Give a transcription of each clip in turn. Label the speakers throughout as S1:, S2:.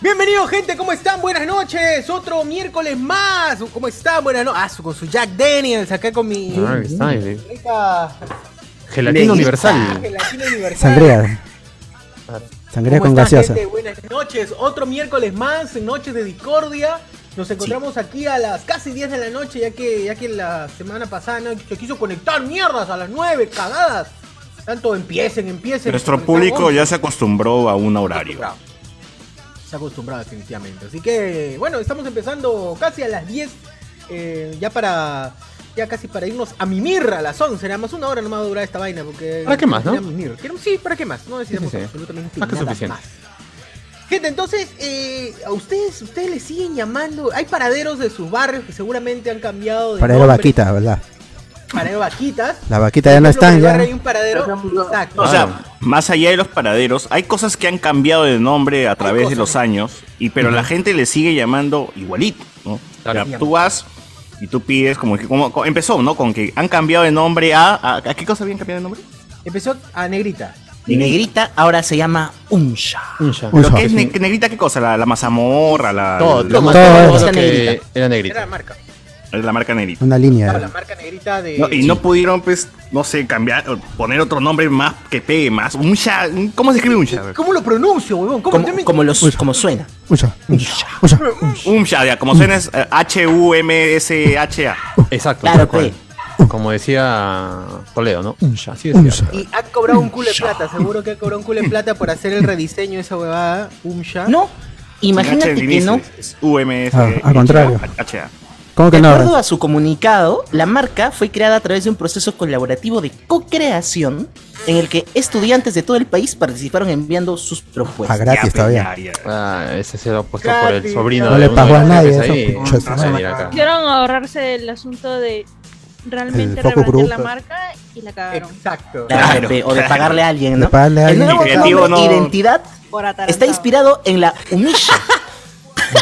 S1: Bienvenidos gente, ¿cómo están? Buenas noches, otro miércoles más. ¿Cómo están? Buenas noches. Ah, con su Jack Daniels, acá con mi...
S2: Ah, que está, eh.
S1: rica
S2: Gelatina universal.
S1: Ah, gelatina universal.
S3: Sangría. Sangría
S1: ¿Cómo
S3: con
S1: están,
S3: gaseosa.
S1: gente? Buenas noches, otro miércoles más, Noches de Discordia. Nos encontramos aquí a las casi 10 de la noche, ya que, ya que la semana pasada no, se quiso conectar mierdas a las 9, cagadas. Tanto empiecen, empiecen.
S4: Nuestro
S1: Conectamos
S4: público
S1: once.
S4: ya se acostumbró a un horario.
S1: Se ha acostumbrado definitivamente. Así que, bueno, estamos empezando casi a las 10. eh, ya para. Ya casi para irnos a mimir a las 11. Nada más una hora no me va a durar esta vaina. Porque
S2: ¿Para qué más, no?
S1: ir a mimir. Quiero- Sí, ¿para qué más? No necesitamos
S2: Sí, sí, sí.
S1: absolutamente
S2: Más que
S1: nada
S2: suficiente.
S1: más. Gente, entonces, eh, a ustedes, ustedes les siguen llamando. Hay paraderos de sus barrios que seguramente han cambiado de.
S3: Paradero
S1: nombre.
S3: vaquita, ¿verdad?
S1: Paradero Vaquitas.
S3: Las vaquitas ya
S1: Por ejemplo,
S3: no
S1: en
S3: están,
S1: mi barrio
S3: ya.
S1: Hay un paradero. Exacto.
S4: O
S2: Claro.
S4: sea, más allá de los paraderos, hay cosas que han cambiado de nombre a través de
S1: cosas.
S4: los años, y pero la gente le sigue llamando igualito, ¿no? O sea,
S2: Claro.
S4: tú vas y tú pides como que como, co- empezó, ¿no? Con que han cambiado de nombre a a, ¿a qué cosa habían cambiado de nombre?
S1: Empezó a Negrita.
S5: Y Negrita ahora se llama Unsha.
S2: Uncha.
S3: Uncha.
S4: Lo que es ne- negrita qué cosa, la, la mazamorra, la,
S2: Todo,
S4: la-
S2: todo más
S3: Todo
S2: todo
S5: era
S2: que
S5: negrita.
S2: era
S1: Era la
S2: negrita.
S1: marca.
S4: la marca negrita.
S3: Una
S1: Claro, la
S3: línea.
S1: marca negrita de.
S4: No, y no pudieron, pues, no sé, cambiar, poner otro nombre más que pegue más. Un sha- un- ¿Cómo se escribe un sha?
S1: ¿Cómo lo pronuncio, huevón? ¿Cómo,
S5: Como,
S1: te me-
S5: como, los, como suena.
S3: Ucha, ucha, ucha.
S4: Un sha, ya, como suena es eh, H-U-M-S-H-A.
S2: Exacto.
S5: Claro,
S2: tal cual. Como decía Toledo, ¿no? Uncha, así decía.
S3: Uncha.
S1: Y ha cobrado un culo de plata, seguro que ha cobrado un culo de plata por hacer el rediseño de esa huevada. Umsha.
S5: No, imagínate
S4: Sin H
S5: que
S4: al
S5: no.
S4: inicio, es eh, UMS.
S3: Ah, al contrario.
S4: H-A.
S3: ¿Cómo que
S5: De
S3: no?
S5: acuerdo a su comunicado, la marca fue creada a través de un proceso colaborativo de co-creación en el que estudiantes de todo el país participaron enviando sus
S3: A
S5: propuestas.
S4: Ya,
S3: Ah, gratis
S4: pues,
S3: todavía.
S4: ya, ya.
S2: Ah, ese se lo ha puesto por el
S1: Gratis,
S2: sobrino
S1: no
S2: de
S3: le
S2: uno
S3: pagó
S2: de
S3: a
S2: los
S3: nadie,
S2: jefes
S3: eso,
S2: ahí.
S3: pucha,
S2: Ah,
S3: madre.
S2: mira acá.
S6: Quisieron ahorrarse el asunto de realmente
S3: El foco
S6: rebatir la
S3: grupo.
S6: marca y la cagaron.
S1: Exacto.
S5: Claro,
S4: Claro,
S5: pe, o de
S4: claro.
S5: pagarle a alguien,
S3: De
S5: ¿no?
S3: pagarle a
S5: el
S3: alguien.
S5: nuevo
S4: Y creativo
S5: nombre,
S4: no.
S5: identidad
S6: Por atarantado.
S5: está inspirado en la Unisha,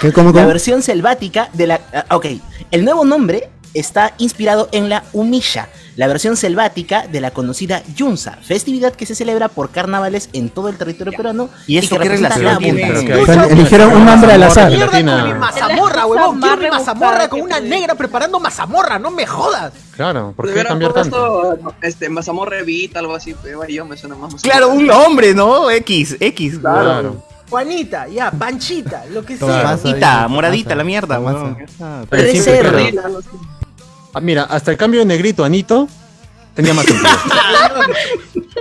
S3: ¿Qué? ¿Cómo,
S5: la
S3: cómo?
S5: versión selvática de la. ah, Ok, el nuevo nombre está inspirado en la Umisha, la versión selvática de la conocida Yunza, festividad que se celebra por carnavales en todo el territorio peruano
S4: ¿Y eso
S5: que
S4: qué
S5: representa
S4: relación
S5: la
S4: tiene?
S5: abundancia.
S2: Pero que-
S3: O sea, eligieron un nombre al azar.
S1: Mierda
S2: Latina.
S1: con mi mazamorra,
S6: Es
S1: huevón.
S6: más
S1: Quiero mi
S6: rebuscada
S1: mazamorra con
S6: que
S1: una
S6: puede.
S1: negra preparando mazamorra, no me jodas.
S2: Claro, ¿por qué
S7: Hubieran
S2: cambiar tanto?
S7: puesto, Este, Mazamorra Evita, algo así, pero yo me suena más.
S4: Claro, un nombre, ¿no? X, X.
S2: Claro.
S1: Juanita, ya, Panchita, lo que
S2: Toma,
S1: sea.
S2: pasa.
S4: Moradita, moradita, la mierda.
S3: Tomasa.
S4: weón.
S2: Ah, Pero
S5: Puede
S2: siempre,
S5: ser,
S2: claro. Ah, Mira, hasta el cambio de negrito a Anito tenía más sentido.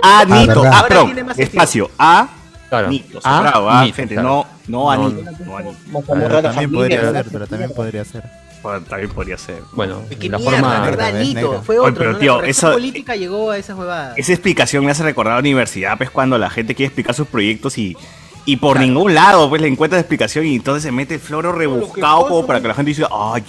S4: Anito,
S3: verdad.
S4: ah,
S1: Ahora
S4: perdón,
S1: tiene más sentido.
S4: espacio, Ah. A.
S2: Claro.
S4: Nito,
S2: Ah,
S4: bravo, ah,
S2: Nito,
S4: gente,
S2: claro.
S4: no, no
S2: No,
S4: Anito, no Anito.
S2: Claro,
S8: También podría ser, pero también podría ser.
S4: Bueno, También podría ser.
S2: Bueno,
S1: Qué
S2: la
S1: mierda,
S2: forma.
S1: ¿verdad,
S8: Negra, es
S1: Nito?
S8: negra.
S1: Fue
S4: Oye,
S1: otro,
S4: pero
S1: ¿no?
S4: tío,
S1: La corrección
S4: eso-
S1: política llegó a esa huevada.
S4: Esa explicación me hace recordar a la universidad, pues cuando la gente quiere explicar sus proyectos y, y por ningún lado pues le encuentras explicación y entonces se mete el floro rebuscado como para que la gente diga, ah, ya,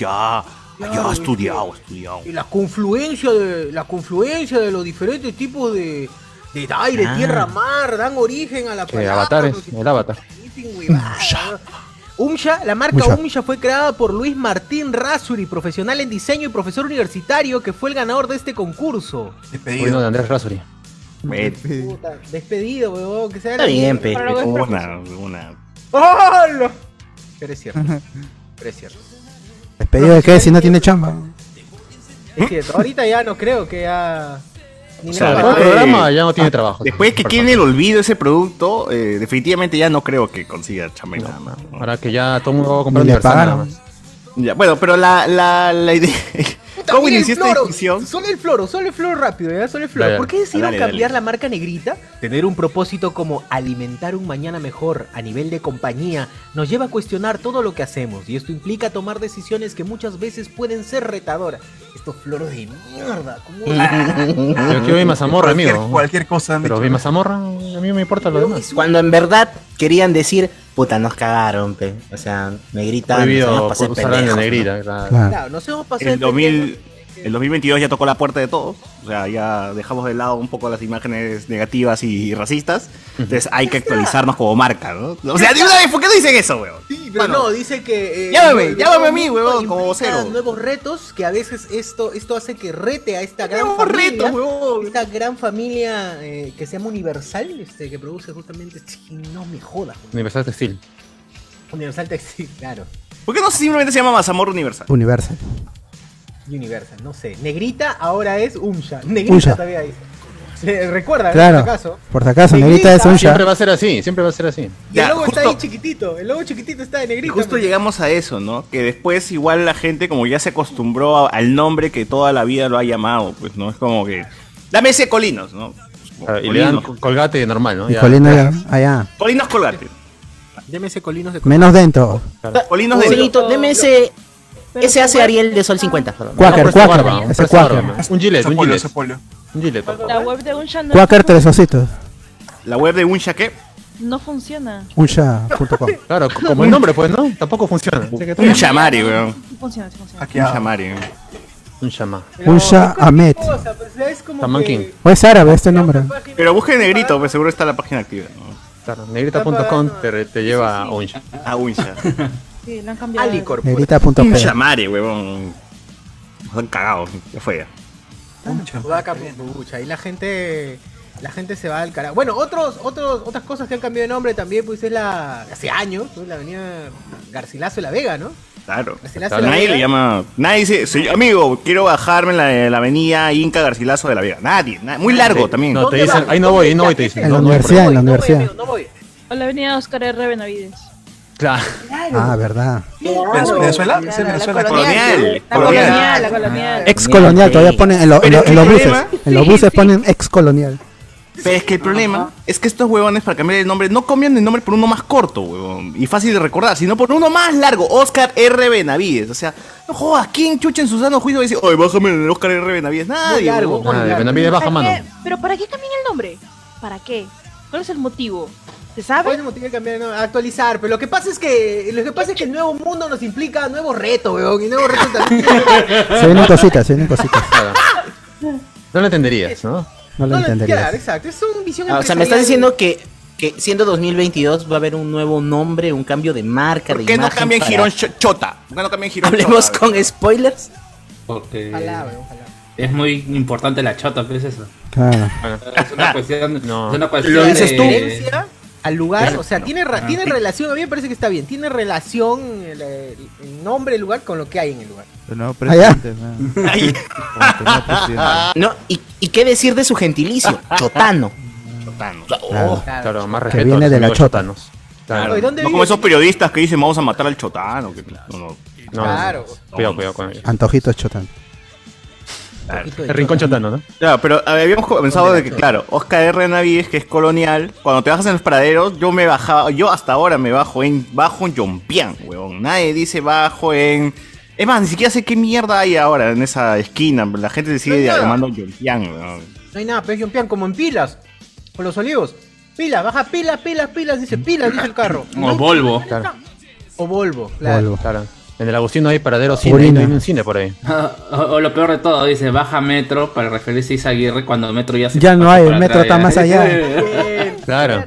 S4: ya,
S1: Claro,
S4: ha estudiado, ha estudiado.
S1: Y la confluencia de la confluencia de los diferentes tipos de, de aire,
S2: Ah.
S1: tierra, mar, dan origen a la
S2: Que avatares, el avatar.
S1: Umsha. Umsha, la marca
S3: Umsha.
S1: Umsha. fue creada por Luis Martín Rasuri, profesional en diseño y profesor universitario que fue el ganador de este concurso.
S2: Sobrino de Andrés Rasuri.
S4: Me-
S1: Puta, despedido, huevón, que sea
S5: Está
S1: la-
S5: bien, pe.
S6: Pero luego es
S4: una, una.
S1: ¡Hala! Pero es cierto. Pero es cierto.
S3: ¿Despedido de qué si no tiene chamba?
S1: Es cierto. Ahorita ya no creo que ya. ni
S4: O
S1: me
S4: sea,
S1: va a
S2: Todo el
S4: después- ah,
S2: programa ya no tiene trabajo.
S4: Después que quede en el olvido ese producto, eh, definitivamente ya no creo que consiga chamba y nada más, ¿no?
S2: Ahora que ya todo el mundo va a
S3: Ni
S2: comprar
S3: le
S2: Universal nada
S3: pagaron.
S2: más.
S4: Ya, bueno, pero la, la, la idea...
S1: Puta,
S4: ¿Cómo
S1: mira
S4: inició
S1: el
S4: esta
S1: floro,
S4: discusión?
S1: Solo el floro, solo el floro rápido, ¿ya? Solo el floro.
S2: Dale,
S1: ¿Por qué decidieron
S4: dale,
S1: cambiar
S4: dale.
S1: la marca negrita? Tener un propósito como alimentar un mañana mejor a nivel de compañía nos lleva a cuestionar todo lo que hacemos y esto implica tomar decisiones que muchas veces pueden ser retadoras. Estos floros de mierda, ¿cómo?
S2: Yo quiero mi mazamorra,
S8: cualquier,
S2: amigo.
S8: Cualquier cosa. han
S2: Pero
S8: dicho.
S2: mi mazamorra, a mí no me importa lo demás.
S5: Cuando en verdad querían decir, puta, nos cagaron, pe. O sea, negrita, nos
S2: Prohibido
S5: hemos pasado
S2: usar la
S5: pendejos,
S2: negrita. claro.
S3: Claro.
S1: Claro, nos hemos pasado
S4: El,
S1: de pendejo.
S4: 2000, el 2022 ya tocó la puerta de todos. O sea, ya dejamos de lado un poco las imágenes negativas y racistas. Entonces hay que actualizarnos como marca, ¿no? O sea, de una vez, ¿por qué no dicen eso, weón?
S1: Sí, pero
S4: Bueno.
S1: no, dice que.
S4: Llámame,
S1: el
S4: llámame a mí,
S1: nuevo
S4: huevón,
S1: mundo
S4: como
S1: implica
S4: vocero.
S1: Nuevos retos que a veces esto, esto hace que rete a esta gran
S4: Nuevos
S1: familia.
S4: retos, huevón.
S1: Esta gran familia eh, que se llama Universal, este, que produce justamente. Sí, No me jodas, huevón.
S2: Universal Textil.
S1: Universal Textil, claro.
S4: ¿Por qué no simplemente se llama Mazamorra Universal?
S3: Universal.
S1: Universal, no sé. Negrita ahora es Umsha. Negrita
S3: Umsha.
S1: todavía es. Le- Recuerda,
S3: Claro.
S1: por si acaso.
S3: Por si acaso,
S1: Negrita
S3: negrita es un
S2: Siempre
S3: chat.
S2: va a ser así, siempre va a ser así.
S1: Y el
S4: Ya,
S1: logo está
S4: justo-
S1: ahí chiquitito. El logo chiquitito está de
S4: Y
S1: negrita.
S4: justo
S1: men.
S4: llegamos a eso, ¿no? Que después igual la gente como ya se acostumbró a- al nombre que toda la vida lo ha llamado, pues, ¿no? Es como que... Dame ese Colinos, ¿no?
S2: Ah, Y le dan
S4: Colinos,
S2: co- colgate normal, ¿no?
S3: Y
S2: Ya.
S3: Colina allá. allá.
S4: Colinos Colgate.
S9: Deme ese colinos de
S3: Menos dentro.
S4: Colinos de...
S5: Solito, deme ese. Ese hace Ariel de Sol 50. perdón.
S3: Quaker,
S2: Presta
S3: Quaker.
S2: barba,
S3: Ese
S2: presta barba.
S3: Quaker.
S2: Un gilet, un
S8: Sopolo,
S2: gilet.
S8: Sopolo.
S2: Un gilet, por favor.
S6: La web de Unsha no,
S3: Quaker tres ositos.
S4: La web de Unsha, ¿qué?
S6: no funciona.
S3: Uncha.com.
S2: Claro, co- como el nombre, pues, ¿no? Tampoco funciona. Así que eh.
S4: Un chamari, weón.
S6: Sí funciona, sí funciona.
S8: ah.
S4: Un chamari.
S2: Un chamán.
S1: Pero
S3: Umsha
S1: es cualquier
S3: Ahmed.
S1: cosa, pues, es como
S2: Taman
S1: que-
S2: King.
S3: O es árabe este nombre.
S4: Pero busque negrito, pues seguro está la página activa, ¿no?
S2: Claro, negrita.com te, re- te lleva a un
S4: A Unsha.
S6: Sí, lo han cambiado.
S1: Alicor. pues.
S4: Un
S3: Negrita.p.
S4: chamari, weón. Nos han cagado. Ya fue ya.
S1: Ah, Sudaca, pues, pucha, y la gente la gente se va al carajo. Bueno, otros, otros, otras cosas que han cambiado de nombre también, pues es la. hace años, pues, la avenida Garcilaso de la Vega, ¿no?
S4: Claro.
S1: Garcilaso
S4: Claro,
S1: de la
S4: nadie
S1: Vega.
S4: le llama. Nadie dice, "Señor- amigo, quiero bajarme en la, la avenida Inca Garcilaso de la Vega. Nadie. na- muy largo
S2: Sí,
S4: también.
S2: no, te
S1: ¿Dónde
S2: dicen,
S1: vas?
S2: ahí no voy, ahí no voy, te
S1: ¿Dónde
S2: dicen.
S1: vas?
S2: No,
S3: En
S2: no
S3: la
S2: voy por ahí.
S3: universidad, en la
S1: No voy,
S3: universidad.
S1: amigo, no voy.
S6: O la avenida Oscar R. Benavides.
S2: Claro.
S3: Ah, verdad.
S6: Claro,
S8: Venezuela, sí,
S6: la
S8: Venezuela.
S4: Colonial.
S6: La colonial, la colonial.
S3: Ex colonial, todavía ponen en, lo- en lo- en los buses. En los
S6: Sí,
S3: buses
S6: sí.
S3: ponen ex colonial.
S4: Pero es que el problema es que estos huevones para cambiar el nombre no cambian el nombre por uno más corto, huevón, y fácil de recordar, sino por uno más largo, Oscar R. Benavides. O sea, no jodas, ¿quién chucha en su sano juicio va a decir, ay, bájame el Oscar R. Benavides? Nadie,
S1: largo,
S4: huevón.
S2: Ah, de Benavides baja
S6: ¿Para
S2: mano.
S6: qué? Eh, ¿Pero para qué cambian el nombre? ¿Para qué? ¿Cuál es el motivo? ¿Se
S1: ¿Cuál es
S6: sabe?
S1: el motivo de cambiar de nombre? Actualizar, pero lo que pasa es que lo que pasa es que el nuevo mundo nos implica nuevos retos, weón, y nuevos retos también.
S3: Se vienen cositas, se vienen cositas.
S2: Claro. No lo entenderías, ¿no?
S3: No lo
S1: No lo- claro,
S3: entenderías.
S1: exacto, es una visión
S5: Ah, o sea, me estás
S1: empresarial.
S5: diciendo que, que siendo 2022 va a haber un nuevo nombre, un cambio de marca,
S4: ¿Por
S5: de
S4: qué no
S5: imagen
S4: cambian
S5: para-
S4: Girón Cho- Chota? ¿Por qué no cambian Girón
S5: Hablemos
S4: Chota?
S5: con spoilers.
S10: Porque
S1: Ojalá, weón, ojalá.
S10: es muy importante la chota, pues eso.
S3: Claro.
S10: Es una cuestión,
S2: No.
S10: es una cuestión
S4: Lo dices tú.
S10: de-
S1: referencia al lugar,
S10: Claro,
S1: o sea,
S10: no.
S1: tiene, ra-
S10: Ah,
S1: tiene
S10: sí.
S1: relación, a mí me parece que está bien, tiene relación el, el- el nombre del lugar con lo que hay en el lugar.
S8: El nuevo
S3: ya.
S8: presidente, man.
S4: Ay,
S8: Como que el nuevo presidente.
S5: No, y, y qué decir de su gentilicio, chotano.
S4: Chotano.
S3: Claro.
S2: Claro, más
S3: Que
S2: respeto.
S3: viene
S2: a los
S3: de la
S2: amigos
S3: chota.
S2: chotanos.
S4: Claro.
S1: ¿y dónde
S4: No
S1: vive?
S4: como esos periodistas que dicen, vamos a matar al Chotano. que- no, no.
S2: No,
S1: Claro.
S2: Cuidado, cuidado con ellos.
S3: Antojitos chotán.
S4: Claro.
S2: El rincón chotano, ¿no?
S4: Claro, pero a ver, habíamos comenzado de que, claro, Oscar R. Benavides, que es colonial, cuando te bajas en los praderos, yo me bajaba, yo hasta ahora me bajo en, bajo en Yompián, weón. Nadie dice bajo en... Es más, ni siquiera sé qué mierda hay ahora en esa esquina. La gente se sigue
S1: No hay nada.
S4: llamando Yompián, weón.
S1: No hay nada, pero es Yompián, como en pilas, con los olivos. Pilas, baja pilas, pilas, pilas, dice pilas, dice el carro.
S10: O Volvo.
S2: Claro,
S1: O Volvo, claro.
S3: Volvo.
S2: claro. En el Agustino hay paradero cine, ahí
S3: Urina.
S2: no hay ni un cine por ahí.
S10: O, o lo peor de todo, dice, baja Metro para referirse a Isaguirre cuando Metro ya se
S3: Ya no
S10: pasó
S3: hay,
S10: por
S3: el Metro
S10: atrás,
S3: está
S10: ya.
S3: más allá.
S1: Bien,
S2: Claro.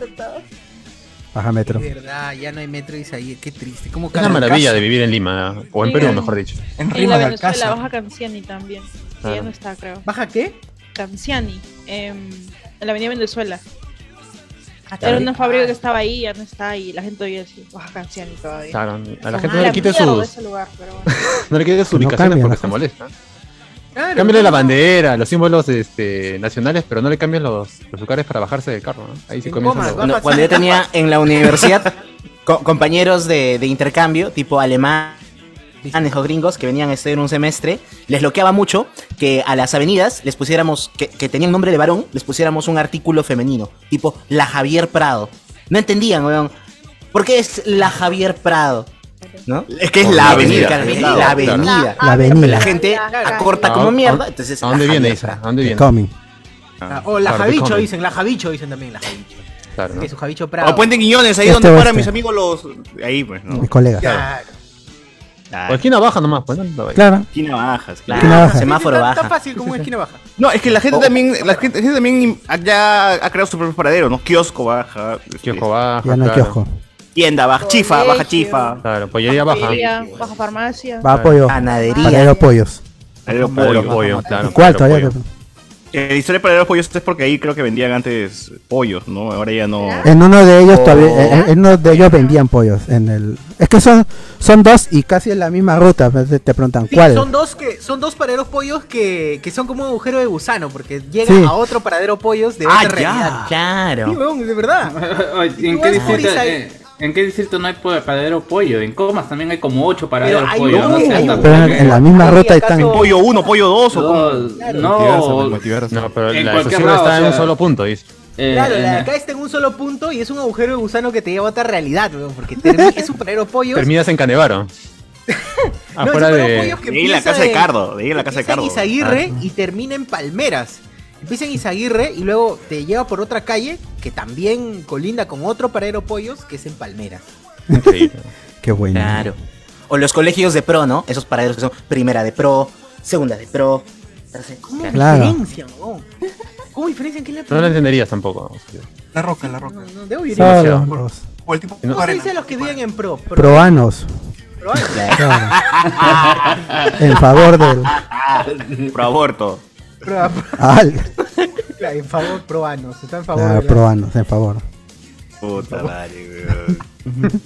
S3: Baja metro.
S1: Es verdad, ya no hay metro y ahí, qué triste. ¿Cómo
S2: Es la maravilla de vivir en Lima, o en Perú, mejor dicho.
S8: En
S6: En la
S8: Rima de
S6: Venezuela
S8: Alcázar.
S6: baja Canciani también. que
S2: Claro.
S6: Ya no está, creo.
S1: ¿Baja qué?
S6: Canciani. em, en la avenida Venezuela.
S2: claro.
S6: Era una fábrica
S2: Ah.
S6: que estaba ahí, ya no está ahí. La gente oye decir, baja Canciani todavía.
S2: Claro, a la
S6: Ah,
S2: gente no le quite
S6: mierda
S2: sus,
S6: ese lugar, pero bueno.
S2: no le quite sus
S3: No
S2: ubicaciones
S3: cambian
S2: porque
S3: las
S2: se molesta.
S1: Claro.
S2: Cámbiale la bandera, los símbolos este, nacionales, pero no le cambian los, los lugares para bajarse del carro, ¿no? Ahí sí
S1: En
S2: comienzan
S1: Comas,
S2: los...
S1: ¿no?
S5: Cuando, cuando yo tenía en la universidad co- compañeros de, de intercambio, tipo alemán o gringos que venían a estudiar un semestre, les bloqueaba mucho que a las avenidas les pusiéramos, que, que tenían nombre de varón, les pusiéramos un artículo femenino, tipo la Javier Prado. No entendían, weón. ¿Por qué es la Javier Prado? ¿No?
S4: Es que es la avenida.
S5: La, avenida.
S3: La avenida.
S5: La gente
S6: Claro.
S5: acorta
S2: ¿A
S5: como
S2: dónde-
S5: mierda. Entonces, Ah,
S2: ¿A dónde
S5: la
S2: viene
S5: Javier
S2: Isa? ¿A
S5: Prado.
S2: dónde viene?
S3: Coming. Ah,
S1: ah,
S2: Ah,
S1: o la
S2: Claro,
S1: Javicho
S2: Bitcoin.
S1: dicen, la Javicho dicen también, la Javicho.
S2: Claro, ¿no?
S1: Que su Javicho Prado.
S4: O Puente Guiñones, ahí
S3: Este
S4: donde paran
S3: oeste.
S4: mis amigos los... Ahí, pues, ¿no?
S3: Mis colegas.
S1: Claro.
S2: O esquina baja nomás, pues no, no va ahí.
S3: Claro.
S4: Esquina bajas, claro.
S5: Claro,
S3: baja.
S5: semáforo
S1: Tan-
S5: baja.
S1: Tan fácil como una esquina baja.
S4: No, es que la gente también, la gente, la gente también ah, ya ha creado su propio paradero, ¿no? Kiosco baja, este,
S2: Kiosco baja,
S3: Ya no hay
S2: claro.
S3: kiosco.
S4: tienda baja, chifa, baja
S6: Colegio.
S4: chifa,
S2: Claro, pollería baja.
S4: Ah.
S6: Baja, baja farmacia.
S3: Va a pollo.
S1: Ah,
S5: Panadería.
S3: Para los pollos.
S4: paradero
S2: Pollo,
S4: pollo.
S2: pollo, claro.
S3: ¿Cuál
S2: paradero
S3: todavía?
S2: pollo.
S3: que-
S4: El Eh, historia de paradero de pollos es porque ahí creo que vendían antes pollos, ¿no? Ahora ya no.
S3: En uno de ellos
S4: Oh.
S3: todavía, eh, en- en uno de ellos vendían pollos en el. Es que son, son dos y casi en la misma ruta. pero Te, te preguntan
S1: Sí,
S3: cuál.
S1: son dos que son dos paraderos pollos que, que son como un agujero de gusano porque llega
S3: Sí.
S1: a otro paradero pollos de
S4: Ah,
S11: Ah,
S2: Ah,
S1: otra realidad. Sí,
S5: claro.
S1: weón, de verdad.
S10: Oye, ¿En
S1: Tú
S10: qué,
S1: vas por
S10: distrito,
S1: Izai-
S10: eh, ¿En qué distrito no hay po- paradero pollo? En Comas también hay como ocho paraderos
S1: hay
S10: pollo.
S1: uno,
S10: no seas
S1: hay
S10: tan
S3: Pero en,
S10: pendejo.
S3: en la misma ruta están.
S4: Pollo uno, pollo dos o cómo?
S10: No,
S8: Multiverso,
S10: no,
S8: multiverso.
S2: No, pero
S10: En
S2: la
S10: cualquier
S2: exclusiva
S10: lado,
S2: está
S10: o
S2: en un
S10: sea.
S2: solo punto, dice.
S10: eh,
S1: Claro, la de
S10: eh,
S1: acá está en un solo punto y es un agujero de gusano que te lleva a otra realidad, weón, porque termi- es un paradero pollos.
S2: Terminas en Canevaro.
S1: No, es un
S2: Afuera
S1: paradero
S2: de.
S1: pollos que
S4: De ahí la
S1: empieza
S4: casa de
S1: en-
S4: Cardo, de ahí la casa de
S1: Empieza en
S4: Cardo.
S1: Izaguirre y termina en Palmeras. Empieza en Izaguirre y luego te lleva por otra calle que también colinda con otro paradero pollos que es en Palmeras.
S2: Sí.
S3: Qué bueno.
S5: Claro. O los colegios de pro, ¿no? Esos paraderos que son primera de pro, segunda de pro. tercera-
S1: ¿Cómo
S5: Claro.
S3: Claro.
S1: diferencia, weón? ¿Cómo diferencia que la
S2: Ah, No lo entenderías tampoco.
S8: La roca, la roca.
S1: No, no, debo ir.
S3: Claro,
S2: demasiado.
S3: los
S8: O el tipo
S2: No.
S1: ¿Cómo se
S8: arena.
S1: dice a los que viven en pro? Pro.
S3: proanos.
S1: pro-
S3: claro. en favor del.
S4: Ah, Pro aborto.
S1: pro- pro-
S3: Al,
S1: en favor, proanos. Está en favor.
S3: claro,
S1: de la-
S3: proanos, en favor.
S4: Puta madre, weón.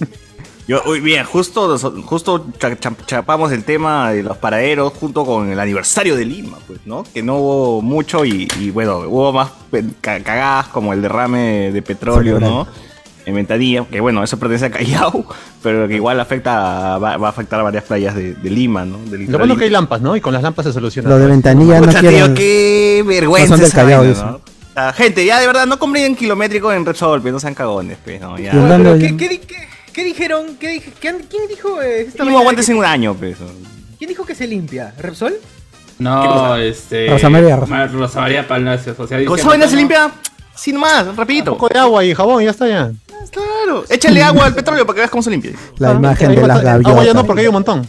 S4: Yo, uy, bien, justo, justo cha- cha- chapamos el tema de los paraderos junto con el aniversario de Lima, pues, ¿no? Que no hubo mucho y, y, bueno, hubo más pe- ca- cagadas como el derrame de petróleo, ¿no? En Ventanilla, que bueno, eso pertenece a Callao, pero que igual afecta a- va, va a afectar a varias playas de, de Lima, ¿no? Del
S2: Lo
S4: litoral
S2: bueno es que hay
S4: Lima.
S2: lampas, ¿no? Y con las lampas se soluciona.
S3: Lo de ventanilla no
S4: Pucha, tío,
S3: quieren.
S4: qué vergüenza.
S3: no son del
S4: esa
S3: Callao,
S4: vaina,
S3: dicen.
S4: ¿no? Ah, gente, ya de verdad, no compren en kilométrico en Red Sol, pues, no sean cagones, pues, no, ya.
S1: Oye,
S3: Y hablando
S1: pero
S3: de-
S1: ¿qué, qué, di- qué- qué dijeron? ¿Qué dije- qué- ¿Quién dijo eh, esta
S4: Mínimo
S1: vaina de
S4: aguantes en un año, pues.
S1: que- ¿Quién dijo que se limpia? ¿Repsol?
S10: no, este.
S3: Rosa María Rosa.
S10: Ma- Rosa María Palacios. O sea,
S4: Con
S10: dice-
S4: esa vaina se limpia sin más, rapidito.
S2: poco de agua y jabón, ya está ya.
S4: Claro. Échale agua al petróleo para que veas cómo se limpia.
S3: La
S2: Ah,
S3: imagen
S2: ahí
S3: de
S2: va a
S3: las
S2: estar- Agua ya no,
S3: gaviotas.
S2: porque hay un montón.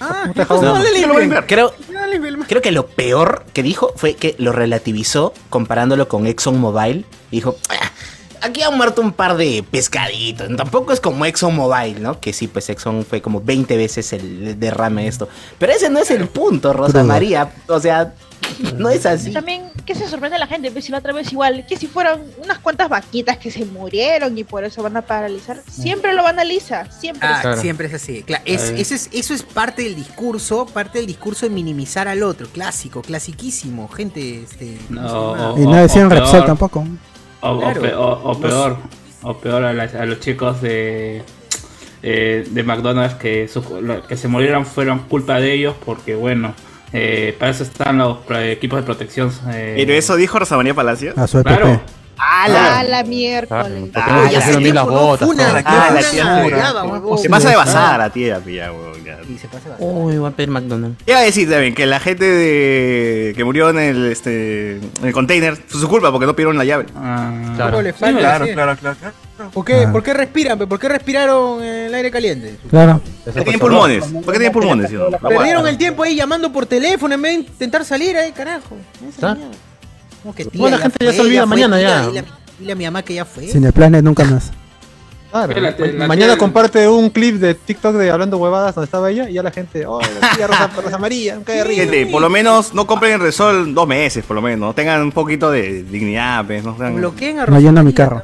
S1: Ah,
S4: No,
S1: no le
S4: se lo va a limpiar.
S5: Creo,
S1: No le limpia el
S5: creo que lo peor que dijo fue que lo relativizó comparándolo con ExxonMobil. Dijo, "Ah, aquí han muerto un par de pescaditos. Tampoco es como ExxonMobil, ¿no? Que sí, pues Exxon fue como 20 veces el derrame de esto. Pero ese no es el punto, Rosa
S3: Crudo.
S5: María. O sea, no es así.
S6: También, ¿qué se sorprende a la gente? Pues si la otra vez igual, que si fueron unas cuantas vaquitas que se murieron y por eso van a paralizar,
S2: Mm.
S6: siempre lo banaliza, siempre.
S1: Ah,
S2: Claro.
S1: siempre es así. Cla- es-
S10: Ahí.
S1: eso, es, eso es parte del discurso, parte del discurso de minimizar al otro. Clásico, clasiquísimo. Gente, este. ¿cómo se
S10: No.
S1: llama?
S3: Y no
S10: O- o
S3: decían
S10: peor.
S3: Repsol tampoco.
S10: O, o
S1: Claro.
S10: pe- o- o
S8: Pues
S10: peor, o peor a, las- a los chicos de, eh, de McDonald's que, su- lo- que se murieron fueron culpa de ellos porque, bueno, eh, para eso están los pro- equipos de protección. eh.
S4: Pero eso dijo Rosa María Palacio.
S3: A su EPP.
S10: Claro.
S6: A la
S2: Claro,
S6: miércoles.
S2: porque no
S4: Ah,
S2: le
S4: ya
S2: pusieron
S4: se
S2: ni las
S1: Por no,
S2: botas.
S1: funa,
S2: todo.
S1: la
S4: Ah,
S1: funa,
S4: la tía
S1: la
S4: funa.
S1: brava, huevón.
S4: Se pasa de basada la tía, pilla, weón. ya.
S1: Y se pasa de basada.
S5: Uy, voy a pedir McDonald's.
S4: Te iba a decir también que la gente de- que murió en el, este, en el container fue su culpa porque no pidieron la llave.
S10: Ah,
S2: Claro.
S1: No le falta,
S8: Claro,
S1: sí.
S8: claro, claro. claro.
S1: ¿Por qué,
S3: Ah.
S1: por qué respiran? pe? ¿Por qué respiraron el aire caliente?
S2: Eso
S3: Claro.
S4: ¿Por qué
S2: fue
S4: tienen
S2: solo.
S4: pulmones? ¿Por qué tienen pulmones? tío?
S1: Perdieron el tiempo ahí llamando por teléfono en vez de intentar salir, eh, carajo. Esa
S2: Está.
S1: mierda. Como que
S2: Bueno, la gente ya se olvida
S1: fue,
S2: mañana,
S1: tía,
S2: ya.
S1: Dile a, mi- dile a mi mamá que ya fue.
S3: Cineplanet nunca más.
S2: Claro.
S10: La tele- la
S2: Mañana
S10: tele-
S2: comparte un clip de TikTok de hablando huevadas donde estaba ella y ya la gente, oh, la tía Rosa, Rosa María, un cae risa.
S4: Gente, por lo menos no compren en Resol dos meses, por lo menos. ¿no? Tengan un poquito de dignidad, pues. No, sean-
S1: Bloqueen a
S3: No
S1: Rosalía.
S3: lleno mi carro.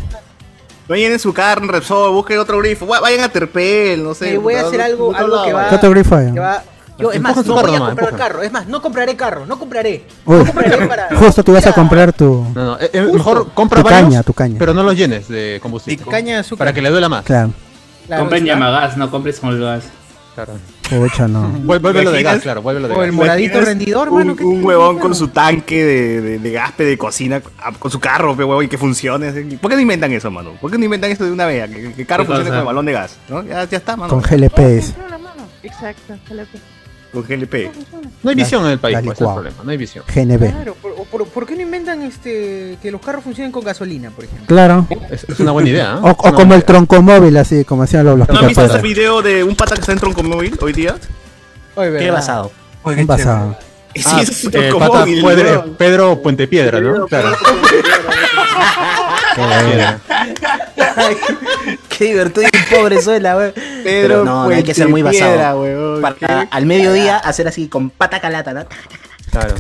S4: no llenen su carne en Resol, busquen otro grifo. Va- Vayan a Terpel, no sé.
S1: Eh, voy a hacer algo-
S4: Otro
S1: algo
S4: lado,
S1: que va-
S4: vaya.
S3: ¿Qué otro grifo hay?
S1: Que va- Yo, es
S2: Empujan
S1: más,
S2: su
S1: no
S2: carro
S1: voy a
S2: nomás,
S1: comprar
S2: empujan.
S1: carro. Es más, no compraré carro, no compraré.
S3: Uy.
S1: No compraré para.
S3: Justo tú vas a
S1: Mira,
S3: comprar tu.
S2: No, no, eh, eh, mejor compra
S3: Tu
S2: varios,
S3: caña, tu caña.
S2: pero no los llenes de combustible.
S1: tu Caña de azúcar.
S2: Para que le duela más.
S3: Claro.
S1: Claro,
S10: compren
S1: sí,
S10: Yamagas, no compres con gas.
S2: Claro.
S3: Pucha, no.
S2: Vuel- Vuélvelo de
S4: ¿Imaginas?
S2: gas, claro, vuélvelo de
S1: O el
S2: gas.
S1: moradito
S4: Imaginas
S1: rendidor,
S4: un,
S1: mano. ¿qué
S4: Un
S1: tal?
S4: huevón con su tanque de, de, de gaspe de cocina, ah, con su carro, pe, huevón, y que funcione. así. ¿Por qué no inventan eso, mano? ¿Por qué no inventan esto de una vez? Que, que el carro
S10: ¿Qué
S4: funcione
S10: cosa?
S4: con el balón de gas, ¿no? Ya, ya está, mano.
S3: Con
S4: Con,
S3: GLPs.
S6: Siempre la mano. Exacto, que le-
S4: GLP.
S3: Eh.
S2: No hay visión en el país,
S3: la
S2: pues, ese es el
S3: licuado.
S2: problema, no hay visión.
S3: GNB.
S1: Claro, por, o por, ¿por qué no inventan este que los carros funcionen con gasolina, por ejemplo?
S3: Claro.
S2: Es, es una buena idea. ¿eh?
S3: O, o
S2: Es una
S3: como
S2: buena
S3: el
S2: idea.
S3: troncomóvil, así como hacían los, los
S4: ¿No han visto ese
S3: picapiedras.
S4: video de un pata que está en troncomóvil hoy día?
S1: Oye,
S5: Qué
S1: ¿verdad?
S5: basado.
S8: Oye, qué
S3: Un basado.
S2: Ah,
S4: es un
S2: eh, pata
S4: troncomóvil,
S2: Pedro,
S4: huevón.
S2: Pedro Puente Piedra, ¿no? Claro. Piedra.
S5: Qué divertido y pobre suela, wey. Pedro, Pero no, no hay que ser muy basado.
S4: Puentipiedra, huevón,
S5: Para
S4: qué
S5: al mediodía hacer así con pata calata, ¿no?
S2: Claro.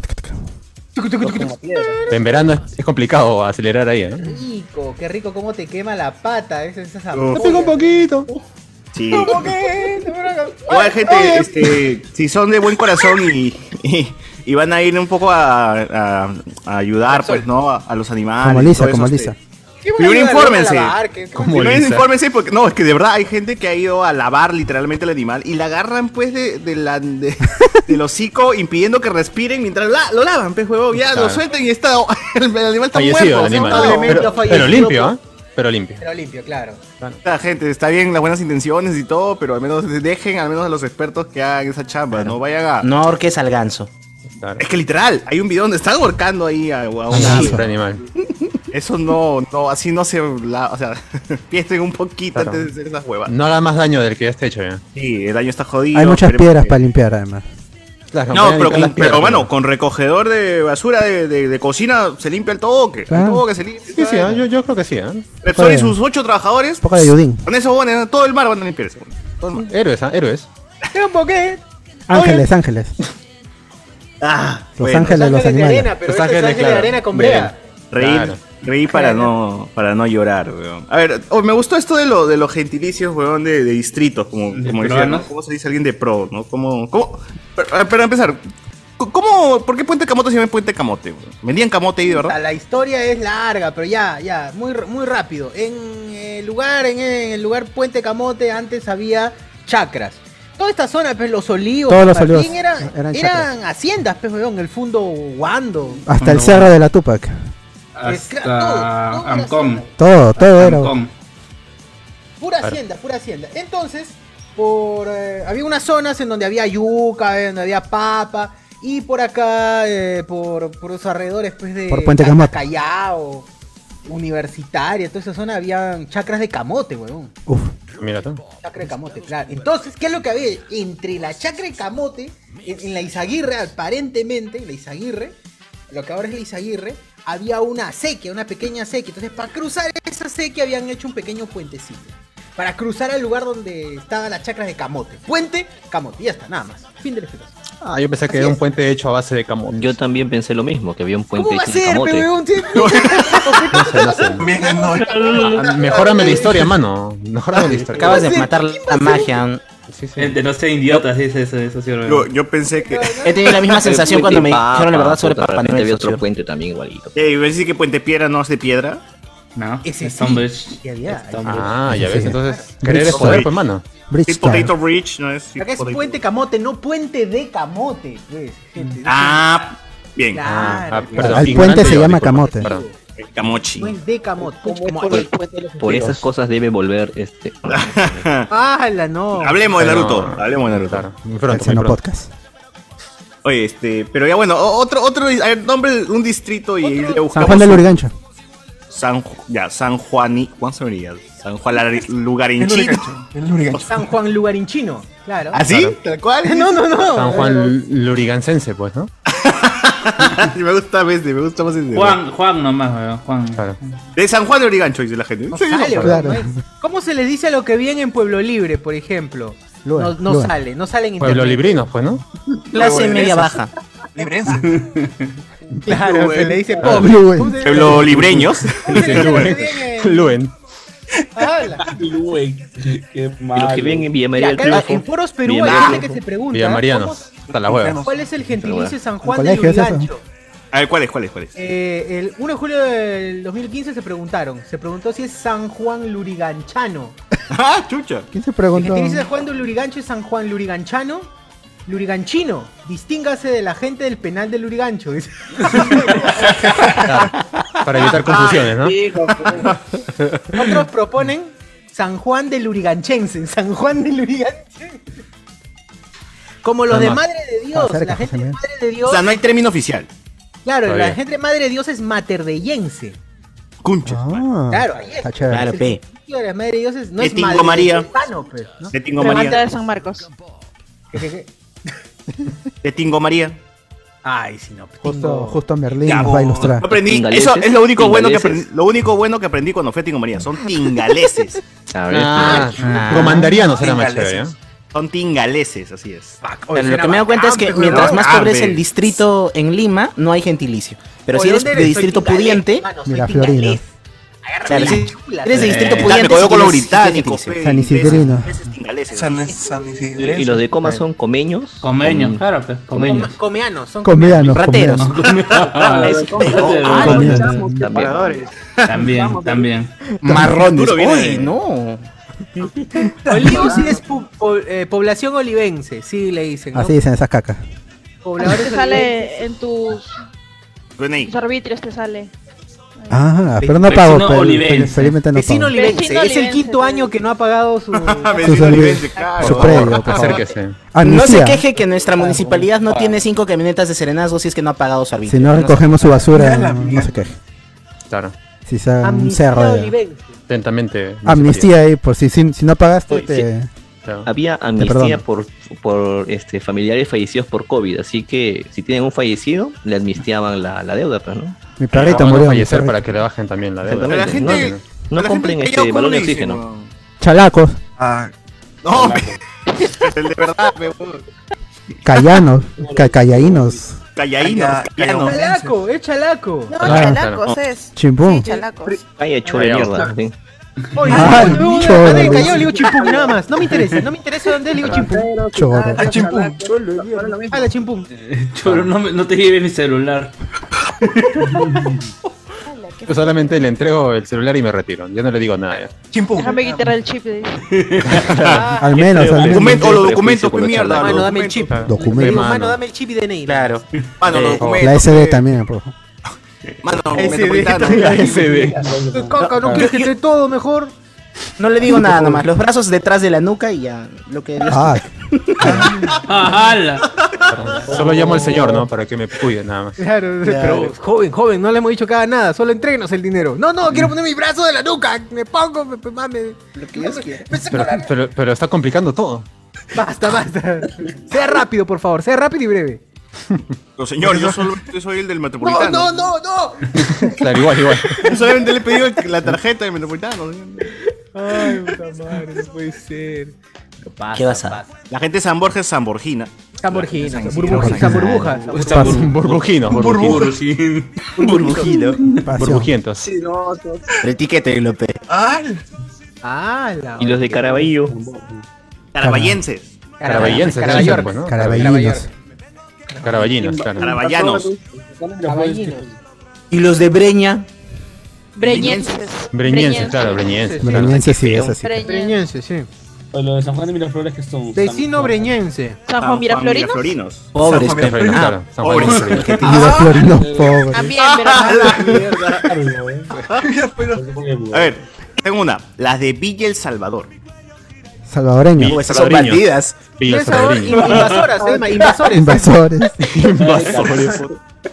S2: En verano es, es complicado acelerar ahí, ¿eh? ¿no?
S1: Rico, qué rico cómo te quema la pata. Esa, esa
S2: Te pica un
S1: poquito.
S4: Sí.
S1: ¿Cómo que?
S4: Igual, gente, este, si son de buen corazón y, y, y van a ir un poco a, a- a ayudar, pues, ¿no? A, a los animales.
S3: Como Lisa,
S4: todo eso,
S3: como
S4: este.
S3: Lisa.
S4: Primero infórmense.
S2: Como
S4: Primero
S2: Lisa.
S4: infórmense porque, no, es que de verdad hay gente que ha ido a lavar literalmente el animal y la agarran, pues, de, de la, de- del hocico, impidiendo que respiren mientras la- lo lavan, pues, huevo. Ya
S2: Claro.
S4: lo sueltan y está, el, animal está
S2: Fallecido
S4: muerto.
S2: el
S4: o sea,
S2: animal.
S4: no,
S2: pero,
S4: no,
S2: pero
S4: fallecido,
S2: limpio, ¿ah? Pero limpio.
S1: Pero limpio, claro.
S4: Está, gente, está bien las buenas intenciones y todo, pero al menos dejen al menos a los expertos que hagan esa chamba, no vayan a...
S5: No ahorques al ganso.
S4: Es que literal, hay un video donde están ahorcando ahí a, a un
S2: Ah,
S4: niño.
S2: por animal.
S4: Eso no, no, así no se... la- o sea, piensen un poquito
S2: Claro.
S4: antes de hacer esas huevas.
S2: No hará más daño del que ya está hecho ya.
S4: Sí, el daño está jodido.
S3: Hay muchas
S4: esperemos
S3: piedras
S4: que-
S3: para limpiar, además.
S2: Claro,
S4: No,
S2: vayan a
S4: pero,
S2: limpiar
S4: con,
S2: las piedras,
S4: pero bueno, con recogedor de basura de, de- de cocina se limpia el toque.
S3: Claro.
S4: El toque se limpia.
S2: Sí, sí, ah, yo, yo creo que sí, ¿ah?
S4: Repsol y sus ocho trabajadores,
S3: Poca de ayudín.
S4: con eso bueno, todo el mar van a limpiarse. Todo el mar.
S2: Héroes, ¿ah? Héroes.
S1: ¿Por qué?
S3: Ángeles, ángeles.
S4: Ah,
S3: Los
S4: bueno,
S3: ángeles, los
S1: de
S3: animales.
S1: arena, pero
S2: Los
S1: esto es
S2: ángeles,
S1: ángel de
S2: claro.
S1: arena con
S2: Bien.
S1: brea.
S4: Reír,
S2: Claro.
S4: reír para no, para no llorar, weón. A ver, oh, me gustó esto de lo, de los gentilicios, weón, de, de distritos, como,
S10: ¿De
S4: como decía,
S10: peruanos?
S4: ¿no? ¿Cómo se dice alguien de pro, no? ¿Cómo, cómo? Pero, para empezar, ¿cómo, ¿por qué Puente Camote se llama Puente Camote? weón? ¿Vendían camote ahí, de
S1: Puta,
S4: verdad?
S1: La historia es larga, pero ya, ya, muy, r- muy rápido. En el lugar, en, en el lugar Puente Camote, antes había chacras. Toda esta zona, pues los olivos,
S3: Todos los
S1: Martín,
S3: olivos
S1: eran,
S3: eran
S1: eran, haciendas, pues, weón, el fondo Wando.
S3: Hasta el
S10: No.
S3: cerro de la Tupac.
S1: todo, todo
S10: Hasta
S1: era
S10: Amcom.
S3: Todo, todo era.
S10: Amcom.
S1: Pura hacienda, pura hacienda. Entonces, por eh, había unas zonas en donde había yuca, eh, donde había papa, y por acá, eh, por, por los alrededores pues, de
S3: Por Puente
S1: Ca-
S3: Camote.
S1: Callao, Universitaria, toda esa zona habían chacras de camote, weón.
S3: Uf.
S2: Mira tú.
S1: Chacra de camote, claro. Entonces, ¿qué es lo que había? Entre la chacra de camote, en, en la Izaguirre, aparentemente, en la Izaguirre, lo que ahora es la Izaguirre, había una acequia, una pequeña acequia. Entonces, para cruzar esa acequia habían hecho un pequeño puentecito. Para cruzar al lugar donde estaba la chacra de camote. Puente, camote, ya está, nada más. Fin de la explicación.
S2: Ah, yo pensé que
S1: Así
S2: era un
S1: es.
S2: puente hecho a base de camote.
S12: Yo también pensé lo mismo, que había un puente
S1: ¿Cómo va a
S12: hecho de
S1: ser, pe,
S12: camote.
S1: weón?
S2: No sé, no sé.
S8: Bien, no,
S2: Ah, Mejórame la historia, mano. Mejórame la historia.
S5: Acabas de
S1: ¿Quién va a
S5: matar
S1: ser?
S5: la magia.
S2: Sí, sí.
S10: Gente, no sean idiotas, dice eso, eso sí, weón.
S4: Yo, yo pensé que...
S5: He tenido la
S2: Este
S5: misma sensación cuando me dijeron la
S2: ah,
S5: verdad sobre
S12: Papá,
S5: Papá
S12: puta, de repente
S5: Noel.
S12: había otro
S5: socio.
S12: puente también igualito.
S4: Ey, ¿ves decir que Puente Piedra no es de piedra?
S10: No,
S1: Ese sí.
S10: Stonebridge.
S1: Ya, ya.
S2: Ah, ya ves,
S3: Sí.
S2: entonces. Querer es poder, pues, mano.
S4: Sweet
S3: Bridgestone.
S4: Potato Bridge no es... sweet
S1: Acá es
S4: potato.
S1: puente camote, no puente de camote, pues, gente.
S4: Ah, bien.
S2: Ah, ah,
S1: Claro,
S2: perdón.
S3: Al
S2: ignorante
S3: puente se
S2: yo,
S3: llama
S2: disculpa,
S3: camote.
S2: perdón.
S4: El Camochi.
S1: No es de camote, puente camote.
S12: Por esas cosas debe volver este.
S1: ¡Hala, no!
S4: Hablemos de
S2: Pero-
S4: Naruto. Hablemos de Naruto.
S2: Claro, muy
S3: El
S2: pronto, muy
S3: Xeno
S2: pronto.
S3: Podcast.
S4: Oye, este, pero ya bueno, o- otro, otro, a ver, nombre un distrito y ahí le
S3: San
S4: buscamos.
S3: Juan del Lurigancho.
S4: San, Ju- ya, San Juani, ¿cuál sería? San Juan Lari- Lugarinchito.
S8: el Lurigancho.
S1: San Juan Lugarinchino, claro.
S4: ¿Así? ¿Ah, ¿Tal cual?
S1: No, no, no.
S2: San Juan Lurigancense, pues, ¿no?
S4: me gusta más, este, me gusta más ese.
S10: Juan, Juan nomás, weón. Juan.
S2: Claro.
S4: De San Juan de Lurigancho, dice la gente. Sí,
S1: Sale,
S4: no,
S1: weón,
S3: Claro.
S1: ¿eh? ¿Cómo se les dice a lo que viene en Pueblo Libre, por ejemplo?
S3: Luen,
S1: no no
S3: Luen.
S1: sale, no sale en
S2: Pueblo
S1: internet.
S2: Librinos, pues, ¿no?
S5: Clase media baja.
S8: Librense.
S1: Claro, se le dice
S2: Claro.
S1: pobre.
S3: Luen.
S1: ¿Cómo se-
S4: Pueblo libreños.
S1: cómo se le dice a lo que viene en-
S2: Luen.
S1: Habla.
S12: Qué malo. Los que ven en Villa María
S1: Mira,
S12: del
S1: acá en- en
S12: Triunfo.
S1: foros Perú
S12: Bien,
S1: hay
S12: bien.
S1: gente que se pregunta
S2: Villamarianos. Hasta las huevas.
S1: ¿cómo- ¿Cuál es el gentilicio San Juan
S3: ¿El
S1: de
S3: colegio es eso?
S1: Lurigancho?
S4: A ver, ¿cuáles, cuáles, cuáles?
S1: Eh, el 1 de julio del 2015 se preguntaron, se preguntó si es San Juan Luriganchano.
S4: Ah, chucha.
S3: ¿Quién se
S1: El
S3: preguntó?
S1: gentilicio de San Juan de Lurigancho es San Juan Luriganchano. Luriganchino, distíngase de la gente del penal de Lurigancho. dice.
S2: Para
S1: Ah,
S4: Ah,
S2: evitar confusiones, ¿no?
S4: pues.
S1: Otros proponen San Juan de Luriganchense, San Juan de Luriganchense. Como los de
S2: Nada más.
S1: Madre de Dios,
S3: Ah, cerca,
S1: la gente de
S3: José
S1: Madre de Dios,
S4: O sea, no hay término oficial.
S1: claro, la
S2: Todavía.
S1: gente de Madre de Dios es materdeyense.
S4: Cuncha.
S3: Ah,
S1: Claro, ahí es.
S3: Está chévere.
S5: Claro,
S1: el
S5: pe.
S1: sentido de la Madre de Dios es, no es
S4: Etingo
S1: madre,
S4: María.
S1: es hispano, pues, ¿no?
S4: De Tingo
S6: Remata
S4: María.
S6: de San Marcos.
S4: De Tingo María.
S1: Ay, si no. pues,
S3: Justo,
S1: Tingo.
S3: justo Merlín
S4: Ya,
S3: nos va a ilustrar.
S4: No aprendí.
S12: Tingaleses.
S4: Eso es lo único bueno que
S12: Tingaleses.
S4: aprendí. Lo único bueno que aprendí cuando fui a Tingo María. Son tingaleses.
S12: A ver,
S2: Ah, romandarianos era ah. más chévere, ¿eh?
S4: Son tingaleses, así es.
S5: Pero lo que me he dado cuenta es que mientras más
S3: Ah,
S5: pobre es el distrito en Lima, no hay gentilicio. Pero si
S4: Oye,
S5: eres
S4: ¿dónde
S5: de
S4: eres? Soy
S5: distrito
S4: pingalés,
S5: pudiente,
S4: mano, soy
S3: Mira, Florino.
S5: claro,
S4: la
S5: si
S4: chula.
S5: eres de distrito
S4: Eh,
S5: pudiente,
S4: me quedó
S5: sí
S4: con lo
S5: tienes
S4: británico,
S5: gentilicio.
S4: pe.
S3: San Isidrino.
S8: San, San
S12: Y, y los de Coma son comeños.
S10: Comeños, claro, pues,
S12: comeños.
S1: Comeanos, son
S3: Mm. Comeanos,
S12: Rateros.
S3: comeanos.
S10: Ah, eso,
S3: Ah,
S10: comeños.
S3: comeanos.
S10: También, también, también.
S5: Marrones.
S10: Duro viene de-
S5: Uy, no.
S1: Olivos sí es pu- po- eh, población olivense, sí le dicen. ¿no?
S3: Así dicen esas cacas.
S6: Ahí te
S1: Pobladores olivenses.
S6: sale en tus,
S4: DNI.
S6: tus arbitrios, te sale.
S3: Ah, pero no pago.
S1: Vecino
S3: pero-
S1: olivense.
S3: Felizmente no
S1: Vecino
S3: pago.
S1: olivense.
S6: Vecino
S1: es el
S6: olivense,
S1: quinto año que no ha pagado su.
S3: Sus olivense,
S5: claro.
S3: Su predio, por favor.
S2: Acérquese.
S5: No
S3: Amnistía.
S5: se queje que nuestra municipalidad no tiene cinco camionetas de serenazgo si es que no ha pagado su arbitrio.
S3: Si no
S5: se-
S3: recogemos su basura,
S5: Mira la
S3: no, no se queje.
S2: Claro.
S3: Si sea un
S2: Ah,
S3: cerro. de-
S2: Atentamente.
S3: Amnistía ahí, por si, si, si no pagaste,
S12: Oye,
S3: te.
S12: sí. Había amnistía
S3: perdono.
S12: por, por este, familiares fallecidos por COVID, así que si tienen un fallecido, le amnistiaban la, la deuda, pues, ¿no?
S3: Mi perrito murió. mi
S2: fallecer
S3: perrito.
S2: para que le bajen también la deuda.
S12: Exactamente, no, no compren este balón de oxígeno.
S3: Chalacos,
S8: Ah.
S3: Ah.
S4: No, de verdad, me
S3: callanos, ca- callainos.
S4: Callainos, callanos.
S1: Chalaco, es chalaco.
S13: No,
S3: Ah,
S13: chalacos
S3: claro.
S13: es.
S3: Chimpún.
S13: Sí, chalacos.
S12: Calla, chulo de mierda. sí.
S1: Oye,
S3: Ah,
S1: no, no,
S3: choro,
S1: no, no,
S3: Luis.
S1: callado, le digo chimpum nada más. No me interesa, no me interesa dónde es, le digo chimpum.
S3: Choro.
S1: Ah, chimpum. Ah, la chimpum.
S10: Cholo, no, me- no te lleve mi celular.
S2: Yo solamente le entrego el celular y me retiro. Ya no le digo nada.
S6: Déjame quitar el chip. dice.
S2: Ah,
S3: Al menos,
S2: este, ¿eh?
S3: al menos.
S4: Documento, los documentos, pues mierda.
S1: Mano,
S4: los
S1: dame el chip.
S4: documentos.
S1: Le digo,
S3: Documento.
S1: Mano, dame el chip y DNI.
S5: Claro.
S4: Mano, los
S3: Eh, La
S4: documentos.
S3: SD también, por favor.
S4: Mano,
S2: La
S4: metropolitano.
S2: SD.
S1: Caca, no quieres que te todo mejor.
S5: No le digo nada nomás, los brazos detrás de la nuca y ya lo que
S3: Ah,
S10: ¡Hala!
S2: Solo llamo al señor, ¿no? Para que me cuide, nada más.
S1: Claro,
S5: Claro.
S1: pero joven, joven, no le hemos dicho cada nada, solo entreguenos el dinero. No,
S3: Ah.
S1: no, quiero poner mi brazo de la nuca, me pongo, me, me, mame. Me saco
S2: Pero,
S1: la-
S2: pero, pero está complicando todo.
S1: Basta, basta. Sea rápido, por favor, sea rápido y breve.
S4: No, señor, yo solamente soy el del
S1: No,
S4: metropolitano.
S1: no, no, no.
S2: Claro, igual, igual.
S4: Yo solamente le he pedido la tarjeta del metropolitano.
S1: Ay, puta madre, no puede ser.
S8: Ah,
S5: ¿Qué vas a
S4: La gente de San Borja es zamborgina.
S1: San Borgina,
S4: San
S1: burbuja,
S4: Isidro.
S1: San burbuja. San burbuja.
S2: Burbujinos, burbujinos.
S5: Un burbujito.
S3: pasión.
S2: Burbujientos.
S5: El etiquete, López.
S1: Ah, la.
S12: Y los de Caraballo.
S4: Caraballenses.
S2: Caraballenses,
S1: Carabayor.
S2: pues, ¿no?
S3: Caraballinos.
S2: Caraballinos, claro.
S4: Caraballanos.
S5: Y los de Breña.
S6: Breñenses.
S2: Breñenses, claro, breñenses. claro.
S3: Breñense sí, es así.
S6: Breñenses.
S1: Breñense, sí.
S11: O lo de San Juan de Miraflores que son.
S1: Vecino breñense.
S6: San Juan Miraflorinos.
S4: Florinos.
S5: Pobres,
S2: San Juan
S5: pero-
S2: Miraflorinos,
S5: ah,
S2: claro. San Juan Ah, Miraflorinos.
S3: Y de
S12: Ah,
S3: Florino, pobre.
S6: También, pero
S4: A ver, tengo una. Las de Villa El Salvador.
S3: Salvadoreño.
S5: No, esas son
S2: Salvadoreño.
S5: bandidas.
S2: Villa
S1: Pensador,
S2: Salvadoreño.
S1: invasoras, eh, invasores.
S3: Invasores.
S2: Invasores.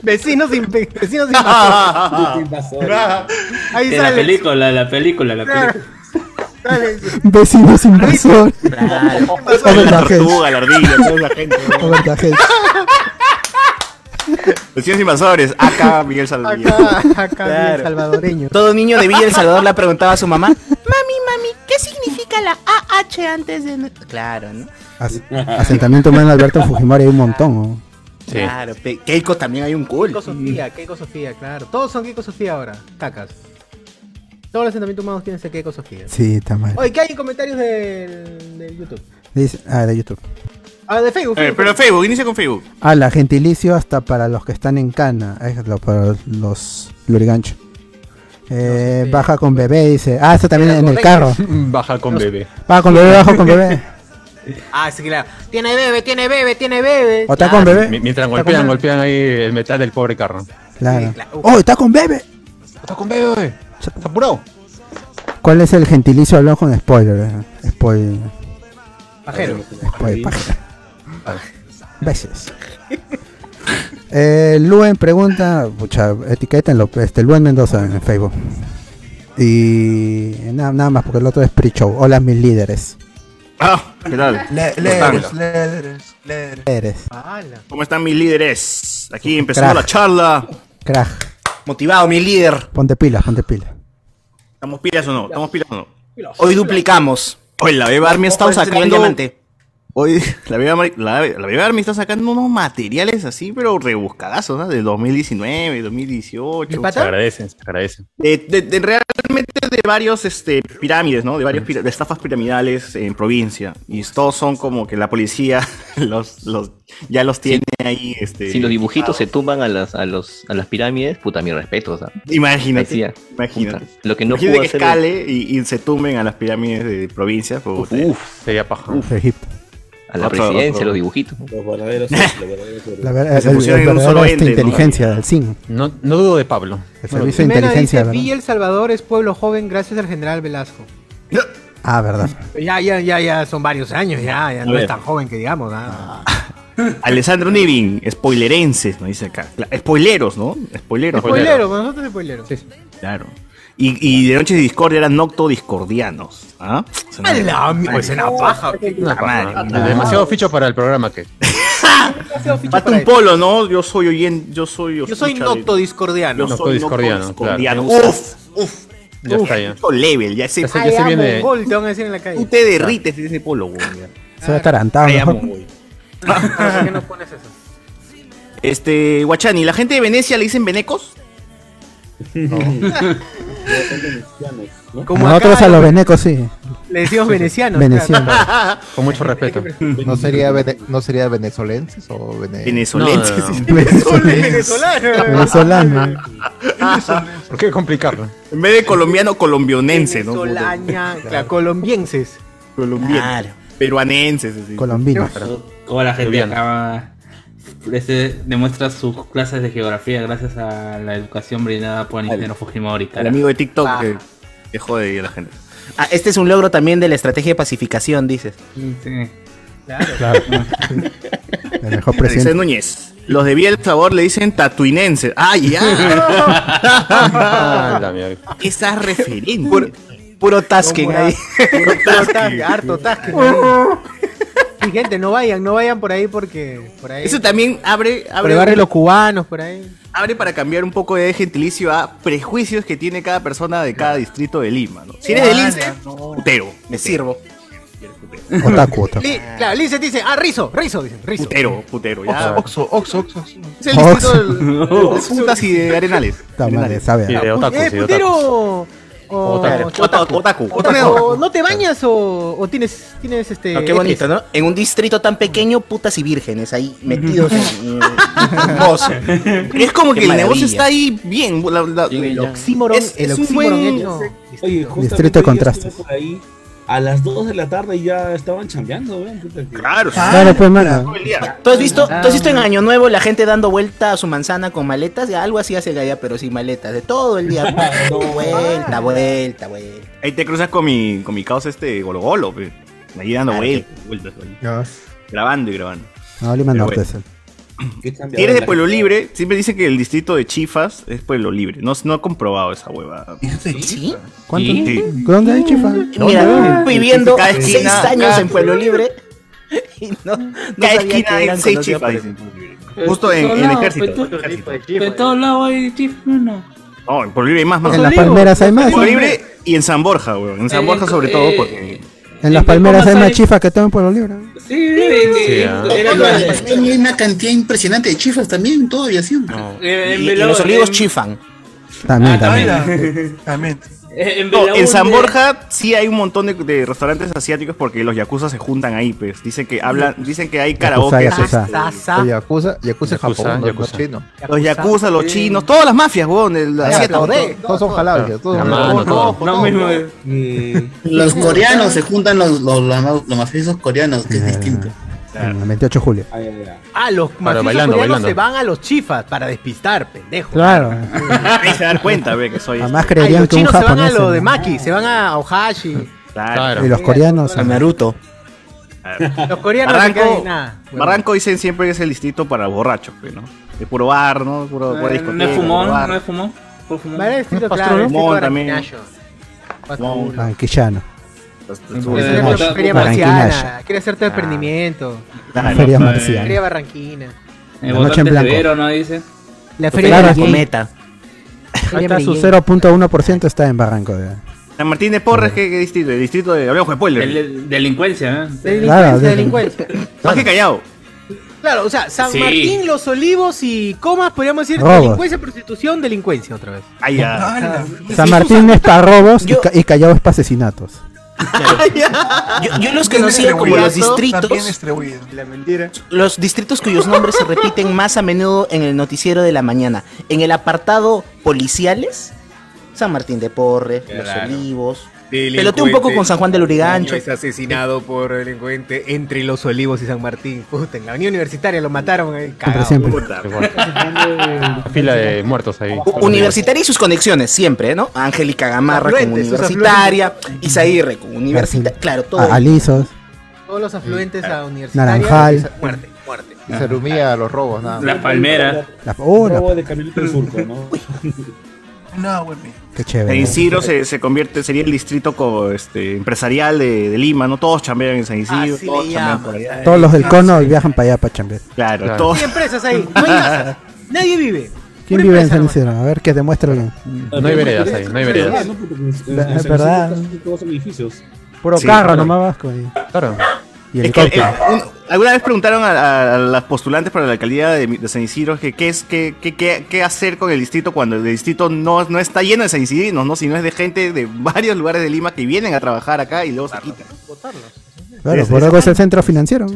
S1: Vecinos, in- vecinos invasores. Ahí
S10: De la
S1: sale.
S10: película, la película, la película.
S1: sale.
S3: Vecinos invasores.
S4: La
S3: Overtajes.
S4: tortuga, la ardilla, toda la gente.
S3: Overtajes.
S4: Vecinos invasores. Acá Miguel Salvador.
S1: Acá, acá, bien
S5: Claro.
S1: salvadoreño.
S5: Todo niño de Villa El Salvador le preguntaba a su mamá.
S13: Mami, mami, ¿qué significa la AH antes de.?
S5: Claro, ¿no?
S3: As- Asentamiento humano Alberto Fujimori hay un montón. ¿no?
S2: Sí.
S5: Claro, pe- Keiko también hay un cool.
S1: Keiko Sofía, Keiko Sofía, claro. Todos son Keiko Sofía ahora, cacas. Todos los asentamientos humanos tienen ese Keiko Sofía.
S3: Sí, está mal.
S1: Oye, ¿qué hay en comentarios del, del YouTube?
S3: Dice- ah, de YouTube.
S1: Ah, de Facebook.
S4: A ver,
S1: Facebook.
S4: Eh, pero Facebook, inicia con Facebook.
S3: Ah, la gentilicio hasta para los que están en cana. Es lo- para los lurigancho. Eh, baja con bebé, dice. Ah, eso también en el carro.
S2: Baja con bebé.
S3: Baja con bebé, baja con bebé.
S1: Ah, sí, claro. Tiene bebé, tiene bebé, tiene bebé.
S3: ¿O está con
S2: Ah, Mi-
S3: bebé?
S2: Mientras golpean, golpean ahí el metal del pobre carro.
S3: Claro. ¡Oh, está con bebé!
S2: Está con bebé, bebé. Está apurado.
S3: ¿Cuál es el gentilicio? Hablamos con spoiler. eh. Spoiler.
S1: Pajero.
S3: Spoiler. página. Veces. Eh, Luen pregunta, pucha, etiquétenlo, este, Luen Mendoza en Facebook. Y nada, nada más, porque el otro es pre-show. Hola, mis líderes.
S4: Ah, ¿qué tal?
S8: Letters, letters, letters.
S3: Líderes.
S1: Ala.
S4: ¿Cómo están mis líderes? Aquí empezamos
S3: Crack.
S4: la charla.
S3: Crack.
S5: Motivado, mi líder.
S3: Ponte pilas, ponte pilas.
S4: ¿Estamos pilas o no? ¿Estamos pilas o no?
S5: Hoy duplicamos.
S4: Hoy la beba Army ha estado
S5: Ojo, este es el
S4: sacando.
S5: diamante.
S4: Hoy la Viva, Mar- la, la Viva Army está sacando unos materiales así, pero rebuscadazos, ¿no? De 2019, 2018.
S2: Se agradecen, se agradecen.
S4: De, de- de realmente de varios este, pirámides, ¿no? De varios pira- de estafas piramidales en provincia. Y todos son como que la policía los, los, ya los tiene ahí. Este,
S12: Si los dibujitos se tumban a las, a los, a las pirámides, puta, mi respeto. O sea,
S4: Imagínate,
S12: Ahí sí,
S4: imagínate.
S12: puta, lo que no
S4: Imagínate
S12: pudo
S4: que
S12: hacer.
S4: escale y, y se tumben a las pirámides de provincia. Uf,
S2: sería paja.
S3: Egipto.
S12: A la
S4: Otro-
S12: presidencia,
S4: otro.
S12: los dibujitos.
S11: Los verdaderos los verdaderos héroes.
S3: La ver- el, el verdadero este, inteligencia, el SIN.
S2: No, no dudo de Pablo.
S3: El
S2: No
S3: servicio de
S2: dudo.
S3: inteligencia,
S1: dice,
S3: ¿verdad?
S1: Villa El Salvador es pueblo joven gracias al general Velasco.
S3: Ah, verdad.
S1: Ya, ya, ya, ya, son varios años, ya, ya
S4: A
S1: no
S4: ver.
S1: es tan joven que digamos. ah.
S4: Alessandro Nivin, spoilerenses, nos dice acá. Cla- Spoileros, ¿no? Spoileros.
S1: Spoilero, para nosotros es spoilero.
S4: Claro. Y, y de Noches de Discordia eran Nocto Discordianos. ¿Ah?
S1: A la mi- pues, una paja.
S4: Una
S2: Ah, Demasiado ficho para el programa que.
S4: Pata un polo, ¿no? Yo soy oyen, yo soy
S1: Yo soy
S4: escucha de-
S1: Nocto Discordiano.
S4: Yo soy
S2: Noctodiscordiano,
S4: noctodiscordiano.
S2: claro.
S4: Uf, uf.
S2: Ya
S4: uf,
S2: está, ya.
S4: otro level, ya ese.
S2: Ya sé- ya sé
S4: Ay,
S2: bien
S4: amo,
S2: de-
S1: Gol, te van a decir en la calle.
S4: Tú te derrites de ese polo, güey. ya.
S3: Se va a estar antado,
S4: Ay,
S3: mejor.
S4: amo, güey. Este, Guachani, ¿la gente de Venecia le dicen venecos?
S1: Como
S3: Nosotros
S1: acá
S3: a los
S1: le-
S3: venecos sí.
S1: Le decimos venecianos.
S3: Venecianos.
S1: claro.
S2: Con mucho respeto.
S14: ¿No sería, vene- ¿No sería venezolenses o vene-
S2: Venezolenses. No, no, no.
S3: Venezolano. Ah.
S2: ¿Por qué complicarlo?
S4: En vez de colombiano, colombionense, ¿no?
S1: Venezolaña, claro, colombienses.
S4: Colombiano. Peruanenses. así.
S3: Colombinos.
S10: Como la gente
S4: Boliviano.
S10: acá este, demuestra sus clases de geografía gracias a la educación brindada por Nintendo Fujimori.
S4: El amigo de TikTok que, que jode ahí a la gente.
S5: Ah, este es un logro también de la estrategia de pacificación, dices.
S10: Sí.
S3: Claro. El mejor
S4: Dice
S3: presidente.
S4: Núñez. Los de Biel Sabor le dicen tatuinenses. ¡Ay, ya! Esas referentes. Puro,
S5: tasking ahí.
S1: Puro tasking, harto tasking. Y gente, no vayan, no vayan por ahí porque por ahí.
S4: Eso también abre,
S1: por
S4: abre,
S1: el barrio los cubanos por ahí.
S4: abre para cambiar un poco de gentilicio a prejuicios que tiene cada persona de cada distrito de Lima. ¿no? Si eres
S1: Ah,
S4: de Lince, putero. Me sirvo.
S3: Otaku, otaku.
S1: Li- claro, Lince te dice, ah, rizo, rizo, dicen, rizo.
S4: Putero, putero. Ya.
S14: Oxo, Oxo, Oxo, Oxo.
S4: Es el distrito del- de putas y de arenales.
S3: Está mal, sabe.
S2: Y de otaku,
S1: Eh,
S2: sí,
S1: putero.
S2: otaku.
S1: o- o-
S2: Otaku.
S4: Otaku. Otaku.
S1: o no te bañas o, o tienes, tienes este.
S5: qué bonito, ¿no? Eh, En un distrito tan pequeño, putas y vírgenes ahí metidos en en pozo.
S4: Es como
S5: Qué
S4: que el
S5: maravilla.
S4: negocio está ahí bien. la- la-
S11: El
S1: oxímoron, el oxímoron hecho.
S11: Oye, justamente
S3: Distrito de
S11: hoy día
S3: contrastes.
S11: estuve por ahí, a las 2 de la tarde ya estaban chambeando, weón. puta que-
S4: Claro,
S3: Claro, pues, mano.
S5: ¿Tú has, visto, tú has visto
S3: Ah.
S5: en Año Nuevo la gente dando vuelta a su manzana con maletas? Ya, Algo así hace Gaya, pero sin maletas. De todo el día. vuelta, vuelta, vuelta.
S4: Ahí te cruzas con mi, con mi causa este Golo Golo, pe. Ahí dando vueltas, vueltas, vueltas. Grabando y grabando.
S3: No, Lima
S4: Pero
S3: Norte
S4: bueno.
S3: es el.
S4: Si eres de Pueblo Libre, siempre dicen que el distrito de Chifas es Pueblo Libre. No, no he comprobado esa hueva.
S5: ¿Sí?
S3: ¿Cuánto?
S4: Sí.
S3: ¿Dónde hay chifa?
S5: Mira, viviendo
S4: Cada
S5: seis
S4: esquina,
S5: años
S4: cada-
S5: en Pueblo Libre. Y no, no
S4: Cada
S5: sabía
S4: esquina
S5: que
S4: hay
S5: eran
S4: seis
S5: conocidos
S4: chifas,
S5: por eso.
S4: dicen. Justo en, en el ejército.
S10: De todos lados hay chifas, no.
S4: No, en Pueblo Libre hay más, más.
S3: En las palmeras hay más.
S4: En Pueblo Libre y en San Borja, weón. En San Borja sobre todo porque...
S3: En las palmeras hay más chifas que todo en Pueblo Libre.
S10: Sí,
S4: ah.
S15: Hay una cantidad impresionante de chifas también, todavía siempre.
S10: Eh, en
S5: Y- y
S10: Belao-
S5: los olivos
S4: Em,
S10: en-
S5: chifan.
S4: Ah,
S3: También, también.
S8: También.
S10: eh, en,
S4: No,
S10: Belao-
S4: en San Borja sí hay un montón de, de restaurantes asiáticos porque los yakuzas se juntan ahí, pues. Dicen que hablan, dicen que hay karaoke.
S14: Yakuza,
S4: este,
S14: Yakuza. Yakuza, Yakuza, Japón, no- no
S2: Yakuza.
S14: chino.
S4: Los yakuzas, los chinos, todas las mafias, weón. el-
S14: Ah,
S4: asiático,
S14: todos-
S4: todo.
S14: Todos son
S8: Ah.
S14: jalados, todos
S2: La
S14: son
S2: mano, todo.
S14: No, mismo.
S15: Los coreanos se juntan los, los, los, los mafiosos coreanos,
S14: Ah,
S15: que es distinto.
S3: El 28 de julio.
S1: Ah, los mafiosos
S3: bailando,
S1: coreanos
S3: bailando.
S1: se van a los chifas para despistar, pendejo.
S3: Claro.
S4: Ahí se dan cuenta, ve, que soy.
S3: Además
S1: Ay,
S3: creerían
S1: los
S3: que un
S1: chinos se van a
S3: japonés.
S1: lo
S3: en-
S1: de Maki, se van a Ohashi.
S3: Y los coreanos.
S5: A Naruto.
S1: Los coreanos no se quedan en
S4: Barranco,
S1: nada.
S4: Barranco dicen siempre que es el distrito para borrachos, pues, ¿no? De puro bar, ¿no? Puro, pura
S10: Eh,
S4: discoteca,
S10: No es fumón,
S4: puro bar.
S10: no es fumón. por fumón.
S1: Vale, el distrito,
S4: Pastor
S1: claro, el
S4: Ramón
S1: distrito
S4: también.
S1: barranquinayo. Pastor-
S3: Banquillano.
S1: Quiere hacer
S3: Barranquilla.
S1: la feria
S3: Barranquilla.
S1: marciana, quiere hacerte
S4: Ah.
S1: emprendimiento.
S3: La feria marciana.
S1: Feria barranquina.
S3: La noche en blanco.
S10: Pero no dice.
S1: La
S4: Pues
S3: feria Claro. de la
S5: cometa.
S3: Ahí está su 0.1% está en Barranco. ya.
S4: San Martín de Porres, ¿qué, qué distrito? El distrito de Hablemos de spoiler.
S10: Del- delincuencia, ¿eh?
S1: Delincuencia, delincuencia.
S4: Más que callado.
S1: Claro, o sea, San
S4: Sí.
S1: Martín, Los Olivos y Comas, podríamos decir
S3: Robos.
S1: delincuencia, prostitución, delincuencia otra vez.
S4: Ahí ya.
S3: San Martín es para robos y, ca- y Callao es para asesinatos.
S5: Yo, yo los conocía como los distritos.
S1: La mentira.
S5: Los distritos cuyos nombres se repiten más a menudo en el noticiero de la mañana. En el apartado policiales, San Martín de Porres,
S16: Claro.
S5: Los Olivos. Peloté un poco con San Juan del Urigancho.
S1: Es asesinado por delincuente entre Los Olivos y San Martín. Puta, en la Unión Universitaria lo mataron. eh, cagado.
S3: siempre.
S1: Puta.
S3: Ah.
S2: La fila de muertos ahí.
S5: Universitaria y sus conexiones, siempre, ¿no? Angélica Gamarra con
S1: Afluentes, sus
S5: Universitaria, Isaír con Universitaria, claro, todo.
S3: A- alisos.
S1: Todos los afluentes a universitaria.
S3: Naranjal.
S1: Muerte, muerte.
S14: Y se rumía a los robos, nada más.
S10: La palmera.
S3: La- oh, la-
S11: Robo de Camilo del Surco, ¿no?
S8: No, güey.
S3: Qué chévere.
S4: San Isidro se, se convierte, sería el distrito co- este, empresarial de, de Lima, ¿no? Todos chambean en San Isidro,
S1: Así
S4: todos
S1: Ah, le
S4: chambean
S1: llaman.
S4: por allá.
S3: Todos los
S1: Ah,
S3: del cono viajan para allá para chambear.
S4: Claro,
S1: No
S4: todos.
S1: hay empresas ahí, no hay casas, nadie vive.
S3: ¿Quién vive en San Isidro? A ver, que demuestre alguien.
S2: No hay veredas ahí, no hay veredas.
S11: ¿no? Porque en- en- en
S3: Es
S11: San Isidro
S3: verdad.
S11: casi Todos son edificios.
S3: Puro
S4: Sí,
S3: carro
S4: claro.
S3: nomás vasco. ahí. Y
S4: Es que,
S3: helicóptero.
S4: eh, un- alguna vez preguntaron a, a- a las postulantes para la alcaldía de, mi- de San Isidro que qué es qué, qué- qué- qué hacer con el distrito cuando el distrito no, no está lleno de San Isidrinos, ¿no? sino es de gente de varios lugares de Lima que vienen a trabajar acá y luego se quitan.
S3: Claro,
S4: es-
S3: por
S4: es-
S3: algo es el centro financiero.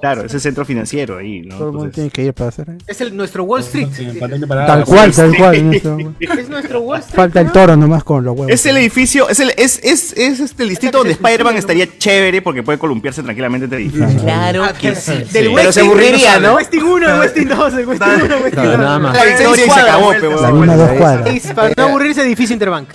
S4: Claro, es el centro financiero ahí, ¿no?
S3: Todo el mundo tiene que ir para hacer.
S1: Es el, nuestro Wall Street.
S3: Tal cual, tal cual. nuestro-
S1: Es nuestro Wall Street.
S3: Falta el toro nomás con los huevos.
S4: Es el edificio, es el, es, es, es este el distrito donde Spider-Man estaría chévere porque puede columpiarse tranquilamente entre edificios.
S5: Claro
S1: que sí.
S4: Del
S5: Pero se aburriría, ¿no?
S4: Este,
S1: Westing 1, el Westing 2, el Westing 1, el Westing
S4: Claro,
S1: 2.
S4: nada más. La historia y se acabó, pe, huevón.
S3: La misma dos cuadras.
S1: Es Para no aburrirse, edificio Interbank.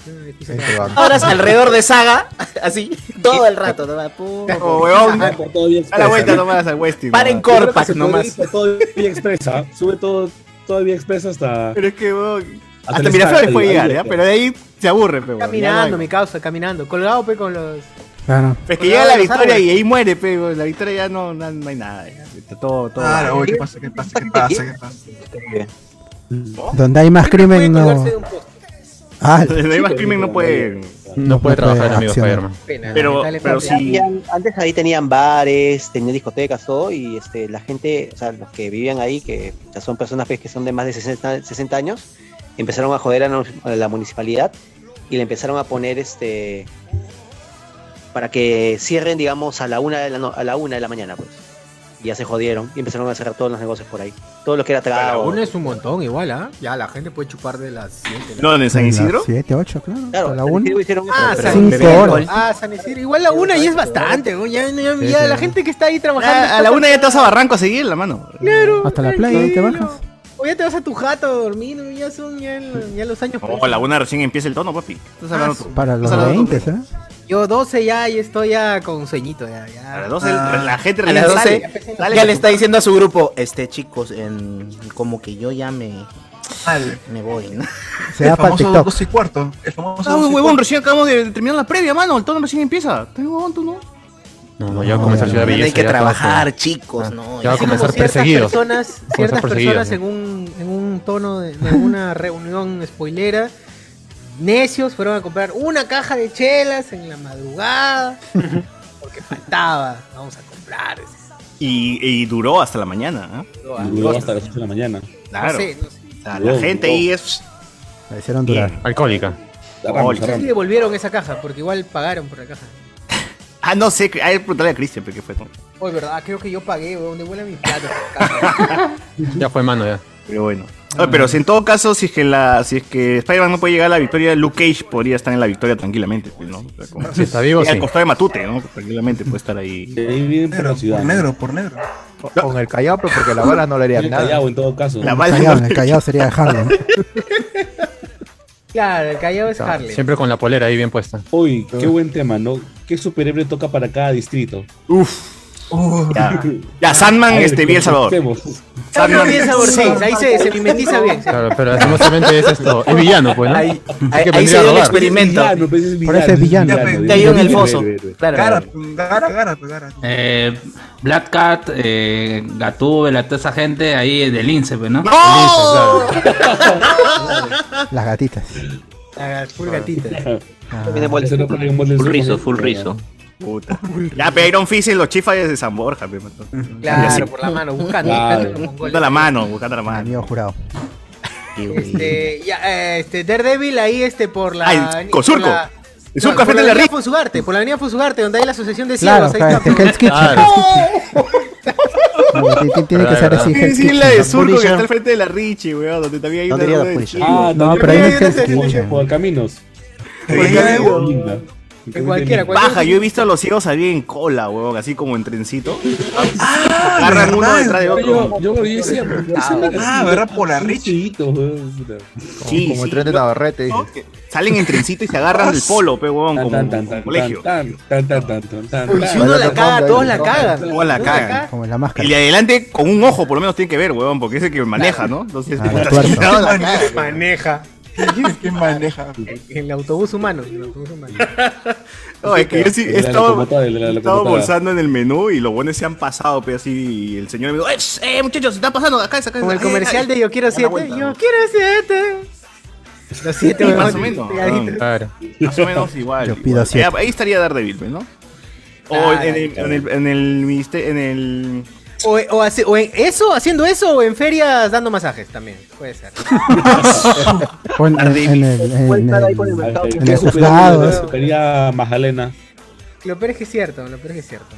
S5: Horas alrededor de Saga, así, todo el rato. ¿no? Pum,
S4: Oh, huevón.
S11: Ah, por todo vía
S4: A la
S11: expresa,
S4: vuelta
S11: ¿no?
S4: nomás al Westing.
S5: Para en
S4: nomás.
S11: Yo creo que
S5: Corpac
S11: se podría
S5: nomás.
S11: ir por todo vía expresa. Sube todo, todo vía expresa hasta.
S4: Pero es que huevón, hasta
S11: el
S4: Miraflores
S11: estadio,
S4: puede
S11: ahí
S4: llegar,
S11: ya
S4: ¿ya?
S11: está.
S4: Pero de ahí se aburre, pe, huevón, ya no hay.
S1: Caminando, mi causa, caminando. Colgado, pe, con los.
S3: Claro.
S4: Pues que llega la victoria y ahí muere, pero la victoria ya no, no, no hay nada. ya. Está todo, todo.
S8: Claro, Ah, oye, ¿qué pasa? ¿Qué pasa? ¿Qué pasa? ¿Qué pasa?
S3: Donde hay más crimen no. Ah, Eh,
S4: Donde hay más crimen no puede.
S2: No puede trabajar el amigo
S3: accionar.
S2: Spider-Man.
S4: Pero, pero
S16: Antes
S4: sí.
S16: habían- antes ahí tenían bares, tenían discotecas, todo, y este, la gente, o sea, los que vivían ahí, que ya son personas pues, que son de más de 60, 60 años, empezaron a joder a, nos- a la municipalidad y le empezaron a poner este para que cierren, digamos, a la una de la, no- a la, una de la mañana, pues. Y ya se jodieron y empezaron a cerrar todos los negocios por ahí. Todo lo que era trago.
S1: Uno es un montón, igual, ¿ah? Ya la gente puede chupar de las 7.
S4: ¿No, en San Isidro?
S3: 7, 8, claro.
S16: Claro,
S3: a la
S16: San
S3: una.
S16: Isidro hicieron
S1: Ah,
S16: eso,
S1: San
S3: Cinco horas.
S1: Isidro. Ah, San Isidro. Igual la una y es bastante, güey. Ya, ya-
S3: Sí,
S1: ya
S3: sí. Ah,
S1: la gente que está ahí trabajando.
S4: Ya, ah, a la una ya te vas a Barranco a seguirla, mano.
S1: Claro.
S3: Hasta la playa, ahí te bajas.
S1: O ya te vas a tu jato a dormir, ¿no? ya son ya, el- ya los años.
S4: Oh, la una recién empieza el tono, papi. Estás hablando tú.
S3: Ah, Para los
S4: Estás hablando
S3: 20, ¿eh?
S1: Yo 12 ya y estoy ya con sueñito. Ya, ya.
S4: A las 12 la gente
S5: Ah. A las
S4: recién sale.
S5: 12 ya le está diciendo a su grupo, este chicos, en- como que yo ya me, me voy, ¿no?
S3: Se da para TikTok.
S8: y cuarto. El famoso
S4: Ah,
S8: dos y
S4: huevón,
S8: cuarto.
S4: recién acabamos de terminar la previa, mano. El tono recién empieza. ¿Estás huevón tú, no?
S2: No, no, ya va a comenzar Ciudad
S5: Mañana
S2: Belleza.
S5: hay que
S2: ya Ah. todo
S5: trabajar,
S2: se-
S5: chicos, no.
S2: Ya va a
S1: Así como
S2: comenzar
S1: ciertas
S2: perseguidos.
S1: personas,
S2: Comenzar
S1: ciertas
S2: perseguidos,
S1: personas
S2: ¿no?
S1: en un, en un tono de, de una reunión spoilera, necios fueron a comprar una caja de chelas en la madrugada porque faltaba. Vamos a comprar.
S4: Y, y duró hasta la mañana. ¿eh?
S11: Duró hasta las 8 de la mañana.
S4: Claro.
S1: No sé, no sé.
S4: O sea, la
S11: Wow,
S4: gente
S11: wow.
S4: ahí es.
S3: La hicieron durar.
S2: Alcohólica.
S11: Arrancamos,
S1: Sí
S11: arrancamos.
S1: devolvieron esa caja porque igual pagaron por la caja.
S4: Ah, no sé. Hay que preguntarle a Cristian, pero qué fue. ¿no?
S1: Oye, verdad, creo que yo pagué, weón, devuelve mi plata.
S2: Ya fue mano, ya.
S4: Pero bueno. Ah, pero si en todo caso, si es que la, si es que Spider-Man no puede llegar a la victoria, Luke Cage podría estar en la victoria tranquilamente, pues, ¿no? O sea, como-
S2: Si está vivo,
S4: y
S2: sí.
S4: Al costado de Matute, ¿no? Tranquilamente puede estar ahí.
S11: De ahí vienen por la ciudad.
S8: Por
S11: ¿no?
S8: negro, por negro.
S14: Con el callao, pero porque la bala no le haría
S11: En el
S14: nada.
S11: Callao, en todo caso.
S4: La
S11: ¿no?
S4: bala
S3: Callao,
S4: no-
S3: el callao sería dejarlo. ¿no?
S1: Claro, el callado es Harley.
S2: Siempre con la polera ahí bien puesta.
S11: Uy, qué buen tema, ¿no? ¿Qué superhéroe toca para cada distrito?
S4: Uf.
S8: Uh,
S4: Ya, Ya, Sandman,
S11: A ver,
S4: este,
S11: ¿qué
S4: vi El Salvador.
S11: hacemos?
S1: Sandman bien sabor seis, ahí se, se mimetiza bien.
S2: Claro, pero lastimosamente es esto. Es villano, pues, ¿no?
S5: Ahí-
S2: Así que
S5: ahí se
S2: vendría
S5: dio
S2: a
S5: el
S2: robar.
S5: experimento.
S11: Villano, pues, es
S3: Por eso es villano.
S11: villano,
S5: Cayó en el
S11: villano,
S5: foso.
S11: héroe, héroe.
S5: Claro.
S8: Gara, gara, gara, gara.
S10: Eh, Black Cat, eh, Gatúbela, toda esa gente ahí del INSE, pues, ¿no?
S4: ¡No!
S8: pues.
S3: Las gatitas.
S1: Ah, full gatita.
S12: Ese no pone un mole Full rizo, full rizo.
S4: Puta. Ya, pero Iron Fist y los chifas de San Borja, pe, pues, mato.
S1: Claro,
S4: Y así.
S1: por la mano, buscando,
S4: Claro.
S1: buscando los mongoles.
S4: Buscando la mano, buscando la mano.
S3: Amigo jurado.
S1: Este, ya, eh, este, Daredevil ahí este por la.
S4: Ah, el- con
S1: por
S4: Surco.
S1: la-
S4: El Surco
S1: por
S4: frente a
S1: la
S4: la
S1: avenida
S4: rifa.
S1: Fusugarte, por la avenida Fusugarte, donde hay la asociación de
S3: Claro,
S1: ciegos. ahí
S3: claro,
S1: está,
S3: es Hell's Kitchen.
S1: Claro.
S3: Hell's Kitchen. Tiene que ser así.
S4: Sí,
S3: Hell's
S4: sí, la
S3: Kitchen.
S4: de Surco que está al frente de la Richie, weón, donde también hay una
S11: diría
S4: rueda de
S11: Punisher.
S4: chicos.
S11: Ah, no,
S4: Yo
S11: pero
S4: creo
S11: ahí
S4: que
S11: es
S4: esa-
S11: el-
S4: esa-
S11: por caminos.
S1: En cualquiera, cualquiera.
S4: Baja, yo he visto a los ciegos salir en cola, weón, así como en trencito. Agarran uno detrás de otro.
S11: Yo lo vi y decía,
S4: Ah, ¿verdad? Por la
S11: Richie.
S14: Como- como el tren de Navarrete. dije.
S4: Salen en trencito y se agarran del polo, pe, weón, como como colegio.
S11: Tan, tan, tan, tan, tan, tan.
S4: Uy, si uno la caga, todos la
S1: cagan.
S4: Todos la cagan.
S3: Como en la máscara.
S4: El de adelante, con un ojo por lo menos tiene que ver, weón, porque es el que maneja, ¿no? Entonces,
S3: Ah,
S4: te
S3: la tuerca.
S4: chingado la cara.
S1: Maneja. ¿Quién maneja? El autobús humano. El autobús humano.
S4: No, es que yo sí
S11: El de
S4: he
S11: la
S4: estado,
S11: locomotora, el de la
S4: he estado
S11: locomotora.
S4: bolsando en el menú y los buenos se han pasado, pero así, y el señor me dijo, "Eh, eh, muchachos, se está pasando, acá, acá, acá.
S1: Como el
S4: eh,
S1: comercial
S4: ahí".
S1: de Yo quiero
S4: Una
S1: siete.
S4: vuelta.
S1: Yo quiero siete. Los siete,
S4: Sí,
S1: weón,
S4: más o menos.
S1: pegaditos.
S4: Claro. Más o menos igual. igual.
S3: Yo
S4: Eh,
S3: pido
S4: ahí,
S3: siete.
S4: ahí estaría Daredevil, pues, ¿no? O
S1: Claro,
S4: en, el, en, el, en el ministe- en el
S1: O, o hace- o en eso, haciendo eso, o en ferias dando masajes también. Puede ser.
S3: O en- en- en el- Eh, en
S1: Puede estar ahí
S3: el-
S1: con el mercado.
S3: en
S1: Qué
S3: el
S1: superior,
S3: juzgado.
S1: ¿no?
S11: Quería Magdalena.
S1: Lo peor es que es cierto, lo peor es que es cierto.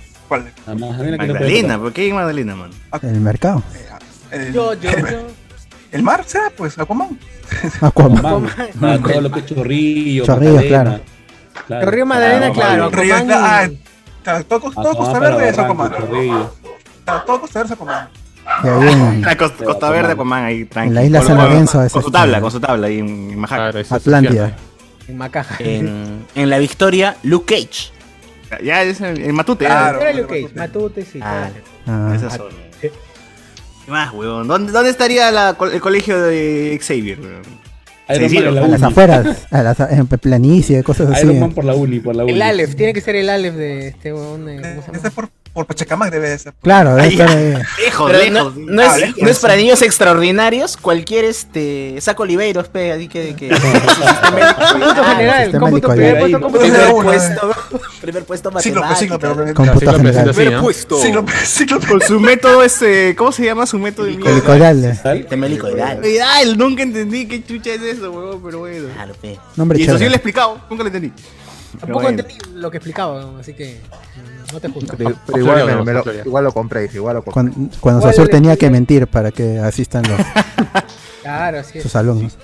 S11: A Magdalena que no puede
S4: Magdalena,
S11: tocar.
S4: ¿por pues, qué hay Magdalena, man?
S3: En el mercado.
S1: Yo, yo, yo.
S8: Eh, El mar será, pues, Aquaman.
S3: Aquaman.
S11: Para Ah, todo lo que es chorrillo.
S3: Chorrillo,
S11: Magdalena.
S1: Río Magdalena, claro.
S8: Río,
S1: Aquaman
S8: ah,
S1: y-
S8: claro, todo,
S4: Ah,
S8: cos- todo
S11: Aquaman
S8: Costa
S11: para
S8: Verde es
S11: Barranco,
S8: Aquaman.
S11: Chorrillo.
S8: Claro, Todo Costa Verde es Aquaman.
S3: Ya bien.
S4: La costa, Costa Verde, pues. Aquaman, ahí tranquilo.
S3: En la isla San Lorenzo,
S4: Con,
S3: ese
S4: su
S3: es-
S4: tabla, con su tabla, ahí en, en Majaca.
S3: Atlántida.
S1: En Macaja.
S5: En, en la victoria, Luke Cage.
S4: Ya es en, en Matute.
S1: Claro,
S4: ya.
S1: era Luke Cage, Matute, sí. claro.
S3: Ah.
S4: Esas son. ¿Qué más, weón? ¿Dónde, dónde estaría la co- el colegio de Xavier, weón?
S11: Iron Man en la
S3: A las afueras. A las, en planicie, cosas así.
S11: Iron Man por la uni, por la uni.
S1: El Aleph, tiene que ser el Aleph de este huevón. de- ¿Cómo se llama?
S8: Por Pachacamac debe de ser.
S3: Claro, debe estar ahí.
S4: Lejos,
S5: Pero
S4: lejos.
S5: No, no
S4: Ah,
S5: es,
S4: lejos.
S5: no es para niños extraordinarios, cualquier este saco Oliveros, pe, así que, que-
S1: Cómputo general,
S5: Ah, Sistema
S1: cómputo
S5: de
S1: primer
S5: Nicolae.
S1: puesto, cómputo
S5: Primer
S1: general.
S5: puesto, primer puesto
S8: Ciclo,
S5: matemáticas.
S8: ciclo, pero-
S3: Con puta
S2: Cíclope
S3: general.
S2: es así, ¿no?
S4: pues,
S8: Ciclo, ciclo.
S4: Con su método ese. ¿Cómo se llama su método? de mierda?
S3: Helicoidal.
S5: Temelicoidal.
S4: Helicoidal, nunca entendí qué chucha es eso, weón, pero bueno.
S5: Claro, pe.
S3: Nombre
S4: y eso sí
S3: chévere.
S4: lo he explicado, nunca lo entendí. Pero
S1: Tampoco
S4: bueno.
S1: entendí lo que explicaba, ¿no? así que mm, no- no te juzgo.
S14: Pero, pero igual, me- me lo- igual lo compré, dije, igual lo compré.
S3: Cuando, cuando
S1: ¿Cuál
S3: Sasur
S1: le-
S3: tenía que mentir para que asistan los,
S1: Claro, así es.
S3: sus alumnos.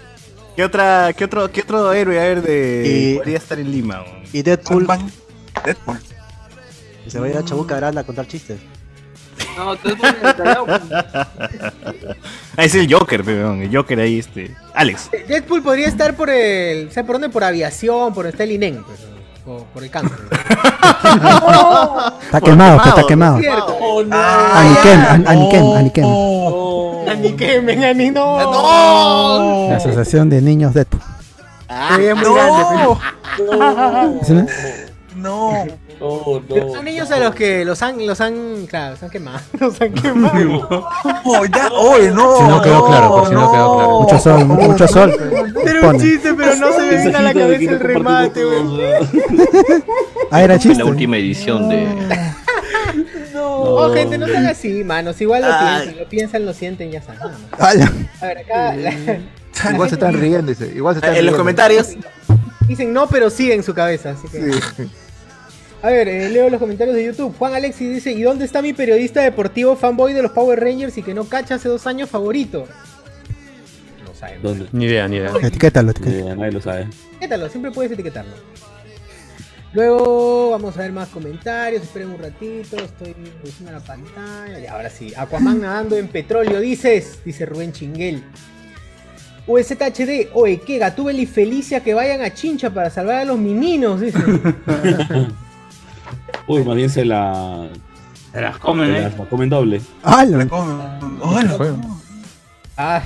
S4: ¿Qué, otra, qué, otro, ¿Qué otro héroe a ver de. podría estar en Lima, weón?
S16: Y Deadpool
S8: Deadpool.
S16: que se va a ir a Chabuca Grande a contar chistes.
S7: No, tú eres muy detallado,
S4: Ah, es el Joker, pe, weón. El Joker ahí, este. Alex.
S1: eh, Deadpool podría estar por el. ¿Sabes por dónde? Por aviación, por donde está el INEN, pues, o por el cáncer.
S3: Está quemado, está quemado.
S1: Oh, no.
S3: Aniquem, an- Aniquem, Aniquem.
S1: Aniquem, ven, Ani, no.
S3: La Asociación de Niños Deadpool.
S1: Sí, es muy
S8: No.
S1: grande,
S3: ¿Sí, no?
S8: No.
S11: No,
S1: pero- Son niños a los que los han, los han, claro, los han quemado, los han quemado.
S8: Oh, ya, oh, no.
S2: Si no quedó claro, por si no quedó claro.
S3: Mucho sol, mucho sol.
S1: Era un
S3: Pone.
S1: chiste, pero no se me vino a la cabeza el remate, weón.
S3: Ah, era
S12: En la
S3: chiste.
S12: última edición de.
S1: Oh, gente, no sean así, manos. Igual lo
S16: Ay.
S1: piensan, lo piensan, lo sienten, ya saben. nada más.
S3: Ala.
S1: A ver, acá la-
S14: Igual se están riendo, dice. Igual se están
S5: Eh, En los
S14: riendo.
S5: comentarios.
S1: dicen no, pero sí en su cabeza. Así que... A ver, eh, leo los comentarios de YouTube. Juan Alexis dice: ¿Y dónde está mi periodista deportivo fanboy de los Power Rangers y que no cacha hace dos años favorito?
S11: ¿Dónde?
S2: Ni idea, ni idea.
S3: Etiquétalo,
S11: Ni
S3: etiquétalo.
S11: idea, nadie lo sabe.
S1: Etiquétalo, siempre puedes etiquetarlo. Luego vamos a ver más comentarios. Esperen un ratito, estoy reduciendo la pantalla. Y ahora sí, Aquaman nadando en petróleo, dices, dice Rubén Chinguel. USHD, oe, que Gatúbel y Felicia que vayan a Chincha para salvar a los meninos, dice.
S11: Uy, más bien se la.
S10: Se las comen,
S11: se
S10: eh.
S11: las- la comen doble.
S3: Ala.
S1: Ah,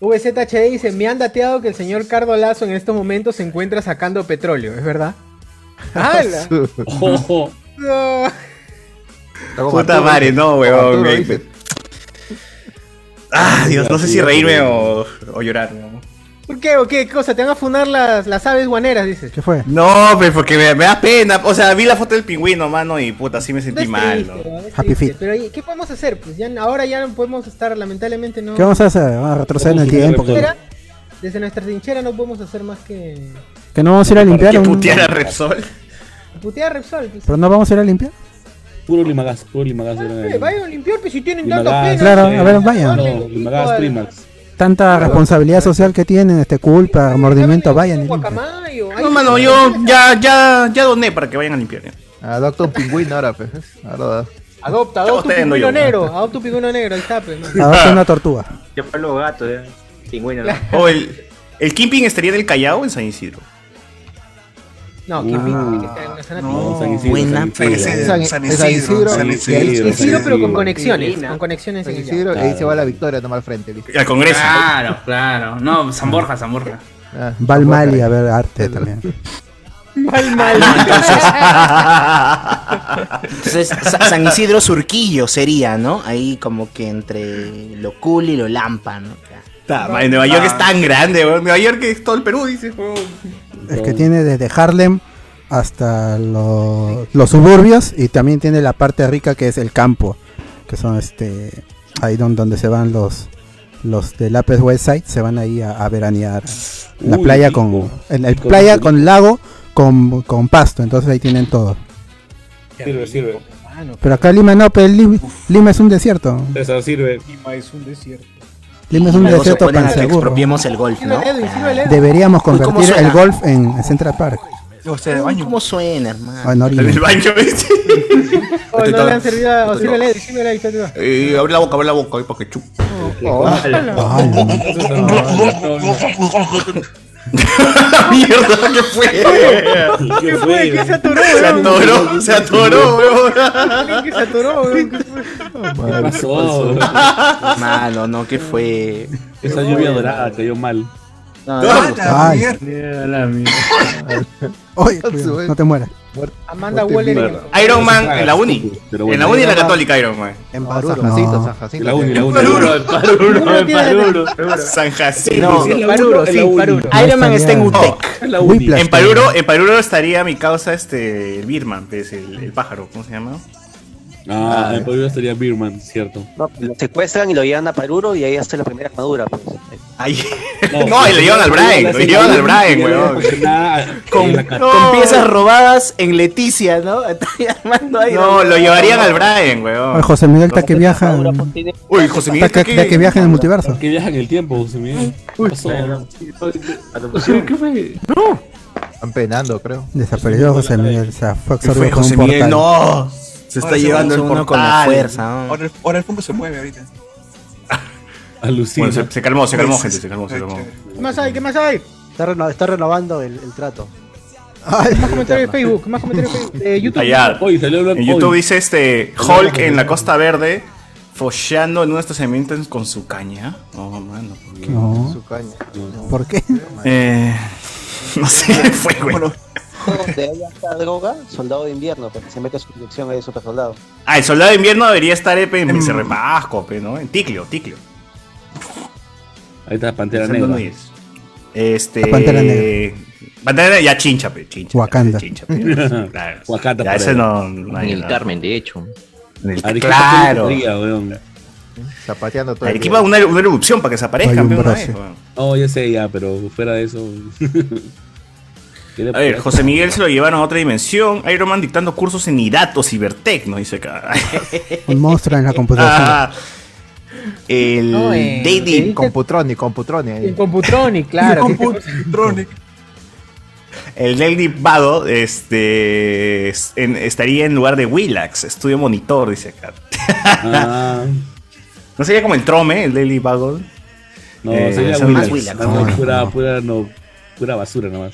S1: VZHD dice, me han dateado que el señor Cardo Lazo en estos momentos se encuentra sacando petróleo, ¿es verdad? ¡Hala!
S11: Ojo.
S1: No.
S14: Está como
S4: Puta
S14: Arturo,
S4: madre,
S14: dice.
S4: no,
S14: Como
S4: weón.
S14: Arturo,
S4: me-
S14: dice.
S4: Ah, Dios, no sé si reírme o, o llorar, weón.
S1: ¿Por qué? ¿O qué? ¿Qué cosa? ¿Te van a funar las, las aves guaneras, dices?
S3: ¿Qué fue?
S4: No, pero porque me, me da pena. O sea, vi la foto del pingüino, mano, y puta, sí me sentí
S1: Es
S4: mal.
S1: triste,
S4: ¿no?
S1: ¿no? Es
S3: Happy
S1: triste,
S3: feet.
S1: Pero ¿y ¿qué podemos hacer? Pues ya ahora ya no podemos estar, lamentablemente no.
S3: ¿Qué vamos a hacer? Vamos a retroceder en el
S1: Desde
S3: tiempo.
S1: nuestra
S3: Que,
S1: trinchera- Desde nuestra trinchera no podemos hacer más que
S3: que no vamos a ir a limpiar. un-
S4: Repsol?
S1: putear a Repsol. pues.
S3: Pero no vamos a ir a limpiar.
S11: Puro Limagas, puro Limagas. era
S1: Eh,
S11: el-
S1: Vayan a limpiar, pues si tienen tanta
S11: Limagas,
S1: pena.
S3: Claro,
S11: eh,
S3: a ver, vayan.
S11: No, Limagas, Primax.
S3: Tanta responsabilidad social que tienen, este culpa, mordimiento, vayan. y limpian.
S1: oh,
S4: No, mano, yo ya, ya, ya doné para que vayan a limpiar. ya.
S14: Adopta un pingüino ahora, pues. Ahora da.
S1: Adopta,
S4: Chao,
S1: adopta un
S4: te vendo
S1: pingüino
S4: yo.
S1: negro, adopta un pingüino negro, ahí está, pues, ¿no?
S3: Adopta una tortuga.
S12: Yo fue los gatos, eh. Pingüino, ¿no?
S4: O el, el Kimping estaría en el Callao o en San Isidro.
S1: No, que pinta, que está en la zona pinta.
S4: Ah. San Isidro, Buena San Isidro. pila.
S1: San-
S14: San
S1: San
S14: Isidro,
S1: Isidro,
S14: San
S1: San
S14: Isidro,
S1: Isidro,
S14: San Isidro.
S1: pero con
S14: Sí.
S1: conexiones,
S14: Lima.
S1: con conexiones
S14: San
S1: en
S14: Isidro,
S1: Isidra.
S14: ahí se va la victoria, nomás al frente. listo.
S4: Al Congreso.
S10: Claro, claro. No, San Borja, San Borja.
S14: Ah,
S3: Valmali, a ver, arte también.
S1: Mal, mal.
S5: Entonces, Sa- San Isidro Surquillo sería, ¿no? Ahí como que entre lo cool y lo lampa, ¿no?
S4: Ta, madre, Nueva York es tan grande, weón. Nueva York es todo el Perú, oh, dices, weón.
S3: Es que tiene desde Harlem hasta lo- los suburbios y también tiene la parte rica que es el campo, que son este ahí don- donde se van los los del Upper West Side, se van ahí a, a veranear en la
S11: Uy,
S3: playa
S11: rico.
S3: con en el
S11: Rico,
S3: playa
S11: rico.
S3: con lago con, con pasto, entonces ahí tienen todo.
S11: Sirve, sirve.
S3: Pero acá Lima no, pero Lim- Lima es un desierto.
S11: César, sirve.
S7: Lima es un desierto.
S3: Lima es un
S5: Luego se
S3: desierto
S5: ponen a que
S3: panseguro.
S5: expropiemos el golf, ¿no?
S1: Edwin, sirve el Edwin.
S3: Deberíamos
S5: Uy, ¿cómo
S3: convertir
S5: suena?
S3: el golf en, en Central Park.
S5: Uy, ¿Cómo suena, hermano?
S3: En Orino.
S1: Oh, no le han servido a o sirve el Edwin, sirve el Edwin, ahí está,
S4: Eh, abre la boca, abre la boca, ahí para que Ah, chup.
S1: Oh,
S4: Mierda, ¿qué fue?
S1: ¿Qué fue? ¿Qué se atoró,
S4: Se
S1: weón?
S4: atoró, se atoró, weón.
S1: ¿Qué se atoró, weón? ¿Qué fue?
S11: ¿Qué pasó?
S5: Mano, no, ¿qué fue?
S11: Esa lluvia dorada cayó mal.
S1: Ah,
S5: No,
S3: Ay.
S11: la
S3: Oye, cuidado, no te mueras.
S1: Amanda Waller. en-
S4: Iron Man en la uni.
S11: Pero bueno.
S4: en la uni y la católica, Iron Man.
S14: En Paruro.
S3: San Jacinto,
S14: No.
S3: San
S14: Jacinto.
S11: La uni, la uni.
S1: Uno tiene-
S4: San
S1: No,
S4: Jacinto.
S1: sí, Paruro, sí, Paruro.
S5: Iron Man está en
S4: No,
S5: UTEC.
S4: en Paruro, en Paruro estaría mi causa este el Birman, que es el, el pájaro, ¿cómo se llama?
S11: Ah, en Perú estaría Birman, cierto.
S16: No, lo secuestran y lo llevan a Paruro y ahí hace la primera armadura. Pues.
S4: Ahí. No, y lo llevan al Brian, lo llevan al Brian, weón.
S11: Con,
S5: Con piezas robadas en Leticia, ¿no? Está armando ahí.
S4: No, lo llevarían al Brian, weón.
S3: Oye, José Miguel está que viaja.
S4: Uy, José Miguel,
S3: Está que,
S4: ¿qué-
S3: está que viaja en el multiverso.
S11: Que viaja en el tiempo, José Miguel. ¿Qué pasó?
S10: ¿Qué fue?
S14: Están penando, creo.
S3: Desapareció José Miguel. O sea, fue absorbido
S14: fue
S3: por
S14: José
S3: un
S14: Miguel?
S3: portal.
S4: No, se está
S8: Ahora se
S4: llevando el
S8: hizo
S4: portal.
S8: uno
S5: con la fuerza, ¿no?
S8: Ahora el, ahora el fondo se mueve ahorita.
S11: Alucina.
S4: Bueno, se, se calmó, se
S1: Pues,
S4: calmó, gente, se calmó, se calmó.
S1: ¿Qué más hay? ¿Qué más hay?
S17: Está, reno- está renovando el, el trato.
S1: Más comentarios de Facebook, más comentarios de Facebook. Eh, YouTube.
S4: Allá.
S11: Hoy salió Black
S4: ah, En YouTube dice este Hulk en la Costa Verde follando en un estacionamiento con su caña. No, mano, ¿por qué?
S3: No.
S14: Su caña.
S3: ¿Por qué?
S4: Eh, no sé, fue, güey.
S16: Donde haya esta droga, soldado de invierno, porque se mete a su dirección ahí de super soldado.
S4: Ah, el soldado de invierno debería estar eh, pe, en Becerre
S3: Mm.
S4: Pasco, pe, ¿no? En Ticlio, Ticlio.
S11: Ahí está Pantera
S4: Pensando
S11: Negra.
S4: en ellos. Este.
S3: La Pantera Negra.
S4: Pantera Negra, ya chincha, pe, chincha.
S3: Wakanda.
S4: Chincha, pe, sí, claro.
S11: Wakanda
S4: Ya
S11: por
S4: ese
S11: ahí. Ah,
S4: no. no hay
S12: Ni el
S4: nada.
S12: Carmen, de hecho.
S4: En el-
S11: Arequipa
S4: Claro.
S11: tiene fría, weón.
S14: Zapateando todo. el
S4: Arequipa,
S14: día.
S4: una, er-, una erupción para que se aparezcan,
S3: Hay un
S4: pe, una
S3: brazo.
S4: vez, weón.
S11: Oh, ya sé, ya, pero fuera de eso. ¿Qué le
S4: A ver,
S11: parece?
S4: José Miguel se lo llevaron a otra dimensión. Iron Man dictando cursos en Hidato Cybertech, nos dice acá.
S3: Un monstruo en la computadora.
S4: Ah, el
S1: No, eh,
S4: Daily.
S1: el-
S14: Computroni, Computroni.
S1: En
S14: ahí.
S1: Computronic, claro. ¿qué cosa?
S4: El Daily Vado este, es- en- estaría en lugar de Willax, estudio monitor, dice acá.
S11: Ah,
S4: ¿No sería como el Trome, el Daily Vado?
S11: no,
S4: Eh,
S11: sería
S4: son
S11: Willax.
S4: más Willax,
S11: No,
S4: no,
S11: pura, pura, no, pura basura nomás.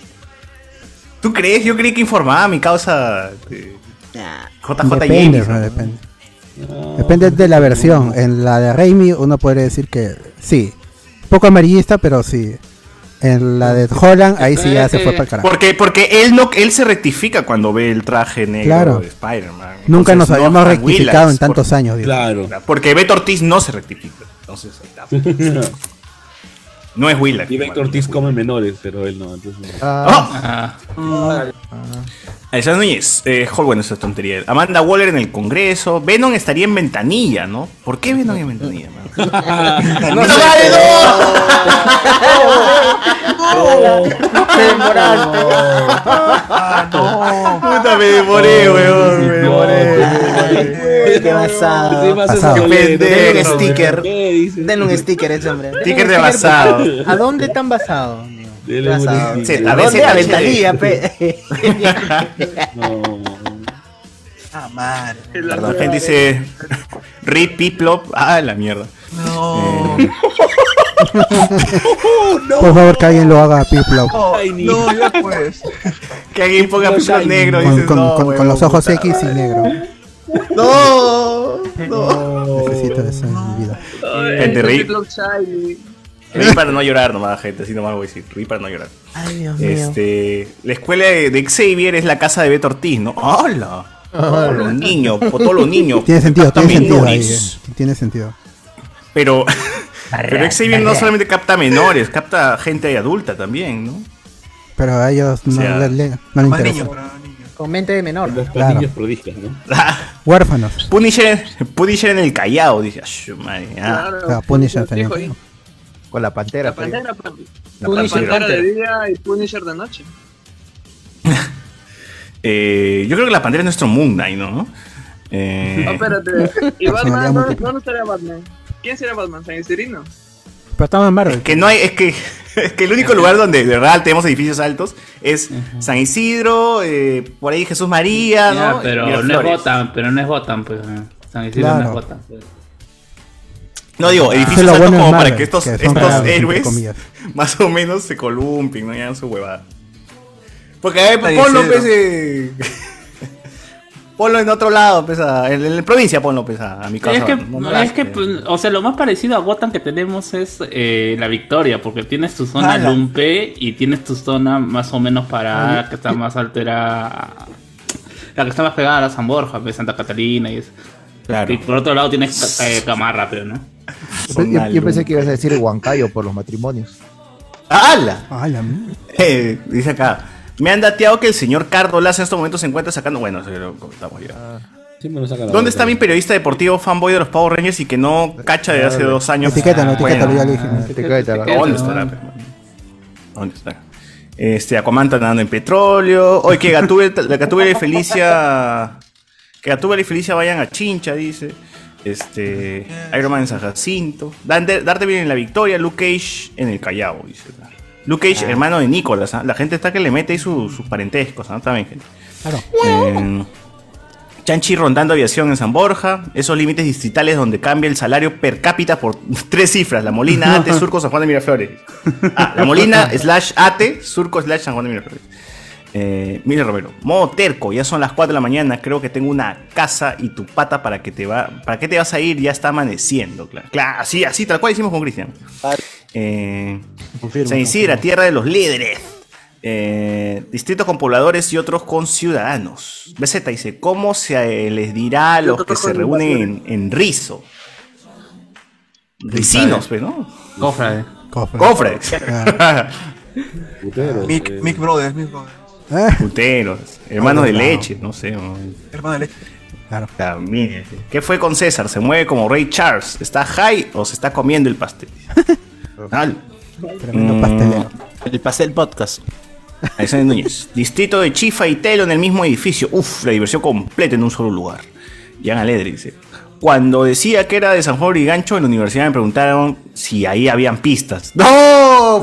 S4: ¿Tú crees? Yo creí que informaba a mi causa de JJ
S3: Depende,
S4: James.
S3: bro, depende. Depende de la versión. En la de Raimi uno podría decir que sí. Poco amarillista, pero sí. En la de Holland, ahí sí ya se fue para el carajo.
S4: Porque, porque él no, él se rectifica cuando ve el traje negro
S3: Claro.
S4: de Spider-Man.
S3: Nunca
S4: Entonces,
S3: nos
S4: no
S3: habíamos
S4: a
S3: rectificado
S4: Willax,
S3: en tantos
S4: porque-
S3: años. digo.
S11: Claro.
S4: Porque Beto Ortiz no se rectifica. Entonces, ahí está. No es Willard.
S11: Y Vector Ortiz come menores, pero él no. Entonces no.
S3: Ah.
S4: Esa Oh. Núñez, eh, Holwen, eso es tontería. Amanda Waller en el Congreso. Venom estaría en ventanilla, ¿no? ¿Por qué Venom en ventanilla? man? ¡No sabe, Puta, me
S8: Oh.
S4: demoré, weón. Me demoré.
S5: Qué basado.
S4: Qué basado. Qué
S5: Denle un
S4: pendejo,
S5: sticker. Denle un sticker a ese hombre.
S4: Sticker de basado.
S1: ¿A dónde tan basado?
S5: Denle un
S4: basado.
S5: sticker.
S4: Sí, la vez
S5: ¿Dónde? La
S4: era
S5: ventanilla,
S4: chévere.
S5: pe.
S1: Ah, madre.
S4: Perdón, gente dice. Rip Piplop. Ah, la mierda. No.
S3: Por favor, que alguien lo haga a Piplop.
S4: no, ya pues. Que alguien ponga Piplop negro.
S3: Con,
S4: dices,
S3: con-
S4: no,
S3: con- con
S4: weón,
S3: los ojos
S4: puta.
S3: X y negro.
S4: No.
S3: Necesito eso en mi vida.
S4: Gente, Rip. Rip para no llorar nomás, gente. Así nomás voy a decir. Rip para no llorar.
S5: Ay, Dios mío.
S4: Este, la escuela de, de Xavier es la casa de Beto Ortiz, ¿no? ¡Hala! Todos Ah, los niños, por todos los niños.
S3: Tiene sentido,
S4: Captan
S3: tiene sentido ahí.
S4: menores.
S3: eh. Tiene sentido.
S4: Pero, pero
S3: Barra,
S4: Xavier no
S3: barra.
S4: solamente capta menores, capta gente adulta también, ¿no?
S3: Pero a ellos no,
S4: O sea,
S3: le- le- no le
S4: más
S3: interesa.
S4: niños,
S1: Con mente de menor.
S3: Claro. niños
S11: prodigios, ¿no?
S3: Huérfanos.
S4: Punisher, Punisher en el Callao, dice. "Ah, su madre, ah".
S7: Claro.
S3: Ah, Punisher
S7: Fijo ahí.
S3: también.
S14: Con la pantera.
S7: La pantera, pa-
S4: La
S7: la
S4: Pantera.
S7: pantera de día y Punisher de noche.
S10: pues.
S4: Eh, yo creo que la pantera es nuestro Moon Knight, ¿no? Eh,
S7: Ah, espérate. ¿Y Batman?
S3: muy
S7: No,
S3: bien.
S7: no, no sería Batman. ¿Quién sería Batman? ¿San Isidrino?
S3: Pero estamos en Marvel.
S4: que no hay, es que, es que el único lugar donde de verdad tenemos edificios altos es San Isidro, eh, por ahí Jesús María,
S10: Ya,
S4: Ah, ¿no?
S10: pero no es
S4: Miraflores.
S10: Gotham, pero no es Gotham, pues. eh. San Isidro
S4: Claro.
S10: no es Gotham. pues.
S4: No digo,
S10: Ah. Eso
S4: edificios
S10: es lo
S4: altos
S10: bueno de
S4: como para
S10: Marvel,
S4: que estos,
S10: que son
S4: estos
S10: raros, entre
S4: héroes
S10: comillas.
S4: más o menos se columpien, no hagan su huevada. Porque a ver,
S10: San
S4: ponlo,
S10: Isidro.
S4: pues, eh, ponlo en otro lado, pues, a- en, en la provincia ponlo, pues, a, a mi casa.
S10: Es que,
S4: No me
S10: es
S4: hagas,
S10: que,
S4: pues.
S10: pues, o sea, lo más parecido a Gotham que tenemos es eh, la victoria, porque tienes tu zona
S4: Ala.
S10: lumpe y tienes tu zona más o menos para
S4: Ay.
S10: que está más altera. La que está más pegada a la San Borja, pues, Santa Catalina y eso.
S4: Claro.
S10: Y por otro lado tienes eh, Camarra, pero no.
S14: Yo, yo- yo pensé que ibas a decir Huancayo por los matrimonios.
S4: ¡Hala! Eh, dice acá. Me han dateado que el señor Cardo Laza en estos momentos se encuentra sacando. Bueno, eso ya lo comentamos ya.
S3: Ah,
S11: Siempre nos saca la
S4: ¿Dónde
S11: vuelta.
S4: está mi periodista deportivo fanboy de los Power Rangers y que no cacha de hace dos años?
S3: Etiquétalo, etiquétalo, ya lo
S4: dije.
S3: dijimos. Etiquétalo.
S4: ¿Dónde estará? pe, mano? ¿Dónde estará? Este, Aquaman está nadando en petróleo. Oye, que Gatúbela la Gatúbela y Felicia. Que Gatúbela y Felicia vayan a Chincha, dice. Este. Iron Man en San Jacinto. Dante- Daredevil en la victoria. Luke Cage en el Callao, dice. Luke Cage, hermano de Nicolas. ¿ah? La gente está que le mete ahí su- sus parentescos, ¿ah? También, gente.
S3: Claro.
S4: Eh, Chanchi rondando aviación en San Borja, esos límites distritales donde cambia el salario per cápita por tres cifras, la Molina, Ate, Surco, San Juan de Miraflores. Ah, la Molina, slash Ate, Surco, slash San Juan de Miraflores. Eh, mire Romero, modo terco, ya son las 4 de la mañana, creo que tengo una casa y tu pata para que te va, para qué te vas a ir, ya está amaneciendo, claro. Claro, así, así, tal cual hicimos con Cristian. Eh, San Isidra, tierra de los líderes. Eh, distritos con pobladores y otros con ciudadanos. BZ dice, ¿cómo se eh, les dirá a los que se reúnen en, en Rizo? Ricinos, pues, ¿no?
S10: Cofrade.
S4: Cofrades.
S8: Claro. Mick,
S4: eh.
S8: Mick Brothers, Mick Brothers.
S4: Puteros. Hermanos de
S8: Claro.
S4: leche, no sé. man.
S8: Hermano de leche.
S4: Claro. También. ¿Qué fue con César? ¿Se mueve como Ray Charles? ¿Está high o se está comiendo el pastel? Al. Mm,
S5: El pastel podcast.
S4: Alexander Núñez. Distrito de Chifa y Telo en el mismo edificio. Uf, la diversión completa en un solo lugar. Jan Aledri dice. Cuando decía que era de San Juan y Gancho, en la universidad me preguntaron si ahí habían pistas. ¡No!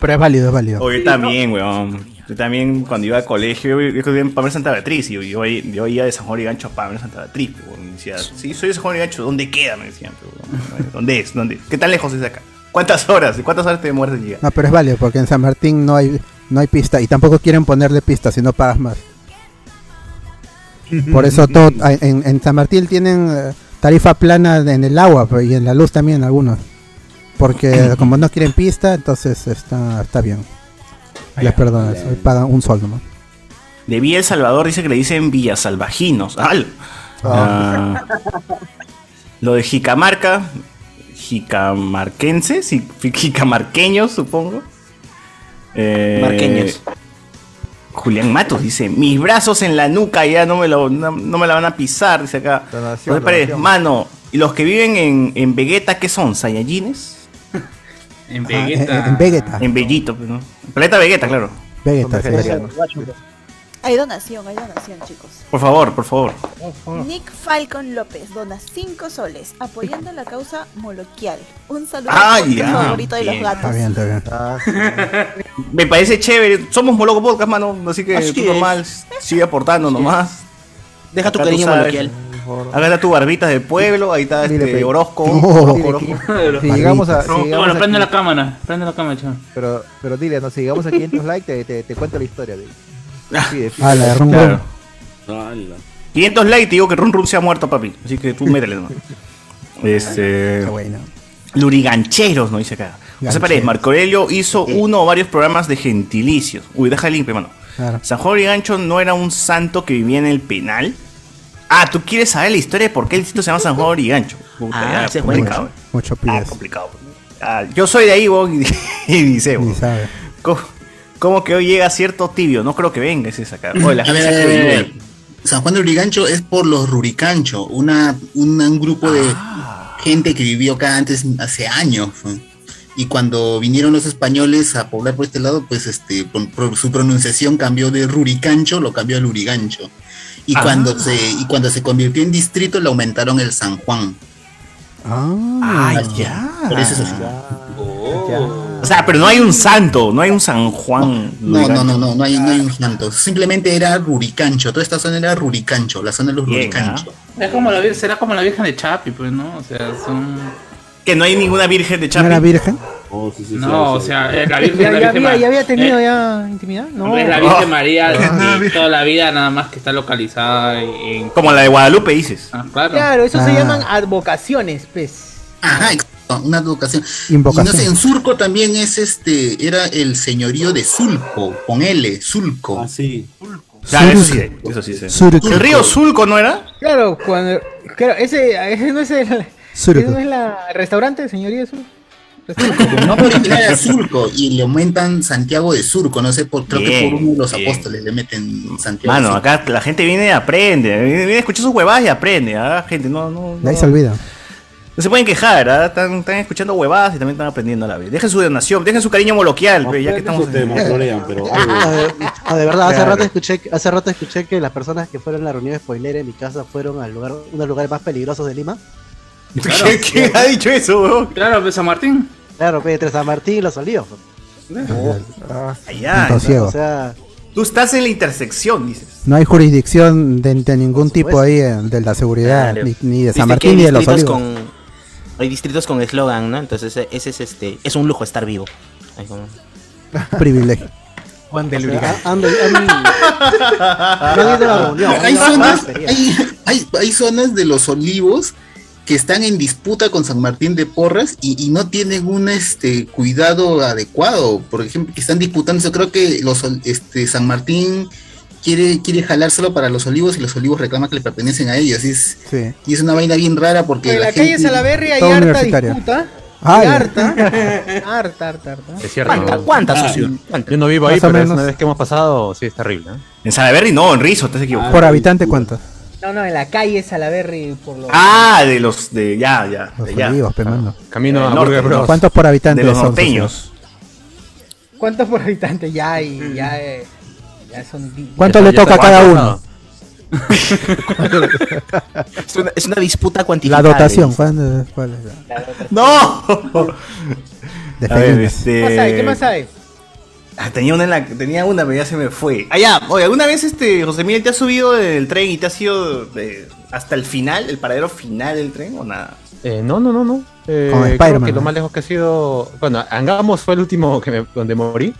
S3: Pero es válido, es válido.
S4: Oye, yo también, weón. Yo también cuando iba al colegio, yo yo estudié en Pamer Santa Beatriz y yo, yo, yo iba de San Juan y Gancho a Pamer Santa Beatriz, pe, weón. Y decía, sí, soy de San Juan y Gancho, ¿dónde queda? Me decían, pe, weón. ¿dónde es? ¿Dónde? ¿Qué tan lejos es de acá? ¿Cuántas horas? ¿Cuántas horas te demoras en llegar?
S3: No, pero es válido porque en San Martín no hay no hay pista y tampoco quieren ponerle pista si no pagas más. Por eso todo en, en San Martín tienen eh, tarifa plana en el agua pero- y en la luz también algunos. Porque como no quieren pista, entonces está está bien. Les perdono, eso, pagan un sol nomás.
S4: De Villa El Salvador dice que le dicen
S3: Ah.
S4: Villasalvajinos. ¡Al! Ah, lo de Ah, Jicamarca, jicamarquenses, ji- jicamarqueños, supongo. Eh,
S5: Marqueños.
S4: Julián Matos dice, mis brazos en la nuca ya no me, lo- no, no me la van a pisar, dice acá. José Pérez,
S11: donación.
S4: mano, ¿y los que viven en, en Vegeta qué son? ¿Saiyajines?
S11: En
S3: Vegeta. en- en Vegeta.
S4: En Bellito, pues, ¿no? Planeta Vegeta, claro.
S3: Vegeta, sí.
S8: Hay donación, hay donación, chicos.
S4: Por favor, por favor. Oh.
S8: Nick Falcon López dona 5 soles apoyando la causa moloquial. Un saludo
S4: Ah,
S8: al podcast
S4: ya,
S8: favorito de los
S4: bien.
S8: gatos.
S3: Está bien.
S5: Ah,
S4: Me parece chévere. Somos Moloco Podcast, mano. Así que
S5: Así
S4: tú
S5: es.
S4: normal. Sigue aportando nomás.
S5: Deja tu
S4: Acá tú
S5: cariño
S4: sabes.
S5: moloquial.
S4: Acá está tu barbita del pueblo. Ahí está Ah, este
S18: pe.
S4: Orozco.
S18: No.
S4: Orozco, Orozco.
S18: Si llegamos a- si
S11: No,
S18: llegamos
S11: bueno,
S18: aquí-
S11: prende la cámara, prende la cámara, chaval.
S18: Pero, pero dile, no, si llegamos a 500 likes, te, te, te cuento la historia. dile. Sí, de-
S3: Ah, la de Rum
S4: Claro.
S3: Rum.
S4: 500 likes, te digo que Run Run se ha muerto, papi. Así que tú métele, ¿no? Este. Lurigancheros, no dice acá. José
S3: Gancheros.
S4: Paredes, Marco Aurelio hizo uno o varios programas de gentilicios. Uy, deja el link, hermano.
S3: Claro.
S4: San Jorge Gancho no era un santo que vivía en el penal. Ah, tú quieres saber la historia de por qué el sitio se llama San Jorge Gancho. Puta,
S5: Ah,
S4: ya, pues,
S5: ese es
S4: complicado.
S5: bueno.
S3: Mucho
S4: Ah, complicado. Ah, yo soy de ahí, weón, y, y dice, weón. ¿Cómo, cómo que hoy llega cierto tibio? No creo que venga ese sacar. Oye, la
S19: A ver,
S4: cosa
S19: a ver,
S4: que
S19: a ver, a
S4: vive.
S19: ver. San Juan de Urigancho es por los Ruricancho, una, una- un grupo de gente que vivió acá antes, hace años. ¿no? Y cuando vinieron los españoles a poblar por este lado, pues este, por- por su pronunciación cambió de Ruricancho, lo cambió al Urigancho. Y,
S4: Ah.
S19: cuando se, y cuando se convirtió en distrito, le aumentaron el San Juan.
S3: Ah,
S19: ya. Por eso es así.
S4: O sea, pero no hay un santo, no hay un San Juan.
S19: No, no,
S4: Lurigancho.
S19: no, no, no hay, no hay un santo. Simplemente era Ruricancho. Toda esta zona era Ruricancho, la zona de los
S4: ¿ah?
S19: Ruricancho.
S11: Es como la, vir- será como la Virgen de Chapi, pues, ¿no? O sea, son...
S4: Que no hay ninguna Virgen de
S3: ¿No era virgen?
S8: Oh,
S11: No, o sea, eh, la Virgen
S17: Ya,
S11: la
S17: ya
S11: Virgen Ma-
S17: había, ya había tenido
S11: eh,
S17: ya intimidad. No.
S11: Es la Virgen
S4: Ah.
S17: Oh.
S11: María de toda la vida, nada más que está localizada en...
S4: Como la de Guadalupe, dices.
S11: Ah, claro.
S1: Claro, eso se
S19: Ah.
S1: llaman advocaciones, pues.
S19: Ajá, exacto, una advocación.
S3: Invocación.
S19: Y no sé, en Surco también es este, era el señorío de Sulco, con L, Sulco. Ah, sí.
S4: Claro, eso sí, eso sí sé.
S3: Surco.
S4: ¿El río Surco no era?
S1: Claro, cuando. Claro, ese, ese no es el.
S3: Surco.
S1: ese no es la restaurante, señoría Surco.
S19: No, pero original era Surco y le aumentan Santiago de Surco, no sé, por, creo que
S4: Bien,
S19: por uno de los
S4: bien.
S19: apóstoles le meten Santiago de
S4: Mano,
S19: Surco.
S4: acá la gente viene y aprende. Viene viene a escuchar sus huevadas y aprende. ¿ah? Gente, no, no,
S3: De ahí
S4: no-
S3: se olvida.
S4: no se pueden quejar. ¿ah? Están, están escuchando huevadas y también están aprendiendo a la vez. Dejen su donación, dejen su cariño moloquial. pe, ya que estamos
S18: pero
S17: Ah, de- ah, de verdad, hace
S4: Claro.
S17: rato escuché, que- hace rato escuché que las personas que fueron a la reunión spoiler en mi casa fueron al lugar, uno de los lugares más peligrosos de Lima.
S4: ¿Qué- ¿Quién ha dicho eso, weón?
S11: Claro, pues San Martín.
S17: Claro, pues, entre San Martín y los olivos.
S18: Oh,
S4: Allá.
S3: Punto
S4: ¿no?
S3: ciego.
S4: Tú estás en la intersección, dices.
S3: No hay jurisdicción de, de ningún tipo ahí eh, de la seguridad,
S5: Claro.
S3: ni, ni de
S5: Viste
S3: San
S5: que
S3: Martín
S5: hay
S3: ni de los
S5: distritos
S3: olivos.
S5: con- hay distritos con eslogan, ¿no? Entonces eh, ese es este es un lujo estar vivo. Ahí como-
S3: Privilegio.
S1: Juan
S17: del
S5: Urigancho.
S8: Ah.
S19: Hay zonas, hay, hay- hay zonas de los olivos que están en disputa con San Martín de Porras y, y no tienen un este cuidado adecuado. Por ejemplo, que están disputando, yo creo que los ol- este San Martín quiere, quiere jalárselo para los olivos y los olivos reclaman que le pertenecen a ellos. Y es,
S3: Sí.
S19: y es una vaina bien rara porque
S1: En la calle Salaverry hay
S19: Todo
S1: harta
S19: universitario.
S1: disputa.
S3: Ah,
S1: Hay
S3: ya.
S1: harta. Harta, harta, harta.
S2: Es cierto.
S1: ¿Cuánta-
S2: ¿no?
S1: cuánta,
S2: Ah,
S1: socio?
S2: Yo no vivo ahí,
S3: Más o
S2: pero es
S3: menos.
S2: una vez que hemos pasado, sí, es terrible.
S4: En Salaberry no, en Rizo, estás equivocado.
S3: Por habitante, ¿cuánto?
S1: No, no, en la calle Salaverry por los.
S4: Ah, de los de ya, ya, de ya.
S3: Olivos, pe, mano.
S2: Ah, Camino
S4: Del
S2: a
S4: norte,
S2: Burger Bros.
S3: ¿Cuántos por habitante
S4: De los
S3: son?
S4: norteños.
S1: ¿Cuántos por habitante? Ya, y ya, eh, ya son. di-
S3: ¿Cuánto
S1: ya
S3: le
S1: son-
S3: toca a cada uno?
S5: es, una, es una disputa
S3: La
S5: cuantificada.
S3: dotación.
S5: dice.
S3: ¿cuál- cuál es la-
S4: ¡No! A ver,
S3: Defendiendo.
S4: este.
S1: ¿Qué más hay? ¿Qué más hay?
S4: Ah, Tenía una, en la, tenía una, pero ya se me fue. Ah, ya. Oye, ¿alguna vez este José Miguel te has subido del tren y te has ido de- hasta el final, el paradero final del tren o nada?
S2: Eh, no, no, no, no. Eh,
S3: Con
S2: creo
S3: Spider-Man,
S2: que lo
S3: ¿no?
S2: más lejos que ha sido. Bueno, Angamos fue el último que me- donde morí.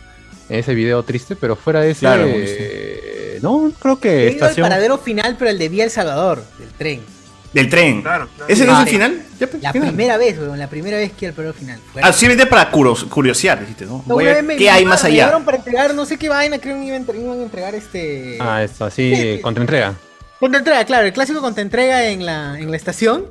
S2: En ese video triste, pero fuera de ese.
S4: Claro, bueno, sí.
S2: eh, no, creo que
S1: He ido al
S2: estación.
S1: paradero final, pero el de Vía El Salvador, del tren. Ah,
S4: Del tren. ¿Ese no es el final?
S1: La primera vez, weón, la primera vez que iba al paradero final. Fue-
S4: Ah, simplemente para curos- curiosear, dijiste, ¿no?
S1: No,
S4: Voy
S1: una
S4: a
S1: vez
S4: ver
S1: me-
S4: ¿Qué
S1: me
S4: hay
S1: iban-
S4: más
S1: me
S4: allá?
S1: llevaron para entregar, no sé qué vaina, creo que iban a entre- iban a entregar este.
S2: Ah, eso, así, contra entrega.
S1: Contra entrega, claro, el clásico contra entrega en la, en la estación.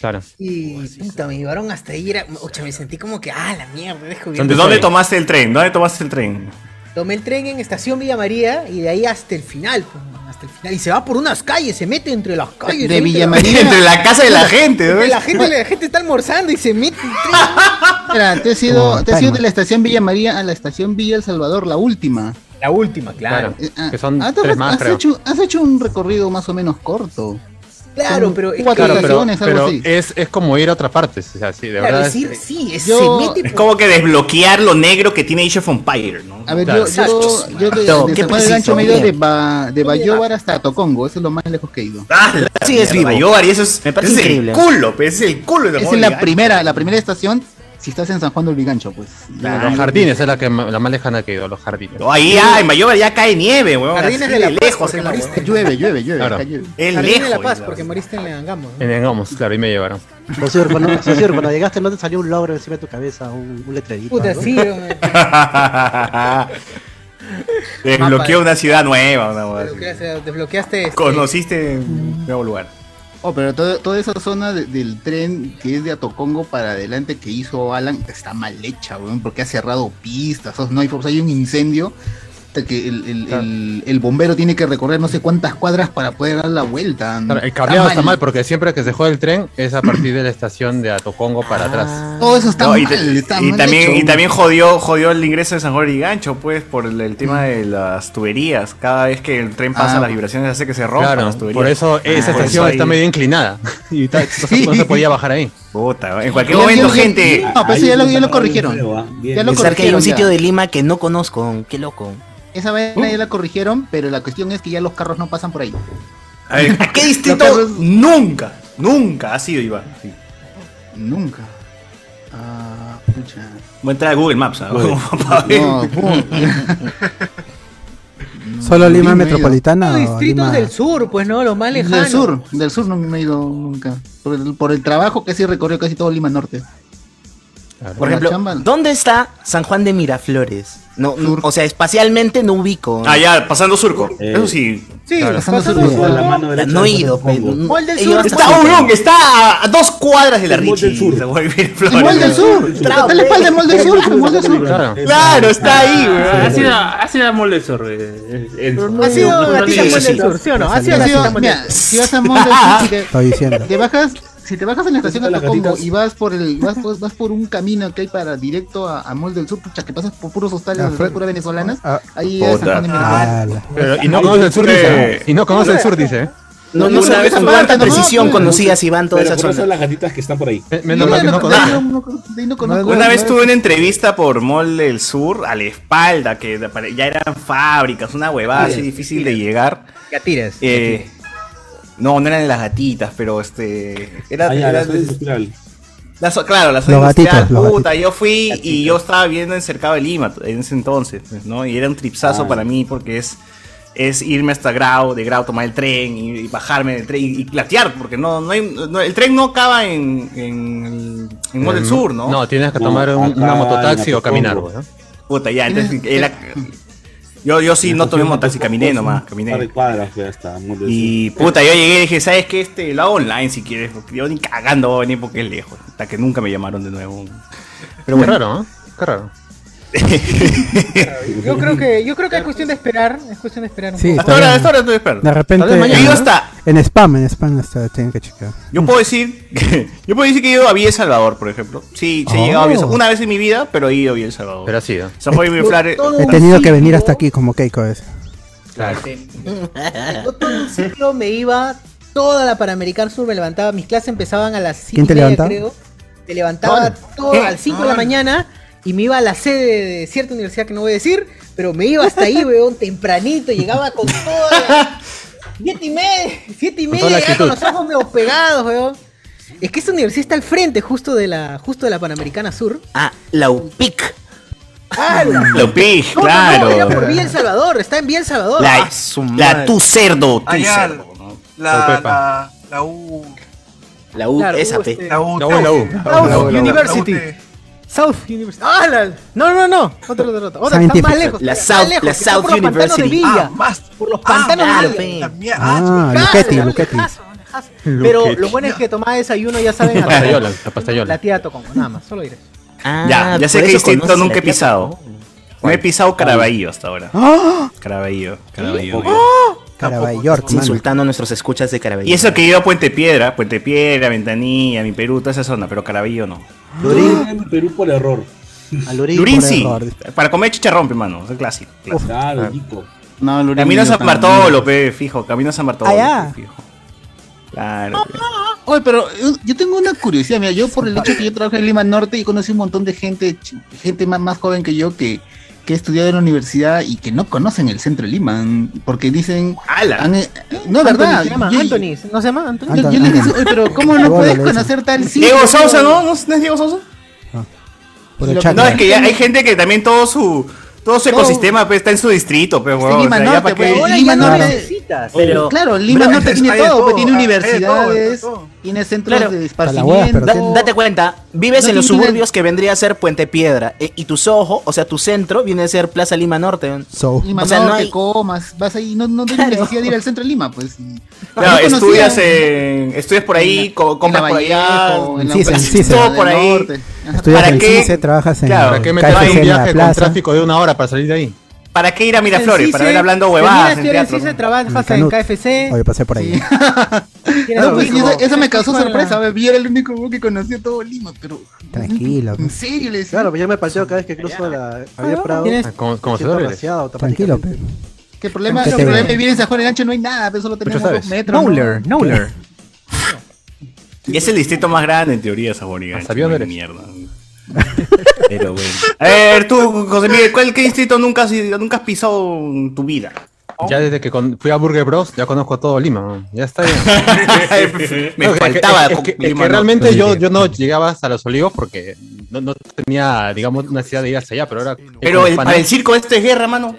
S2: Claro.
S1: Y puta, me llevaron hasta ahí. Era, ocha, me sentí como que, ah, la mierda, dejo
S4: ¿De dónde tomaste el tren? ¿Dónde tomaste el tren?
S1: Tomé el tren en Estación Villa María y de ahí hasta el final, pues, hasta el final. Y se va por unas calles, se mete entre las calles.
S4: De
S1: ahí,
S4: Villa
S1: pero-
S4: María. Entre la casa de la gente, ¿no?
S1: Entre la gente, la gente está almorzando y se mete.
S19: Mira, te has ido,
S1: Como
S19: te has ido
S1: Time.
S19: de la estación Villa María a la estación Villa El Salvador, la última.
S1: La última, claro.
S19: Eh, ah,
S2: que son
S19: ah, entonces
S2: tres más,
S19: has,
S2: creo.
S19: hecho, has hecho un recorrido más o menos corto.
S1: Claro,
S19: Son
S1: pero es
S19: cuatro
S2: Claro, pero,
S19: estaciones, algo
S2: pero
S19: así.
S2: es, es como ir a otra parte. O sea, sí, de
S1: Claro,
S2: verdad.
S1: es ir,
S2: es-
S1: sí, es,
S19: Yo-
S1: se mete
S4: Es como que desbloquear lo negro que tiene Age of Empire, ¿no?
S19: A ver,
S4: Claro.
S19: yo, yo, yo de,
S4: Exacto.
S19: de
S4: Qué
S19: San Juan del
S4: preciso,
S19: Gancho me he ido de,
S4: bien.
S19: Ba- de Bayóvar hasta Tocongo, eso es lo más lejos que he ido.
S4: Ah, Sí, es vivo. y eso es,
S19: Me parece
S4: ese es
S19: increíble.
S4: el culo, pe, ese es el culo de ¿eh? Juan
S19: Esa es
S4: del
S19: la
S4: Gancho.
S19: primera, la primera estación si estás en San Juan del Vigancho, pues.
S2: Claro, los jardines es la que ma- la más lejana que he ido, los jardines.
S4: No, ahí ya, en Mayor ya cae nieve, weón.
S2: Jardines
S4: Así
S2: de la Paz,
S4: lejos,
S2: porque
S4: en la
S2: moriste.
S4: huevada.
S19: Llueve, llueve, llueve.
S2: Claro.
S19: acá llueve.
S4: Es
S20: Jardín de la
S4: lejos,
S20: Paz,
S4: la
S20: porque moriste en Leangamo. ¿no?
S2: En Engamos, claro, y me llevaron.
S17: Socio, cuando, socio, cuando llegaste no te salió un logro encima de tu cabeza, un, un letrerito.
S20: Puta,
S17: algo.
S20: sí, hombre.
S4: Desbloqueó una ciudad nueva, una huevada así.
S1: Desbloqueaste, desbloqueaste este-
S4: Conociste un nuevo lugar.
S19: Oh, pero todo- toda esa zona de- del tren que es de Atocongo para adelante que hizo Alan está mal hecha, weón, porque ha cerrado pistas, o sea, no hay, o sea, hay un incendio hasta que el, el- el- el bombero tiene que recorrer no sé cuántas cuadras para poder dar la vuelta.
S2: Claro, el cableado está mal porque siempre que se juega el tren es a partir de la estación de Atocongo para atrás.
S19: Todo eso está
S4: No,
S19: mal,
S4: y, ta-
S19: está
S4: y
S19: mal
S4: también,
S19: hecho.
S4: y también jodió, jodió el ingreso de San Jorge y Gancho, pues, por el, el
S19: Mm.
S4: tema de las tuberías. Cada vez que el tren pasa,
S2: Ah.
S4: las vibraciones hace que se rompan
S2: Claro,
S4: las tuberías. Ah,
S2: por eso
S4: Por
S2: esa
S4: eso
S2: estación
S4: ahí-
S2: está medio inclinada. Y tal, no se podía bajar ahí.
S4: Puta, en cualquier momento, gente.
S19: No, pero eso ya lo, ya lo corrigieron. Ya lo
S5: Pensar que hay
S19: corrigieron.
S5: un sitio
S19: ya.
S5: de Lima que no conozco, qué loco.
S19: Esa vaina
S4: Uh.
S19: ya la corrigieron, pero la cuestión es que ya los carros no pasan por ahí.
S4: A ver, ¿a qué distrito nunca, nunca ha sido Iván?
S19: Nunca. Ah, pucha.
S4: Voy a entrar a Google Maps, ¿ah?
S19: Google.
S4: Para ver.
S19: No,
S3: ¿Solo Lima
S19: Lima he
S3: Metropolitana?
S19: ido.
S3: o
S19: Distrito
S3: Lima-
S19: del-
S1: del sur, pues no, los más lejanos.
S19: Del sur, del sur no me he ido nunca. Por el, por el trabajo que sí recorrió casi todo Lima Norte.
S5: Por
S19: La
S5: ejemplo,
S19: chamba.
S5: ¿dónde está San Juan de Miraflores? No, no, o sea, espacialmente no ubico.
S4: Ah, ya, pasando surco.
S19: Eh,
S4: Eso sí.
S5: Sí,
S4: Claro.
S5: pasando Pasando surco. surco. La mano derecha
S4: No he
S5: de
S4: ido,
S5: Supongo.
S4: pe-
S5: Mall del
S4: Ellos
S5: Sur.
S4: Está
S5: Mall del
S4: Oblong,
S5: Sur.
S4: está a, a dos cuadras de la
S5: El Mall
S4: Richie.
S5: del Sur.
S4: Se vuelve el
S19: El Mall del Sur, está la espalda del Mall del Sur, el Mall del Sur.
S4: Claro. Claro, está ahí, güey.
S11: Ha sido, ha sido Mall del Sur. eh, el- el-
S19: Ha sido
S11: no, no,
S19: gatita
S11: no,
S19: Mall
S11: sí.
S19: del Sur, ¿sí o no? Ha sido
S11: Ha sido-
S1: Pues
S19: gatita Mall del
S11: mira,
S19: Sur. Si vas a Mall del Sur, si te-
S3: Estoy diciendo.
S19: Te bajas, si te bajas en la estación de
S3: gustan las
S19: Tocongo
S3: gatitas?
S19: y vas por el, vas, por- vas por un camino que hay para directo a, a Mall del Sur, pucha, que pasas por puros hostales
S3: Ah,
S19: de
S3: Fred-
S19: puras venezolanas,
S3: ah,
S19: ahí es San Juan de Miraflores.
S2: Pero, y no conoce el sur, dice. Y no conoce el sur,
S8: ¿eh?
S2: dice.
S5: No, no sabes con cuánta precisión conocías, Iván, toda
S8: Pero
S5: esa
S8: por eso
S5: zona.
S8: las gatitas que están por ahí.
S2: Menos mal que no conoce.
S19: De ahí no conozco.
S4: Una vez tuve una entrevista por Mall del Sur a la espalda, que de- pare- ya eran fábricas, una huevada así
S1: Gatiras,
S4: difícil de llegar.
S1: Gatiras.
S4: Eh, no, no eran las gatitas, pero este. Era,
S8: Ah, ya,
S4: era-
S8: la zona industrial.
S4: la zo- claro, la
S3: Los
S4: zona industrial,
S3: gatitos, los
S4: puta, yo fui y yo estaba viendo en cercado de Lima en ese entonces, pues, ¿no? Y era un tripsazo
S8: Ah.
S4: para mí porque es, es irme hasta Grau, de Grau tomar el tren y, y bajarme del tren y, y platear, porque no, no, hay- no- el tren no acaba en, en, el- en Mall del
S2: Eh,
S4: Sur, ¿no?
S2: No, tienes que tomar un-
S4: acá
S2: una mototaxi
S4: en
S2: o caminar,
S4: Atocongo.
S2: güey, ¿no?
S4: Puta, ya, entonces era- yo, yo sí no tomé mototaxi, caminé
S8: Un
S4: nomás,
S8: par
S4: caminé.
S8: de cuadras, ya está. Mall del
S4: Y
S8: Sur.
S4: puta, yo llegué y dije, ¿sabes qué? Este, lo hago online si quieres, porque yo ni cagando voy a venir porque es lejos. Hasta que nunca me llamaron de nuevo. Pero bueno.
S2: Qué raro, ¿eh? Qué raro.
S1: Yo creo que, yo creo que es cuestión de esperar, es cuestión de esperar un
S3: Sí,
S1: poco.
S3: está bien. De repente.
S4: Tal vez mañana.
S3: en-
S4: Yo hasta-
S3: En spam, en spam hasta tienen que checar.
S4: Yo puedo decir, yo puedo decir que he ido a Villa El Salvador, por ejemplo. Sí, sí he llegado a Villa El Salvador. Una vez en mi vida, pero he ido a Villa El Salvador. Oh. Pero ha sido. Este, San Juan de Miraflores-
S3: He tenido que venir hasta aquí como Keiko es.
S4: Claro.
S1: Yo todo el ciclo me iba toda la Panamericana Sur, me levantaba, mis clases empezaban a las 5
S3: ¿Quién te levantaba?
S1: creo. Me levantaba todo
S3: ¿Qué?
S1: a las 5 de la
S3: Hola.
S1: mañana y me iba a la sede de cierta universidad que no voy a decir, pero me iba hasta ahí, weón, tempranito, llegaba con toda la... Siete y media, siete y
S2: Con
S1: media,
S2: toda la
S1: llegaba con los
S2: actitud.
S1: ojos medio pegados, weón. Es que esta universidad está al frente justo de la, justo de la Panamericana Sur.
S5: Ah, la UPIC.
S1: ¡Ah, la-
S4: Lo pij,
S1: No, no, No, era por
S4: claro.
S1: Villa El Salvador, está en Villa El Salvador.
S4: La,
S1: Ah,
S4: la tu cerdo, tu
S1: Allá,
S4: cerdo. ¿no?
S1: la-
S4: Por Pepa.
S1: la U.
S5: La U,
S1: Claro,
S5: esa
S1: U,
S5: P.
S1: este-
S5: La
S1: U,
S5: U,
S1: La U, la U. South University. South University. ¡Ah! La... No, no, no. Otro, otro, otro. Otra, está
S3: Scientific.
S1: más lejos.
S5: La
S1: está
S5: South-
S1: más lejos,
S5: la
S1: está
S5: South
S1: por los pantanos de
S5: University.
S1: Villa.
S5: Ah,
S1: por los pantanos
S5: claro,
S1: de
S5: pe.
S1: Villa.
S3: Ah, Luquetti, Luquetti.
S1: Pero lo bueno es que tomaba desayuno, ya saben,
S2: La
S1: a la,
S2: pastayola, la pastayola.
S1: la tía Tocongo, nada más, solo diré. Ah,
S4: ya, ya sé que distinto nunca he pisado. No he pisado Caraballo hasta ahora.
S1: ¡Ah!
S4: Caraballo, Caraballo.
S5: Carabayork, insultando a nuestros escuchas de Caraballo.
S4: Y eso que he ido a Puente Piedra, Puente Piedra, Ventanilla, mi Perú, toda esa zona, pero Caraballo no.
S11: Lurín en Perú por error.
S4: Lurín sí, para comer chicharrón, hermano, es el clásico. clásico. Ah.
S11: Claro, rico.
S4: No, Camino a
S11: yo
S4: San
S11: también.
S4: Bartolo, pe, fijo, Camino a San Bartolo.
S11: Allá.
S4: pe, Fijo. Claro. pe.
S19: Oye, pero eh, yo tengo una curiosidad, mira, yo por el hecho que yo trabajé en Lima Norte y conocí un montón de gente, ch- gente más, más joven que yo que, que ha estudiado en la universidad y que no conocen el centro de Lima, mm, porque dicen... han, eh, no,
S1: Anthony
S19: verdad.
S1: se llama
S19: yo-
S1: Anthony, ¿no se llama Anthony?
S19: Yo- yo le dije, "Oye, pero ¿cómo no puedes conocer tal sitio?
S4: Diego Sousa, ¿no? ¿No es no es Diego Sousa?
S3: Por
S4: Lo
S3: el
S4: que-
S3: chakra.
S4: No, es que ya hay gente que también todo su todo su ecosistema pues, está en su distrito, pero
S19: Está en Lima Norte, pues, ahora ya no necesitas. Pero- Claro, Lima Norte tiene todo, pues, tiene universidades, tiene centros de esparcimiento.
S5: Da- date cuenta, vives
S19: No
S5: en los
S19: tiene-
S5: suburbios que vendría a ser Puente Piedra. e- y tu sojo, o sea, tu centro, viene a ser Plaza Lima Norte. weón.
S19: Lima
S5: O sea, no
S19: Norte,
S5: hay-
S19: comas, vas ahí, no, no tienes necesidad de ir al centro de Lima, pues. y-
S4: Claro,
S19: Yo conocía-
S4: estudias, en- estudias por ahí, co- compras por allá,
S19: en la-
S3: Sí, sí, sí, sí.
S4: todo por ahí.
S3: Estudias
S4: ¿Para
S3: en
S4: qué?
S3: CICE, trabajas en
S4: Claro,
S2: ¿Para qué me
S3: KFC
S2: traes un
S3: en la
S2: viaje con
S3: plaza.
S2: tráfico de una hora para salir de ahí?
S4: ¿Para qué ir a Miraflores?
S1: En
S4: Para
S1: Cise,
S4: ver hablando
S1: terminas
S4: huevadas en
S1: estudiar en
S4: teatro.
S1: Cise,
S4: ¿no?
S1: trabajas en
S3: Canut.
S1: KFC.
S3: Oye, pasé por ahí.
S1: tienes
S19: No, pues,
S1: amigos.
S19: eso, eso me causó
S1: Hola.
S19: sorpresa, ve, yo era el único güey que conocía todo Lima, pero
S3: Tranquilo.
S19: en serio le Ah, decía,
S17: Claro, pues yo me paseo cada vez que cruzo la Javier Prado.
S3: ¿Tienes-
S17: me
S3: Como- como
S17: siento
S3: se duele.
S17: raciado,
S3: Tranquilo, pe.
S19: que el problema,
S3: ¿Qué
S19: el
S3: te
S19: problema
S3: ve?
S19: es vivir en San Juan del Ancho no hay nada, pero solo tenemos
S4: sabes.
S19: dos metros. ¿no?
S4: Nowler. Y es el distrito más grande en teoría, Saborigan. Sabía de mierda. Pero bueno. A ver, tú, José Miguel, ¿cuál qué distrito nunca has, ido- nunca has pisado en tu vida?
S2: Ya desde que con- fui a Burger Bros, ya conozco todo Lima. man. Ya está bien.
S4: pues, Me
S2: No, es que-
S4: faltaba
S2: es que, es que
S4: Lima, no,
S2: realmente
S4: no
S2: yo, yo no llegaba hasta los olivos porque no, no tenía, digamos, una necesidad de ir hasta allá. Pero ahora.
S4: Pero el, para el circo este es guerra, mano.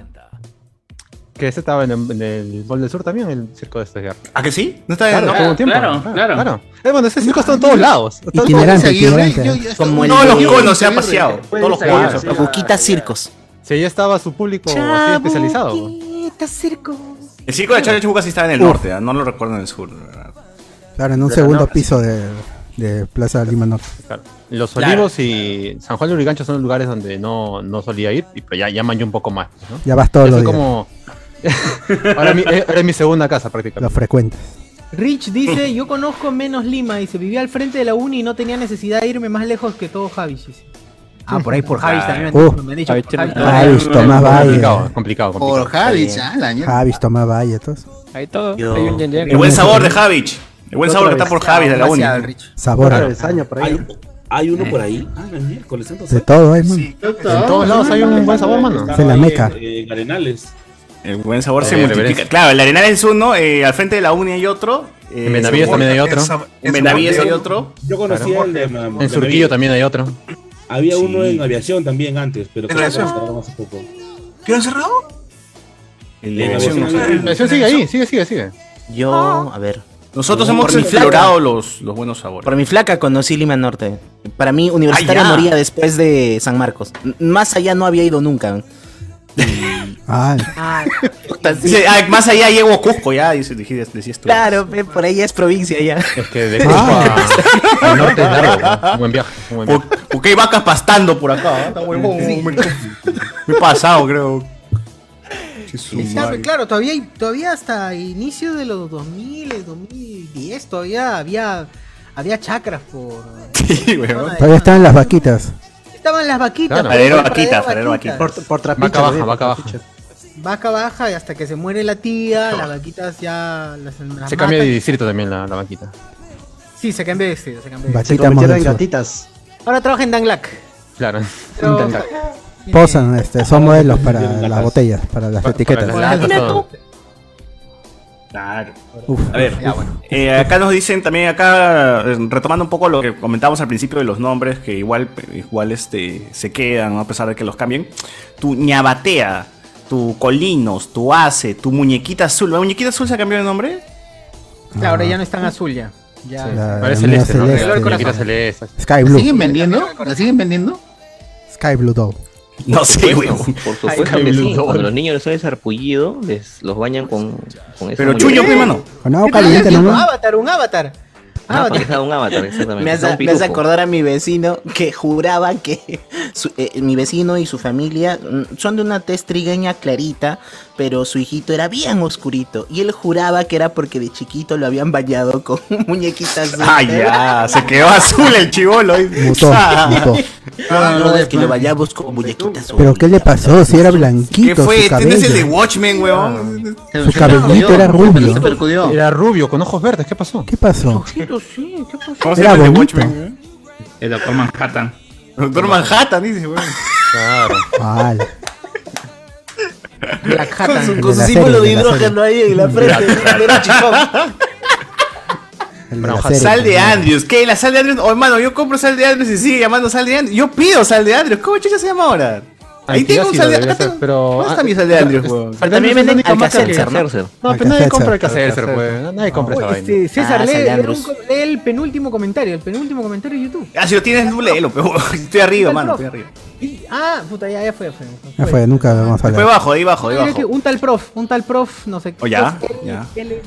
S2: Que ese estaba en, en el Bol del Sur también, el circo de esta guerra.
S4: ¿Ah, que sí? No está
S2: Claro,
S4: no.
S2: tuvo un tiempo.
S4: Claro, claro.
S2: Eh, bueno, ese circo está en todos lados. Está en todos
S3: Itinerante,
S2: lados.
S3: itinerante. Yo- yo-
S4: Como todos los conos se han paseado. Todos los conos.
S5: Boquita Circos.
S2: Sí, ahí estaba su público así especializado.
S21: Está cerco.
S4: El circo de Charo Chubuca sí estaba en el
S3: Uf.
S4: norte, ¿ah? no lo recuerdo en el sur. la verdad.
S3: Claro, en un segundo piso de, de Plaza Lima Norte.
S2: Los
S3: Claro.
S2: Olivos y San Juan de Urigancho son los lugares donde no, no solía ir, y- pero ya, ya manché un poco más. ¿no?
S3: Ya vas todos
S2: Ya
S3: los
S2: soy
S3: días.
S2: como... ahora, mi- eh, ahora es mi segunda casa
S3: Lo
S2: prácticamente.
S3: frecuentes.
S1: Rich dice, yo conozco menos Lima, dice, vivía al frente de la uni y no tenía necesidad de irme más lejos que todo Javis. dice. Ah, por ahí por Javis también me-
S3: Uh,
S1: me han dicho.
S3: Javis,
S1: por Javis.
S3: Javis, Tomás Valle.
S2: Complicado, complicado, complicado.
S19: Por Javich, ah, la mierda.
S3: Javis, Tomás Valle, todos.
S9: Hay todo.
S3: Yo-
S9: Hay un Yen Yen.
S4: El buen sabor de Javich. El buen sabor que está por Javich de la uni.
S3: Sabor.
S11: Hay, hay uno por ahí. Ah, el miércoles, entonces. Ah, eh,
S3: De todo, hay, man.
S11: En
S2: todos lados hay un buen sabor, mano.
S3: Es en la meca.
S11: En Arenales.
S4: El buen sabor se
S2: Eh,
S4: multiplica.
S2: Everest.
S4: Claro, el Arenal es uno, eh, al frente de la uni hay otro. eh,
S2: En Benavides también hay otro.
S4: En Benavides hay otro.
S11: Yo conocí
S4: Claro.
S11: el de.
S2: En Surquillo también hay otro.
S11: Había uno en aviación también antes, pero
S2: ¿En
S11: creo que
S2: aviación?
S11: lo cerraron hace poco.
S19: ¿Qué han cerrado?
S4: El
S11: En
S4: de
S11: aviación.
S4: aviación.
S11: El de aviación
S2: sigue ahí, sigue, sigue, sigue.
S5: Yo,
S1: Ah.
S5: a ver.
S4: Nosotros
S5: Por
S4: hemos
S5: mi flaca.
S4: explorado los, los buenos sabores.
S5: Por mi flaca conocí Lima Norte. Para mí, universitario
S4: Ah, ya.
S5: moría después de San Marcos. N- Más allá no había ido nunca.
S3: Ah,
S4: Dice, ah, más allá llego a Cusco, ya, dice- dije- decías tú.
S5: Claro, pe, por ahí es provincia ya. Ah.
S2: Es que de Cusco a- al norte es largo. ¿no? Un buen viaje. Un buen viaje.
S4: Porque hay vacas pastando por acá. ¿ah? Está huevón. Me me he pasado, creo. Che, su
S1: Claro,
S4: madre.
S1: claro, todavía, hay- todavía hasta inicio de los eh, 2000, 2010, todavía había, había chacras por...
S4: Sí, huevón.
S3: Todavía están las vaquitas.
S1: Estaban las vaquitas.
S4: Claro.
S1: por ahí,
S4: Paradero
S1: por
S4: vaquita,
S1: ahí,
S4: paradero vaquita.
S1: vaquitas.
S17: Por
S2: Vaca baja, vaca baja.
S1: Vaca baja y hasta que se muere la tía, las vaquitas ya las, las
S2: Se cambia de
S1: matan.
S2: distrito también la, la banquita.
S1: Sí, se cambia de vestido, se cambia de
S3: Vaquitas
S1: vestido.
S3: modernas.
S17: gatitas.
S1: Ahora trabaja en Danglac.
S2: Claro.
S1: Pero-
S3: Posan, este, son modelos para las botellas, para las etiquetas.
S4: Claro.
S3: Uf.
S4: A ver,
S3: Ya, bueno.
S4: eh, acá nos dicen también, acá eh, retomando un poco lo que comentábamos al principio de los nombres, que igual, igual este, se quedan, ¿no? a pesar de que los cambien. Tu ñabatea, tu colinos, tu ace, tu muñequita azul. ¿La muñequita azul se ha cambiado de nombre?
S1: Claro, ahora ya no es tan azul ya. ya
S3: Sí, la-
S2: Parece
S3: la
S2: celeste, ¿no?
S3: celeste.
S2: Color corazón. Muñequita celeste.
S3: Sky
S19: ¿La
S3: Blue.
S19: siguen vendiendo? ¿La siguen vendiendo?
S3: Sky Blue Doll.
S4: No sé,
S12: Por
S4: huevón.
S12: supuesto, Por supuesto que sí. Cuando los niños les hacen sarpullido, les, los bañan con, con esa
S4: Pero
S12: molleja.
S4: chullo, pe, mano.
S3: Con agua
S12: caliente,
S3: ¿no?
S21: Un avatar, un avatar.
S12: Ah, porque es un avatar, exactamente.
S5: Me
S12: Es
S5: hace,
S12: un
S5: me hace
S12: pitufo.
S5: acordar a mi vecino que juraba que su- eh, mi vecino y su familia mm, son de una tez trigueña clarita, pero su hijito era bien oscurito. Y él juraba que era porque de chiquito lo habían bañado con muñequitas.
S4: Ah,
S1: ¿eh?
S4: ya, se quedó azul el chivolo. ¿eh?
S3: Mutó, mutó.
S5: No, no, es que lo bañamos con muñequitas.
S3: ¿Pero qué le pasó? Si era blanquito.
S4: ¿Qué fue?
S3: Su
S4: ¿Tienes el de
S3: cabello,
S4: Watchmen, huevón?
S3: su cabellito era rubio.
S2: Era rubio, con ojos verdes, ¿qué pasó?
S3: ¿Qué pasó?
S12: pues
S4: ¿Cómo se
S3: Era
S4: llama el de
S3: bonito.
S4: Watchmen?
S10: El Doctor Manhattan.
S4: Doctor Manhattan, dice, huevón.
S2: Claro.
S3: Vale.
S5: Black
S4: Con su-
S5: Hat.
S4: con su símbolo de hidrógeno
S5: ahí en la
S4: frente,
S5: Era
S4: Sal de Andrews, ¿qué? La sal de Andrews, oh hermano, yo compro sal de Andrews y sigue llamando sal de Andrews. Yo pido sal de Andrews, ¿cómo chica se llama ahora? Ahí tengo un sal de ah, Andrews.
S2: pero...
S1: Ah,
S4: ¿Dónde está mi sal de Andrews, huevón?
S2: También venden Alcacelser, ¿no? No, pero nadie
S4: Alcacelser.
S2: compra Alcacelser,
S4: Alcacelser.
S2: pues. Nadie compra esa
S4: Oye,
S2: vaina.
S4: este,
S1: César,
S4: Ah,
S1: lee,
S4: San
S1: lee
S4: Andrus.
S1: un- lee el penúltimo comentario, el penúltimo comentario de YouTube.
S4: Ah, si lo tienes, tú léelo, pero estoy arriba,
S1: Tal
S4: mano,
S1: prof.
S4: estoy arriba.
S1: Y- ah, puta, ya, ya fue, ya fue.
S3: Ya fue, nunca vamos a
S4: Fue
S3: hablar.
S4: bajo, ahí bajo, ahí
S1: Mira que
S4: bajo.
S1: Un tal prof, un tal prof, no sé qué.
S4: O ya,
S1: prof,
S4: ya.
S1: L-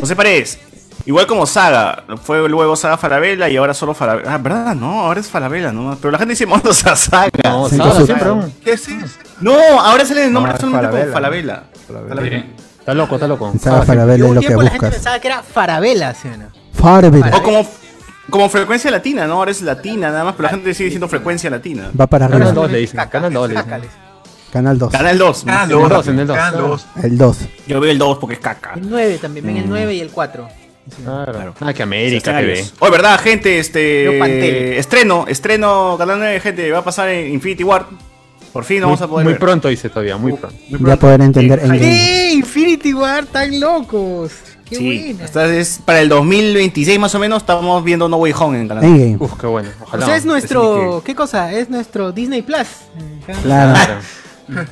S4: José Paredes, igual como Saga, fue luego Saga Falabella y ahora solo Falabella. Ah, ¿verdad? No, ahora es Falabella nomás. Pero la gente dice monos a Saga.
S2: No, Saga Entonces- siempre, aún.
S4: ¿Qué es eso? No, ahora sale el nombre
S2: No, es
S4: solamente como Falabella.
S2: Falabella.
S4: Falabella.
S2: Está loco, está loco.
S3: Pensaba Farabella es lo que
S1: tiempo la gente
S3: buscas.
S1: pensaba que era Farabella, ¿sí o no?
S3: Farabella.
S4: O como, como frecuencia latina, ¿no? Ahora es latina nada más, pero la gente sigue diciendo frecuencia latina.
S3: Va para arriba.
S2: Canal 2 le dicen, Canal 2 le dicen.
S3: Canal 2.
S4: Canal 2.
S2: Canal dos, en el dos.
S4: Canal dos.
S3: El 2.
S4: Yo veo el 2 porque es caca.
S1: El 9 también,
S3: Mm.
S1: ven el 9 y el 4.
S2: Claro. Ah, que América
S4: Escenarios.
S2: TV.
S4: Hoy, ¿verdad, gente?
S1: Yo Pantelli.
S4: Este. Estreno, estreno, Canal 9, gente. Va a pasar en Infinity War. Por fin no
S2: Muy-
S4: vamos a poder.
S2: Muy
S4: ver.
S2: pronto dice todavía, muy pronto.
S3: Ya poder entender en
S1: ¡Sí! Infinity War, tan locos. Qué
S4: Sí,
S1: buena.
S4: esta es para el 2026 más o menos estamos viendo No Way Home en Canal
S3: Endgame.
S2: Uf, qué bueno.
S1: O
S4: Ojalá.
S1: sea, es nuestro. ¿Qué cosa? Es nuestro Disney Plus. Ajá.
S3: Claro.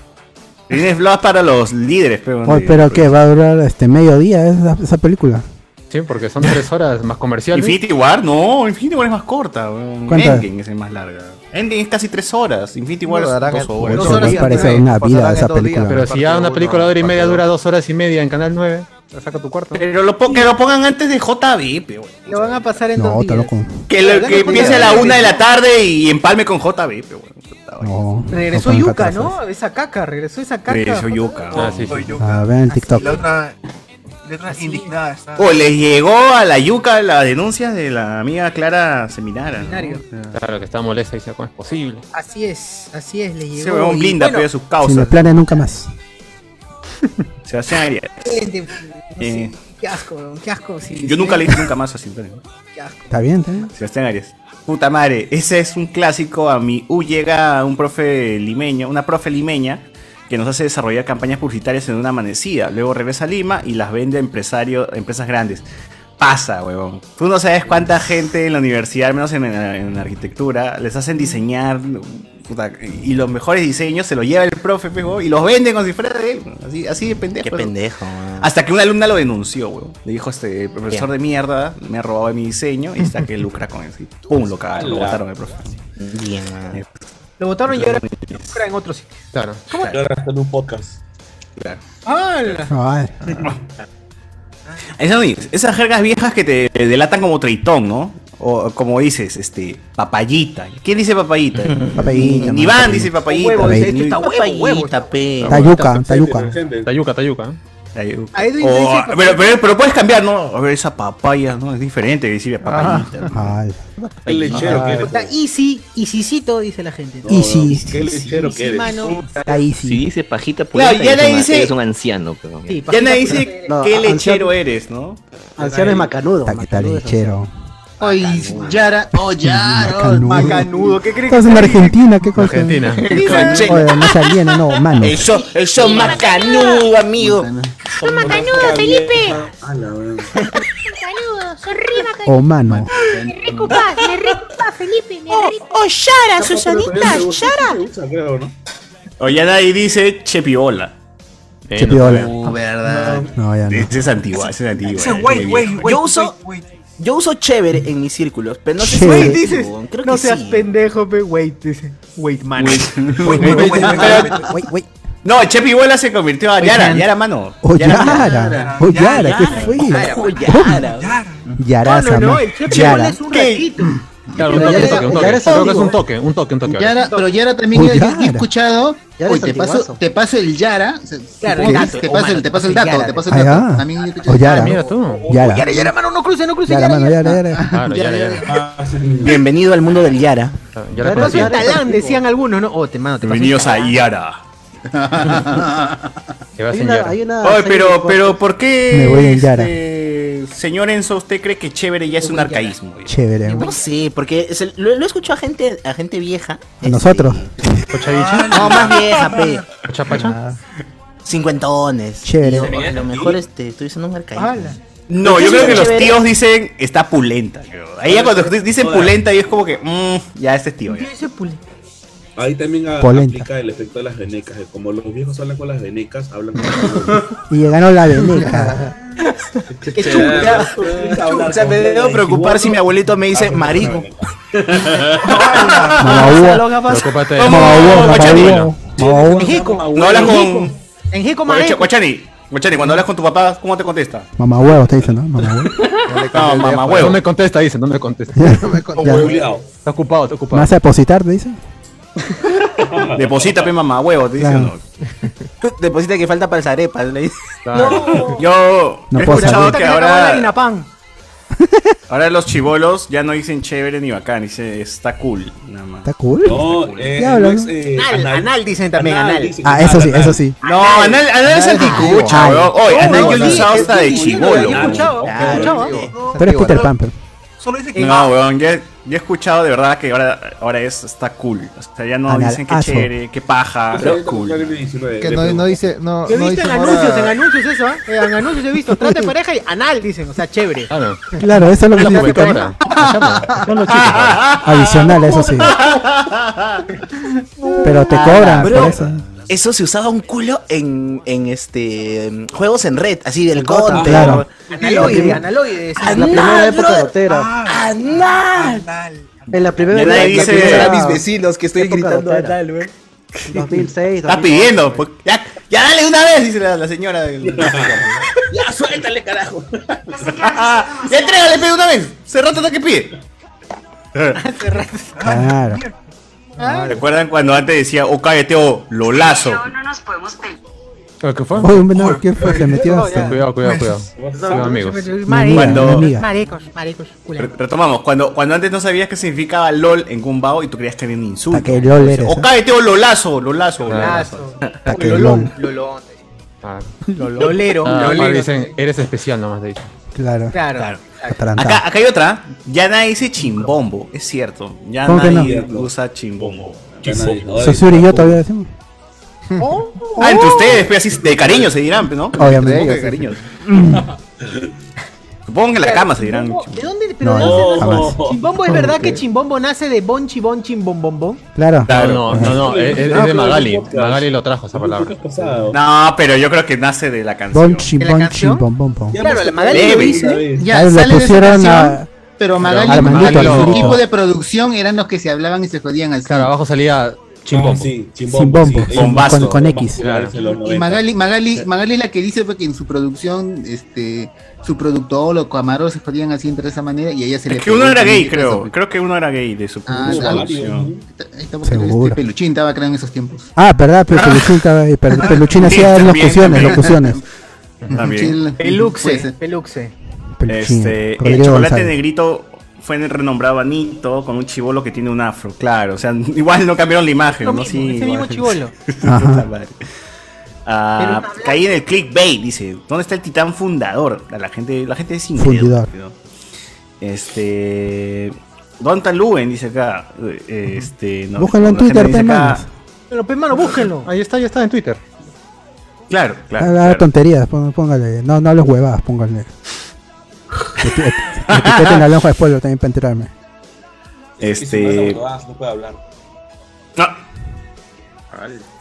S4: Tienes vlogs para los líderes, pero.
S3: Oye, pero que va a durar este mediodía esa, esa película.
S2: Sí, porque son tres horas más comerciales.
S4: Infinity War, no, Infinity War es más corta. weón.
S3: ¿Cuántas?
S4: Endgame es el más larga. Endgame es casi 3 horas. Infinity War
S14: No,
S4: es
S14: darán
S4: 2
S14: en-
S4: horas.
S14: dos
S3: Eso me parece una vida esa película.
S2: Pero si ya una película de hora y media dura dos horas y media en Canal 9, saca tu cuarto.
S4: Pero lo po- que lo pongan antes de JB, pe, weón.
S1: Lo van a pasar en
S3: No,
S1: dos
S3: está
S1: días.
S3: loco.
S4: Que, lo, que
S1: Hablando de
S4: empiece a la
S1: JB,
S4: 1 de la tarde y empalme con JB, pe, weón.
S3: No,
S1: Regresó
S3: no
S1: Yuka,
S3: pongan
S1: ¿no? Esa caca, regresó esa caca.
S4: Regresó Yuka.
S2: Ah, sí, sí.
S3: catas. Ah, vean el TikTok.
S8: La otra, la otra indignada está.
S4: O les llegó a la yuca la denuncia de la amiga Clara Seminara. ¿no?
S1: Seminario.
S2: Claro, que está molesta y dice, ¿cómo es posible?
S1: Así es, así es, le llegó.
S4: Ese huevón
S1: Y
S4: blinda
S1: bueno,
S4: pero sus
S3: Sin los
S4: causas.
S3: planes nunca más.
S4: Se hace área.
S1: gente, no
S4: Eh.
S1: sé, Qué asco, weón, qué asco. sí,
S4: Yo
S1: sí,
S4: nunca le hice nunca más a Sintonio.
S1: Qué asco.
S3: Está bien, está bien.
S4: Sebastián Arias. Puta madre, ese es un clásico. A mí uh, llega un profe limeño, una profe limeña, que nos hace desarrollar campañas publicitarias en una amanecida. Luego regresa a Lima y las vende a empresario, a empresas grandes. Pasa, huevón. Tú no sabes cuánta gente en la universidad, al menos en, la- en la arquitectura, les hacen diseñar. puta, y los mejores diseños se los lleva el profe, pe, huevón, y los vende como si fuera de él. Así, así de pendejo.
S5: Qué
S4: huevón.
S5: pendejo. man.
S4: Hasta que una alumna lo denunció, weón. Le dijo, este profesor de mierda, me ha robado mi diseño y está que lucra con eso. Y Pum, lo cagaron, lo
S5: Ala.
S4: botaron el profe. Eh,
S5: Bien, man.
S1: Lo botaron y ahora era en otro sitio.
S2: Claro.
S11: Yo ahora estoy en un podcast.
S4: Claro.
S1: ¡Hala!
S3: Ay,
S4: Esas, esas jergas viejas que te delatan como tritón, ¿no? O como dices, este, papayita. ¿Quién dice papayita? Ni
S3: Papayita, man,
S4: Iván
S3: papayita.
S4: dice papayita.
S1: Huevo,
S4: Ni-
S1: dice, esto está
S5: Papayita,
S1: huevo, huevo. está-
S5: pe.
S3: Tayuca, Tayuca.
S2: Tayuca, Tayuca.
S4: Tayuca.
S1: A Edwin le dice
S4: O-
S1: papayita.
S4: pero, pero- pero puedes cambiar, ¿no? A ver, esa papaya, ¿no? Es diferente que
S3: Ah,
S4: decir papayita.
S3: Ay.
S11: El lechero que eres.
S1: Está easy, easycito, dice la gente.
S3: Y sí,
S11: Qué lechero que eres.
S1: mano.
S3: ahí
S12: Si
S3: sí.
S12: dice pajita pulenta,
S4: ya
S12: eres
S4: le
S12: un-
S4: dice-
S12: eres un anciano, pero.
S1: Sí,
S4: Ya
S1: papita
S4: nadie
S1: pulenta.
S4: dice
S17: No,
S4: qué
S17: anciano-
S4: lechero eres, ¿no?
S17: Anciano es macanudo.
S3: Está que está
S17: macanudo es
S3: lechero.
S1: Ay, Yara, oh, Yara, oh,
S3: Macanudo.
S1: macanudo, ¿qué crees
S3: Estás en Argentina, ¿qué cosa?
S2: Argentina.
S3: Oye, no se aliena, no, mano.
S5: Eso, eso macanudo, amigo.
S11: Macanudo, Felipe.
S1: Ah,
S13: Saludos, soy Rima
S3: O mano.
S13: Rico Paz, me rico Paz, Felipe, me rico.
S6: Oh, Yara,
S11: Susanita,
S6: Yara.
S4: O ya nadie dice chepiola. Eh,
S3: Chepiola.
S4: No, verdad.
S5: Ah,
S3: No, ya no.
S4: Ese es antiguo, ese es antiguo.
S8: Ese güey, güey, güey.
S5: Yo uso-
S8: güey, güey.
S5: Yo uso chévere en mis círculos, pero no sé si
S1: Wait,
S5: es
S1: dices.
S5: huevón, creo
S1: no
S5: que
S1: seas
S5: sí.
S1: pendejo, pe. Wait, dice. Wait, man.
S4: Wait, wait, wait, wait,
S3: wait.
S4: Ah, No, el Chepi Huela se convirtió a
S3: Oye,
S4: Yara,
S3: man.
S4: Yara mano.
S3: Oh, Yara. Oh, Yara, ¿qué fue?
S4: Oh,
S3: Yara. Yara,
S4: No, no, no,
S3: Sama.
S4: el Chepe
S3: Yara.
S1: es un ratito.
S2: Claro, un
S19: Pero
S2: toque,
S19: ya-
S2: un toque, un
S19: ya
S2: toque.
S19: eres
S2: Creo que es
S19: antiguo.
S2: un toque, un toque, un toque.
S19: Yara, pero Yara también
S2: Oh,
S19: yo- yo- yo he
S2: Yara.
S19: escuchado.
S2: Yara
S19: Uy,
S2: es
S19: te paso,
S2: antiguazo.
S19: te paso el Yara. se-
S1: Claro,
S19: supongo
S1: el
S19: que
S1: dato,
S19: te
S1: oh,
S19: paso
S1: mano,
S19: el, te paso el
S1: te paso
S19: dato,
S1: el Yara,
S19: te paso
S3: Ah,
S19: el dato.
S3: ya.
S19: También yo he
S3: O
S19: escuchado.
S1: Ah,
S3: Yara.
S1: Yara. Yara, Yara, mano, no cruce, no cruce.
S3: Yara, mano, Yara,
S1: Ah,
S2: Claro, Yara, Yara.
S4: Ah,
S5: Bienvenido al mundo del Yara.
S8: Ah,
S2: Yara
S1: No soy talán, decían algunos, ¿no? Oh, te mano, te paso un
S4: Bienvenidos a
S1: talán.
S4: Yara.
S2: Te vas
S1: Hay
S2: en
S1: una-
S2: Yara.
S1: hay una
S4: Oye,
S1: serie de
S4: pero,
S1: cortos.
S4: pero, ¿por qué?
S3: este Me voy en Yara.
S4: este, señor Enzo, ¿usted cree que chévere ya es un arcaísmo?
S3: Chévere.
S5: No sé, porque se- lo, lo he escuchado a gente, a gente vieja.
S3: A nosotros.
S5: No, más vieja, pe. Cincuentones.
S3: Chévere.
S5: Y lo- a lo mejor este, estoy usando un arcaísmo.
S4: No, yo creo que los
S5: Chévere.
S4: tíos dicen está pulenta. creo. Ahí ya cuando dicen pulenta, y es como que, mm, ya este es tío. ya.
S11: Ahí también a-
S3: Polenta.
S11: aplica el efecto de las venecas. que Como los viejos hablan con las venecas, hablan con
S3: Y llegaron la veneca.
S5: Qué chunga.
S4: O sea, me debo preocupar si mi abuelito me
S1: Ah,
S4: dice marico.
S5: ah,
S3: Mamá Hugo.
S4: Preocúpate.
S3: Mamá Hugo, mamá Hugo, mamá Hugo.
S4: No hablas con.
S1: En Jico
S4: Oye,
S1: Mareco.
S4: Guachani, Guachani, cuando hablas con tu papá, ¿cómo te contesta?
S3: Mamá huevo, te dicen, ¿no? Mamá huevo.
S4: No, mamá huevo.
S2: pues. No me contesta, dice, no me contesta. Ah,
S3: Ya.
S2: Está ocupado, está ocupado.
S3: ¿Me vas a depositar, te dicen?
S4: Deposita, pe mamá, huevo, te dicen.
S3: Claro.
S5: Deposita que falta para las arepas. le dice.
S4: Yo
S3: No
S4: he
S3: puedo
S4: escuchado
S3: salir.
S4: que
S1: la
S4: ahora,
S1: harina pan.
S4: ahora los chivolos ya no dicen chévere ni bacán, dicen está cool. Nada más.
S3: ¿Está cool?
S11: No, eh,
S3: ¿Qué hablan?
S11: no es, eh,
S1: Anal, anal dicen también,
S11: Anal
S1: anal.
S11: dicen.
S3: Ah, eso sí, eso sí.
S4: No, anal, anal es anticucha,
S3: Ay.
S4: weón. Oye,
S3: No,
S4: anal
S3: no,
S4: yo lo he
S3: sí,
S4: usado
S3: es
S4: hasta de
S3: distinto,
S4: chivolo.
S3: yo he
S1: escuchado,
S4: Claro.
S1: escuchado.
S3: Tú eres Peter Pan, pero.
S8: Solo dice que
S4: No, weón, ya, ya he escuchado de verdad que ahora, ahora es está cool. O sea, ya no
S3: Anal,
S4: dicen que
S3: aso.
S4: chévere, que paja,
S11: Pero ahorita
S4: cool.
S11: con el 19
S14: Que
S11: de
S14: no,
S11: Perú.
S14: no dice. No,
S1: Yo he
S14: no
S1: visto en
S14: dicen
S1: anuncios, en
S14: ahora-
S1: anuncios eso, ¿ah? Eh, En anuncios he visto, trate pareja y anal, dicen, o sea, chévere.
S2: Claro.
S3: Claro, eso es lo que
S2: Es Ah, la
S3: significa.
S2: juventud
S3: ¿no? Adicional, eso sí. Pero
S2: Ah,
S3: te cobran
S5: Ah, Bro,
S3: por eso.
S5: Eso se usaba un culo en, en este en juegos en red, así del
S3: Gotham,
S5: Gotham.
S3: claro.
S1: Analoide, analoide. decían.
S5: Anal,
S14: La primera época
S5: brother.
S14: gotera.
S5: Anal.
S14: En la primera
S4: Ya nadie
S14: la
S4: dice-
S14: primera-
S4: a mis
S5: vecinos que estoy
S14: época
S5: gritando
S14: gotera.
S5: anal, güey.
S14: 2006.
S4: Está
S14: 2008.
S4: pidiendo. pues, ya, ya dale una vez, dice la, la señora. del-
S7: Ya, suéltale, carajo.
S4: ya entrégale, pide una vez. Hace rato no que pide.
S3: Claro.
S4: ¿Recuerdan cuando antes decía, oh, cállate, oh, lo lazo?
S2: Claro, ¿Qué fue?
S3: Oye, no, ¿quién fue? Se metió este. hasta.
S2: Cuidado, cuidado, cuidado. Cuidado, amigos.
S3: Una
S1: Marecos,
S3: amiga.
S1: marecos, marecos,
S4: Re-
S1: culeros.
S4: Retomamos, cuando, cuando antes no sabías qué significaba LOL en Gumbao y tú creías que era un insulto.
S3: Hasta que LOL eres.
S4: O cállate o lolazo, lolazo.
S1: Lazo.
S3: Hasta que
S1: Lolón,
S3: LOL.
S1: lolón.
S2: Ah,
S1: Lolero,
S2: ah, ahora
S1: lolero.
S2: dicen, eres especial nomás, de hecho.
S3: Claro.
S1: Claro.
S3: Atarantado.
S4: Acá, acá hay otra. Ya nadie dice chimbombo, es cierto. Ya
S3: ¿Cómo que
S4: nadie usa chimbombo.
S11: Ya nadie- Ay,
S3: Sosuri y yo todavía decimos.
S4: Ah,
S13: ¡Uh!
S4: entre ustedes, pues, así de cariño se dirán, pues, ¿no?
S3: Obviamente.
S4: Supongo que de cariño. Supongo que en la cama se dirán.
S1: Chimbombo, ¿De dónde?
S3: No,
S1: Pero ¿de dónde
S3: jamás.
S1: nace? Chimbombo, ¿es verdad que Chimbombo nace de Bonchi Bonchi Bombombón?
S3: Claro.
S2: Ah, No, no, no, no, es,
S19: Ah,
S2: es- es de Magali. Magali lo trajo esa palabra.
S4: No, pero yo creo que nace de la canción.
S3: Bonchi,
S1: ¿De la
S3: bonchi,
S1: canción?
S3: bom, bom, bom.
S1: Claro, la Magali lo
S4: Debe.
S1: dice.
S19: Ya
S3: Ahí lo
S19: sale
S3: pusieron
S19: de esa canción,
S3: a-
S19: pero Magali
S3: a Armandito,
S19: y su
S3: Armandito.
S19: equipo de producción eran los que se hablaban y se jodían al
S2: Claro,
S19: claro,
S2: abajo salía
S11: Ah,
S2: chimbombo.
S11: sí,
S3: Sin
S11: chimbombo.
S3: bombo.
S11: sí.
S3: Con,
S4: bombazo.
S3: con, con X.
S2: Claro.
S11: De los
S19: Y
S11: 90.
S19: Magali, Magali, Magali la que dice fue que en su producción, este, su productor o camarón se jodían así entre esa manera y a ella se le
S4: Es que uno era
S19: también
S4: gay,
S19: que
S4: creo.
S19: pasó.
S4: Creo que uno era gay de su
S19: Ah,
S4: de su
S19: claro.
S4: producción.
S19: Ahí está, porque
S3: Seguro.
S19: este peluchín estaba creo en esos tiempos.
S3: Ah, verdad, pero Peluchín estaba ahí, pero Peluchín
S4: Sí,
S3: hacía
S4: también,
S3: locuciones,
S4: también.
S3: locuciones.
S4: También.
S19: Peluchín, puede
S1: Peluxe,
S19: ser.
S1: Peluxe.
S3: Peluchín.
S4: Este, el
S3: Rodrigo
S4: chocolate
S3: González.
S4: negrito fue renombrado a Nito con un chivolo que tiene un afro, claro. O sea, igual no cambiaron la imagen,
S1: Lo
S4: ¿no?
S1: mismo,
S4: Sí,
S1: ese
S4: igual.
S1: mismo chibolo.
S3: Ajá.
S4: Ah, caí en el clickbait, dice. ¿Dónde está el titán fundador? A La gente, la gente es incrédula.
S3: Fundidor.
S4: ¿no? Este. Don Taluen dice acá. eh, Este. No,
S3: Búscalo en
S4: la gente
S3: Twitter,
S4: dice
S3: pe,
S4: acá-
S3: manos.
S1: Pero, pe, mano, búsquenlo.
S2: Ahí está, ya está en Twitter.
S4: Claro, claro.
S3: Haga
S4: claro.
S3: tonterías, pon- póngale. No, no hables huevadas, póngale. Eti- et- Etiqueten a Lonja de Pueblo también para enterarme.
S19: Eh,
S4: Este.
S11: No puede hablar.
S4: Ah.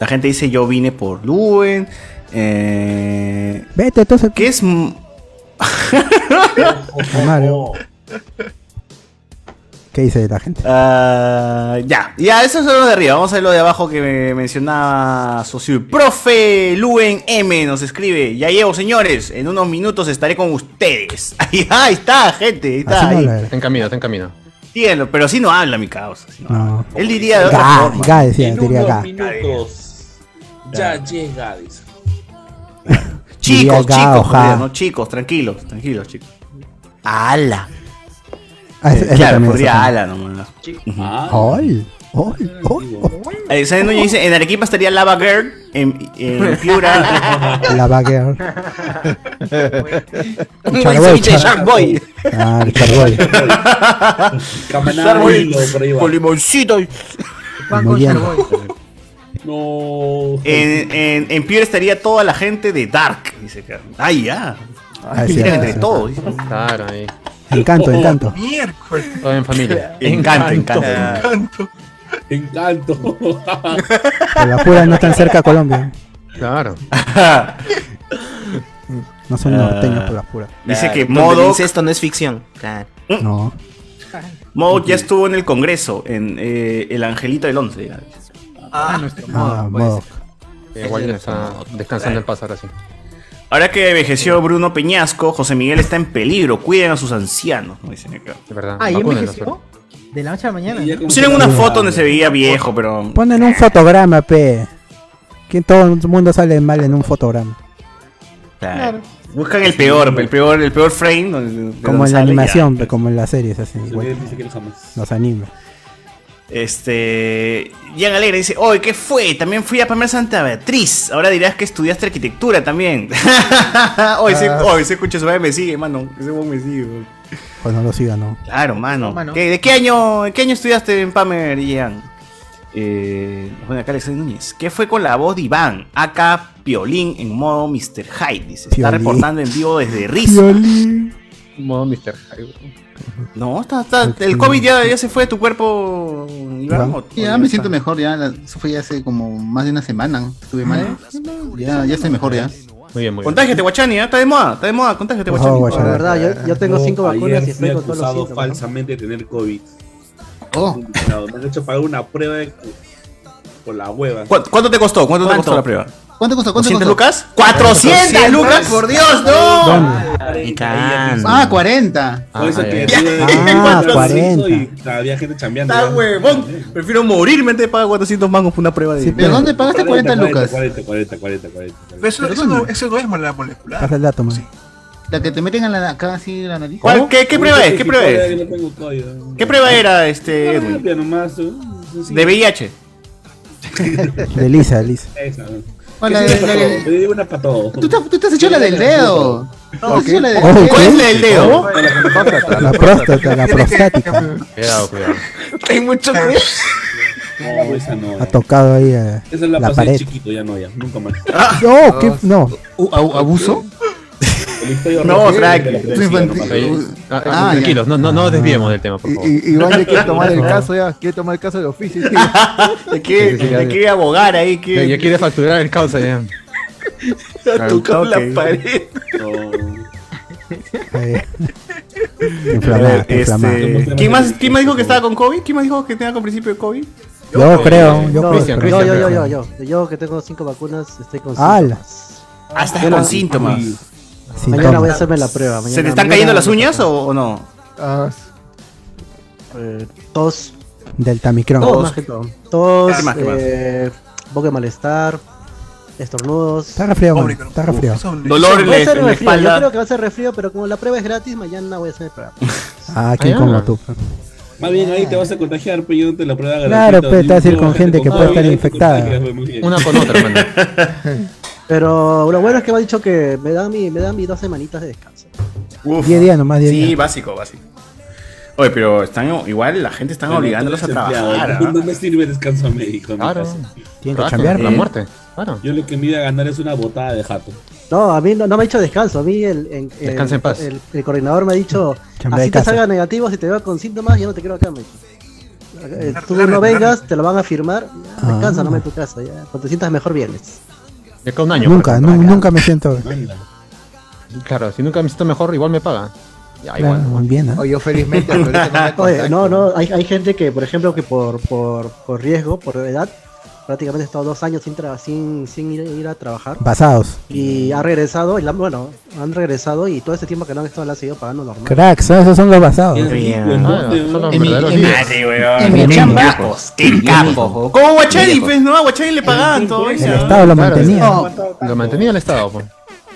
S4: La gente dice yo vine por Luen. Eh,
S3: Vete, entonces,
S4: ¿Qué es? m-
S3: Mario. ¿Qué dice la gente?
S4: Ah, ya, ya, eso es lo de arriba. Vamos a ver lo de abajo que me mencionaba Socio. Profe Luen M nos escribe. Ya llevo, señores. En unos minutos estaré con ustedes. Ahí, ahí está, gente. Ahí está.
S2: Así no
S4: ahí.
S2: la- Está en camino, está en camino.
S4: Síguenlo, pero así no habla mi causa. así no
S3: No.
S4: habla. Él diría de otra
S3: Ga,
S4: forma.
S3: ga, decía, diría
S11: unos
S3: ga.
S11: minutos. Ya llega, dice.
S3: Diría
S4: Chicos,
S3: ga o
S4: chicos,
S3: ja.
S4: podría, no chicos, tranquilos, tranquilos, chicos. Ala.
S3: Ah, eso- eso
S4: claro,
S3: también, eso
S4: podría
S3: también.
S4: ala nomás.
S8: Ah.
S3: ¡Ay! ¡Ay!
S4: Alexander Núñez dice, en Arequipa estaría Lava Girl, en, en Piura.
S3: La bagger.
S4: Como
S3: Charboy,
S4: dice
S3: char-
S4: Charboy.
S3: Ah, el charboy.
S4: Charboy,
S11: por ahí va.
S4: Con limoncito.
S3: Muy bien.
S4: No. En, en, en Piura estaría toda la gente de Dark, dice acá. Ay, ya.
S3: Ah, es
S4: Mira,
S3: cierto,
S4: entre
S3: sí.
S4: todos. dice. Oh, Claro, ahí.
S3: Encanto, encanto.
S2: Todo en familia.
S4: Encanto, encanto.
S11: Encanto.
S3: Pero la pura no tan cerca a Colombia.
S2: Claro.
S3: No son
S4: Ah.
S3: norteños por las puras.
S4: Dice que
S5: Donde el
S4: Modoc-
S5: incesto no es ficción. Claro.
S3: No.
S4: Modoc ya estuvo en el Congreso, en eh, el Angelito del 11. ya.
S8: Ah, nuestro
S3: Ah, Modoc.
S2: Eh, Walden está descansando en paz ahora sí.
S4: Ahora que envejeció Bruno Peñasco, José Miguel está en peligro. Cuiden a sus ancianos, como dicen acá. De verdad.
S21: Ah, ¿y envejeció? De la noche a la mañana. ¿no?
S4: Pusieron una foto donde se veía viejo, pero.
S3: Ponen un fotograma, pe. Que todo el mundo sale mal en un fotograma.
S4: Claro. Buscan el peor, el peor, el peor frame. donde- donde
S3: Como en la
S4: sale, ya.
S3: animación, pe, como en las series, así. igual.
S11: Dice que no jamás.
S3: Los animes.
S4: Este. Jean Alegre dice: Oye, ¿qué fue? También fui a Palmer Santa Beatriz. Ahora dirás que estudiaste arquitectura también. hoy,
S3: Ah.
S4: se, hoy se escucha, su madre me sigue, mano. Ese huevón me sigue, weón.
S3: Pues no lo sigan, ¿no?
S4: Claro, mano.
S3: mano.
S4: ¿Qué- ¿De qué año, en qué año estudiaste en Pamer, Ian? Eh, bueno, acá Alexander Núñez. ¿Qué fue con la voz de Iván? Acá Piolín en modo Mr. Hyde. Dice. Está
S2: Piolín.
S4: reportando en vivo desde Riz.
S2: Modo Mr. Hyde.
S4: No, está, está- el COVID ya, ya se fue de tu cuerpo, Iván. ¿o-
S19: Ya
S4: o
S19: me
S4: está?
S19: siento mejor, ya. la- Eso fue ya hace como más de una semana. ¿no? Estuve
S4: Ah,
S19: mal. Ya, ya estoy mejor, ya.
S2: Muy bien, muy bien.
S4: Contágiate, Guachani, ¿eh? está de moda, está de moda, contágiate,
S19: Por
S4: Guachani.
S19: favor, Guachani. La verdad, yo- yo tengo cinco
S11: ayer
S19: vacunas y
S11: fui
S19: estoy con todos los
S11: acusado
S19: síntomas, ¿no?
S11: falsamente de tener COVID.
S19: Oh.
S11: Me han hecho pagar una prueba de- por la hueva.
S4: ¿Cu- ¿Cuánto te costó? ¿Cuánto, te
S11: ¿Cuánto?
S4: costó la prueba?
S19: ¿Cuánto costó? ¿Cuánto
S4: ¿200
S19: costó?
S4: lucas? ¡400 lucas! ¡Por Dios, no!
S19: Ah, 40.
S11: Por eso que
S4: ya.
S11: estuve-
S4: Ah,
S11: estuve
S4: 40.
S11: y había gente chambeando.
S4: Está
S11: ya.
S4: huevón. Prefiero morirme antes de pagar 400 mangos por una prueba de.
S19: ¿Pero dónde pagaste 40 lucas?
S11: 40, 40, 40, 40.
S19: Pero eso, eso, no, eso no es la molecular.
S3: Pasa el dato, man.
S19: La que te meten a la, acá así la nariz.
S4: ¿Cuál? ¿Qué- qué prueba es? ¿Qué prueba es?
S11: Yo no tengo código.
S4: ¿Qué prueba era, este,
S11: Una
S4: Edwin?
S11: rápida nomás, ¿eh? Sí.
S4: De VIH.
S3: De Lisa, de Lisa.
S11: Esa, ¿no?
S19: ¿Cuál
S11: Que
S19: la
S11: sí,
S19: de-
S11: para
S19: la de-
S11: todo. Yo digo una para todo.
S19: Tú te, tú te has hecho la del dedo. Tú te has
S11: Ok.
S19: hecho la del
S11: Oh,
S19: dedo.
S11: ¿cuál es
S3: la del dedo? La próstata, la prostática.
S2: Cuidado, cuidado.
S11: Hay mucho
S4: Ah.
S11: cuidado. No, esa no.
S3: Ha tocado ahí eh,
S11: Esa es la,
S3: la
S11: pasé de
S3: pared.
S11: chiquito, ya no, ya. Nunca más.
S4: Ah.
S3: No, ¿qué? No.
S4: Uh,
S19: ¿Abuso?
S4: No,
S2: Ah, tranquilos, no, no, no desviemos del tema, por favor.
S14: Y, Iván ya quiere tomar el caso, ya. Quiere tomar el caso del oficio. tío.
S4: Ah, ¿De qué?
S2: Sí, sí,
S4: ¿De
S2: sí.
S4: qué abogar ahí? ¿Qué?
S2: Ya quiere facturar el causa ya.
S4: Ha tocado la
S2: Al toque.
S4: pared.
S3: Inflamada,
S4: A ver,
S3: inflamada.
S4: este, ¿Quién más, ¿Quién más dijo que estaba con COVID? ¿Quién más dijo que tenía con principio de COVID?
S3: Yo creo, yo
S17: no,
S3: creo.
S17: no, yo, yo, yo, yo, yo, Yo que tengo cinco vacunas, estoy con
S3: ¡Hala!
S17: síntomas.
S4: Ah, estás
S17: Mañana-
S4: con síntomas.
S17: Mañana voy a hacerme la prueba. mañana-
S4: ¿Se te están
S17: mañana-
S4: cayendo las uñas o, o no?
S17: Ah, eh, tos.
S3: Delta Micron.
S17: Tos, más que todo. Tos,
S4: ¿Qué más, qué más?
S17: eh, boca de malestar, estornudos.
S3: Está resfriado, man, está resfriado.
S4: Dolor en la-
S17: Puede ser
S4: en la
S17: resfrío,
S4: espalda.
S17: Yo creo que va a ser resfrío, pero como la prueba es gratis, mañana voy a hacer el prueba.
S3: Ah, ¿quién
S17: Ah.
S3: como tú?
S11: Más bien ahí te vas a contagiar, pero yo te la prueba
S3: Claro,
S11: gratuita,
S3: pero te vas a ir
S11: yo-
S3: con gente que
S11: Ah,
S3: puede estar
S11: bien,
S3: infectada.
S11: Una con otra, hermano.
S17: Pero lo bueno es que me ha dicho que me dan mi, me dan mis dos semanitas de descanso.
S4: Uf.
S3: 10 días nomás, 10
S4: sí,
S3: días.
S4: básico, básico. Oye, pero están igual la gente están
S11: Pero
S4: obligándolos a
S11: tú eres
S4: trabajar.
S11: empleado,
S4: ¿ah?
S11: No me sirve descanso médico.
S4: Claro.
S3: Tienen
S2: que chambear, la muerte, Claro.
S11: Yo lo que me iba a ganar es una botada de jato.
S17: No, a mí no, no me ha dicho descanso. A mí el, en- el-
S11: Descansa en paz.
S17: el- el coordinador me ha dicho:
S11: Chambea de
S17: así te
S11: casa.
S17: salga negativo, si te veo con síntomas, yo no te quiero acá. Me dijo. Eh, tú no vengas, te lo van a firmar.
S3: Ah.
S17: Descansa, no me en tu casa. Ya. Cuando te sientas mejor, vienes.
S2: De acá a un año.
S3: Nunca,
S2: por
S3: nu- nunca me siento.
S2: ejemplo. Claro, si nunca me siento mejor, igual me paga.
S3: Ya, igual.
S14: Claro,
S3: muy bien, ¿eh?
S14: Oye, yo felizmente ahorita no me
S17: Oye, no, no, hay, hay gente que, por ejemplo, que por, por, por riesgo, por edad, prácticamente ha estado dos años sin, tra- sin, sin ir, ir a trabajar.
S3: Basados.
S17: Y ha regresado, y la- bueno, han regresado y todo ese tiempo que no han estado, la han seguido pagando normal.
S3: Cracks, ¿no? esos son los basados.
S2: Ah,
S4: En mi- en mi- en mi
S3: Tremendo.
S4: chamba, ¡Qué capo! ¿Cómo Guachani? Pues no, a Guachani le pagaban todo.
S3: El
S4: ya.
S3: Estado lo mantenía.
S2: Lo mantenía el Estado, pues.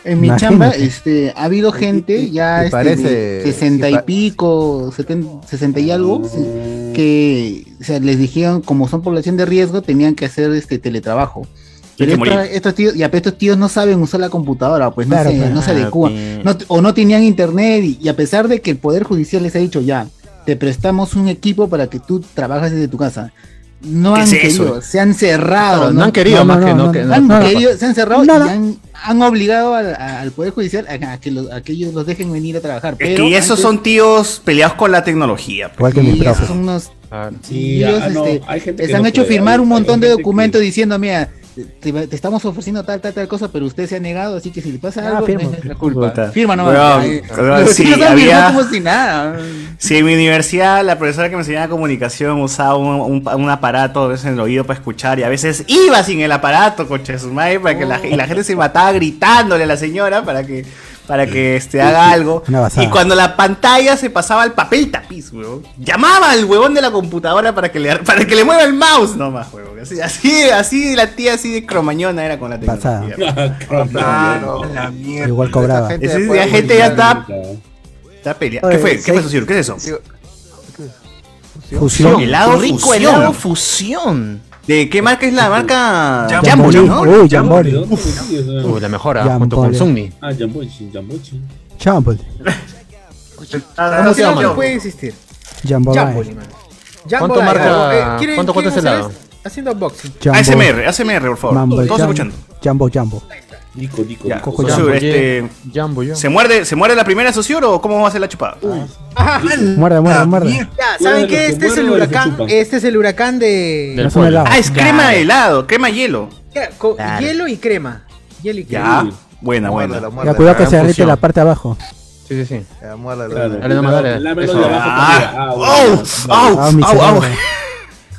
S19: En mi
S2: Imagínate.
S19: chamba este, ha habido gente ya
S2: y
S19: este,
S2: parece-
S19: de 60
S2: y
S19: y
S2: pa-
S19: pico, 70, 60 y algo, se- que o sea, les dijeron, como son población de riesgo, tenían que hacer este teletrabajo.
S4: Y
S19: Pero
S4: que
S19: esta-
S4: morir.
S19: estos, tíos, ya, pero estos tíos no saben usar la computadora, pues no,
S4: Claro,
S19: se,
S4: claro.
S19: no se
S4: Ah,
S19: adecúan.
S4: bien.
S19: No t- o no tenían internet y, y a pesar de que el Poder Judicial les ha dicho ya, te prestamos un equipo para que tú trabajes desde tu casa. No
S2: ¿Qué
S19: han
S2: es eso?
S19: querido, se han cerrado.
S2: No, no han querido más que no- que no-
S19: han
S2: no, no.
S19: querido, se han cerrado y han, han obligado al, al Poder Judicial a, a que los, a que ellos los dejen venir a trabajar.
S4: Es
S19: pero
S4: que esos
S19: antes-
S4: son tíos peleados con la tecnología. pues.
S3: Igual que mi
S19: y
S3: profe.
S19: esos son unos
S11: Sí,
S19: ellos,
S11: ah, no,
S19: este,
S11: hay gente
S19: les
S11: que
S19: han
S11: no
S19: hecho
S11: puede,
S19: firmar
S11: hay-
S19: un
S11: hay
S19: montón de
S11: gente que-
S19: documentos diciendo, mira, te, te estamos ofreciendo tal, tal, tal cosa, pero usted se ha negado, así que si le pasa algo, no es nuestra culpa. Firma nomás. Ay,
S4: Weón,
S19: los
S4: sí,
S19: tíos han firmado
S4: había-
S19: como si nada.
S4: Sí, en mi universidad la profesora que me enseñaba comunicación usaba un, un- un aparato a veces en el oído para escuchar y a veces iba sin el aparato, coche su madre, para que
S8: Oh.
S4: la, y la gente se mataba gritándole a la señora para que, para que este, haga algo.
S3: Una basada.
S4: Y cuando la pantalla se pasaba al papel tapiz, weón, llamaba al huevón de la computadora para que le, para que le mueva el mouse nomás, weón. Así, así, así la tía así de cromañona era con la tecnología.
S8: Claro, la mierda.
S3: Igual cobraba.
S4: Ese- la gente ya está, está peleada. ¿Qué
S3: Oye,
S4: fue? ¿Qué
S3: sí.
S4: pasó, señor? ¿Qué es eso?
S3: Fusión.
S4: Helado
S5: rico
S4: fusión.
S5: helado fusión.
S4: ¿De qué marca es la marca?
S3: Jamboli,
S4: Jamboree, ¿no?
S3: Uy, Jamboli.
S2: Uy, la mejor, ah,
S3: Jamboli.
S2: junto con Zungni.
S11: Ah, Jamboli, sí, Jamboli.
S3: Jamboli.
S4: Ah,
S1: ¿Cómo se
S2: llama?
S1: llama? puede existir. Jamboli,
S3: Jamboli.
S1: man.
S2: ¿Cuánto
S1: Jamboli,
S2: marca-
S1: eh, ¿quieren-
S2: cuánto cuesta
S1: quieren
S2: ese
S1: usar
S2: lado?
S1: este- Haciendo unboxing.
S3: Jumbo.
S4: ASMR, ASMR, por favor.
S3: Mambo,
S4: Todos
S3: Jam-
S4: escuchando.
S3: Jumbo, Jumbo.
S11: Nico, Nico.
S4: Ya,
S3: Coco
S4: Sosur,
S3: Jumbo.
S4: este, ¿se, muerde, ¿Se muerde la primera Sosur o cómo va a ser la chupada?
S2: Ah,
S3: Muerde, muerde, muerde.
S1: Ya, Ah, ¿saben
S4: Bueno,
S1: qué?
S4: que
S1: Este es
S4: muerdan los
S1: el
S4: que
S1: huracán.
S4: chupan.
S1: Este es el huracán de.
S3: Es un helado.
S4: Ah, es crema de helado, crema de hielo.
S1: Mira, con
S4: Claro.
S1: Hielo y crema. Hielo y crema.
S4: Ya, buena, buena.
S3: Ya, cuidado que se derrite la parte de abajo.
S2: Sí, sí, sí.
S14: Claro.
S2: Dale nomás, dale.
S11: Lámelo
S2: Eso.
S11: de abajo
S4: Ah,
S11: para arriba. Ah,
S4: ¡Au!
S11: bueno.
S4: ¡Au!
S3: Ah, mi
S4: ¡Au! ¡Au!
S3: cerebro.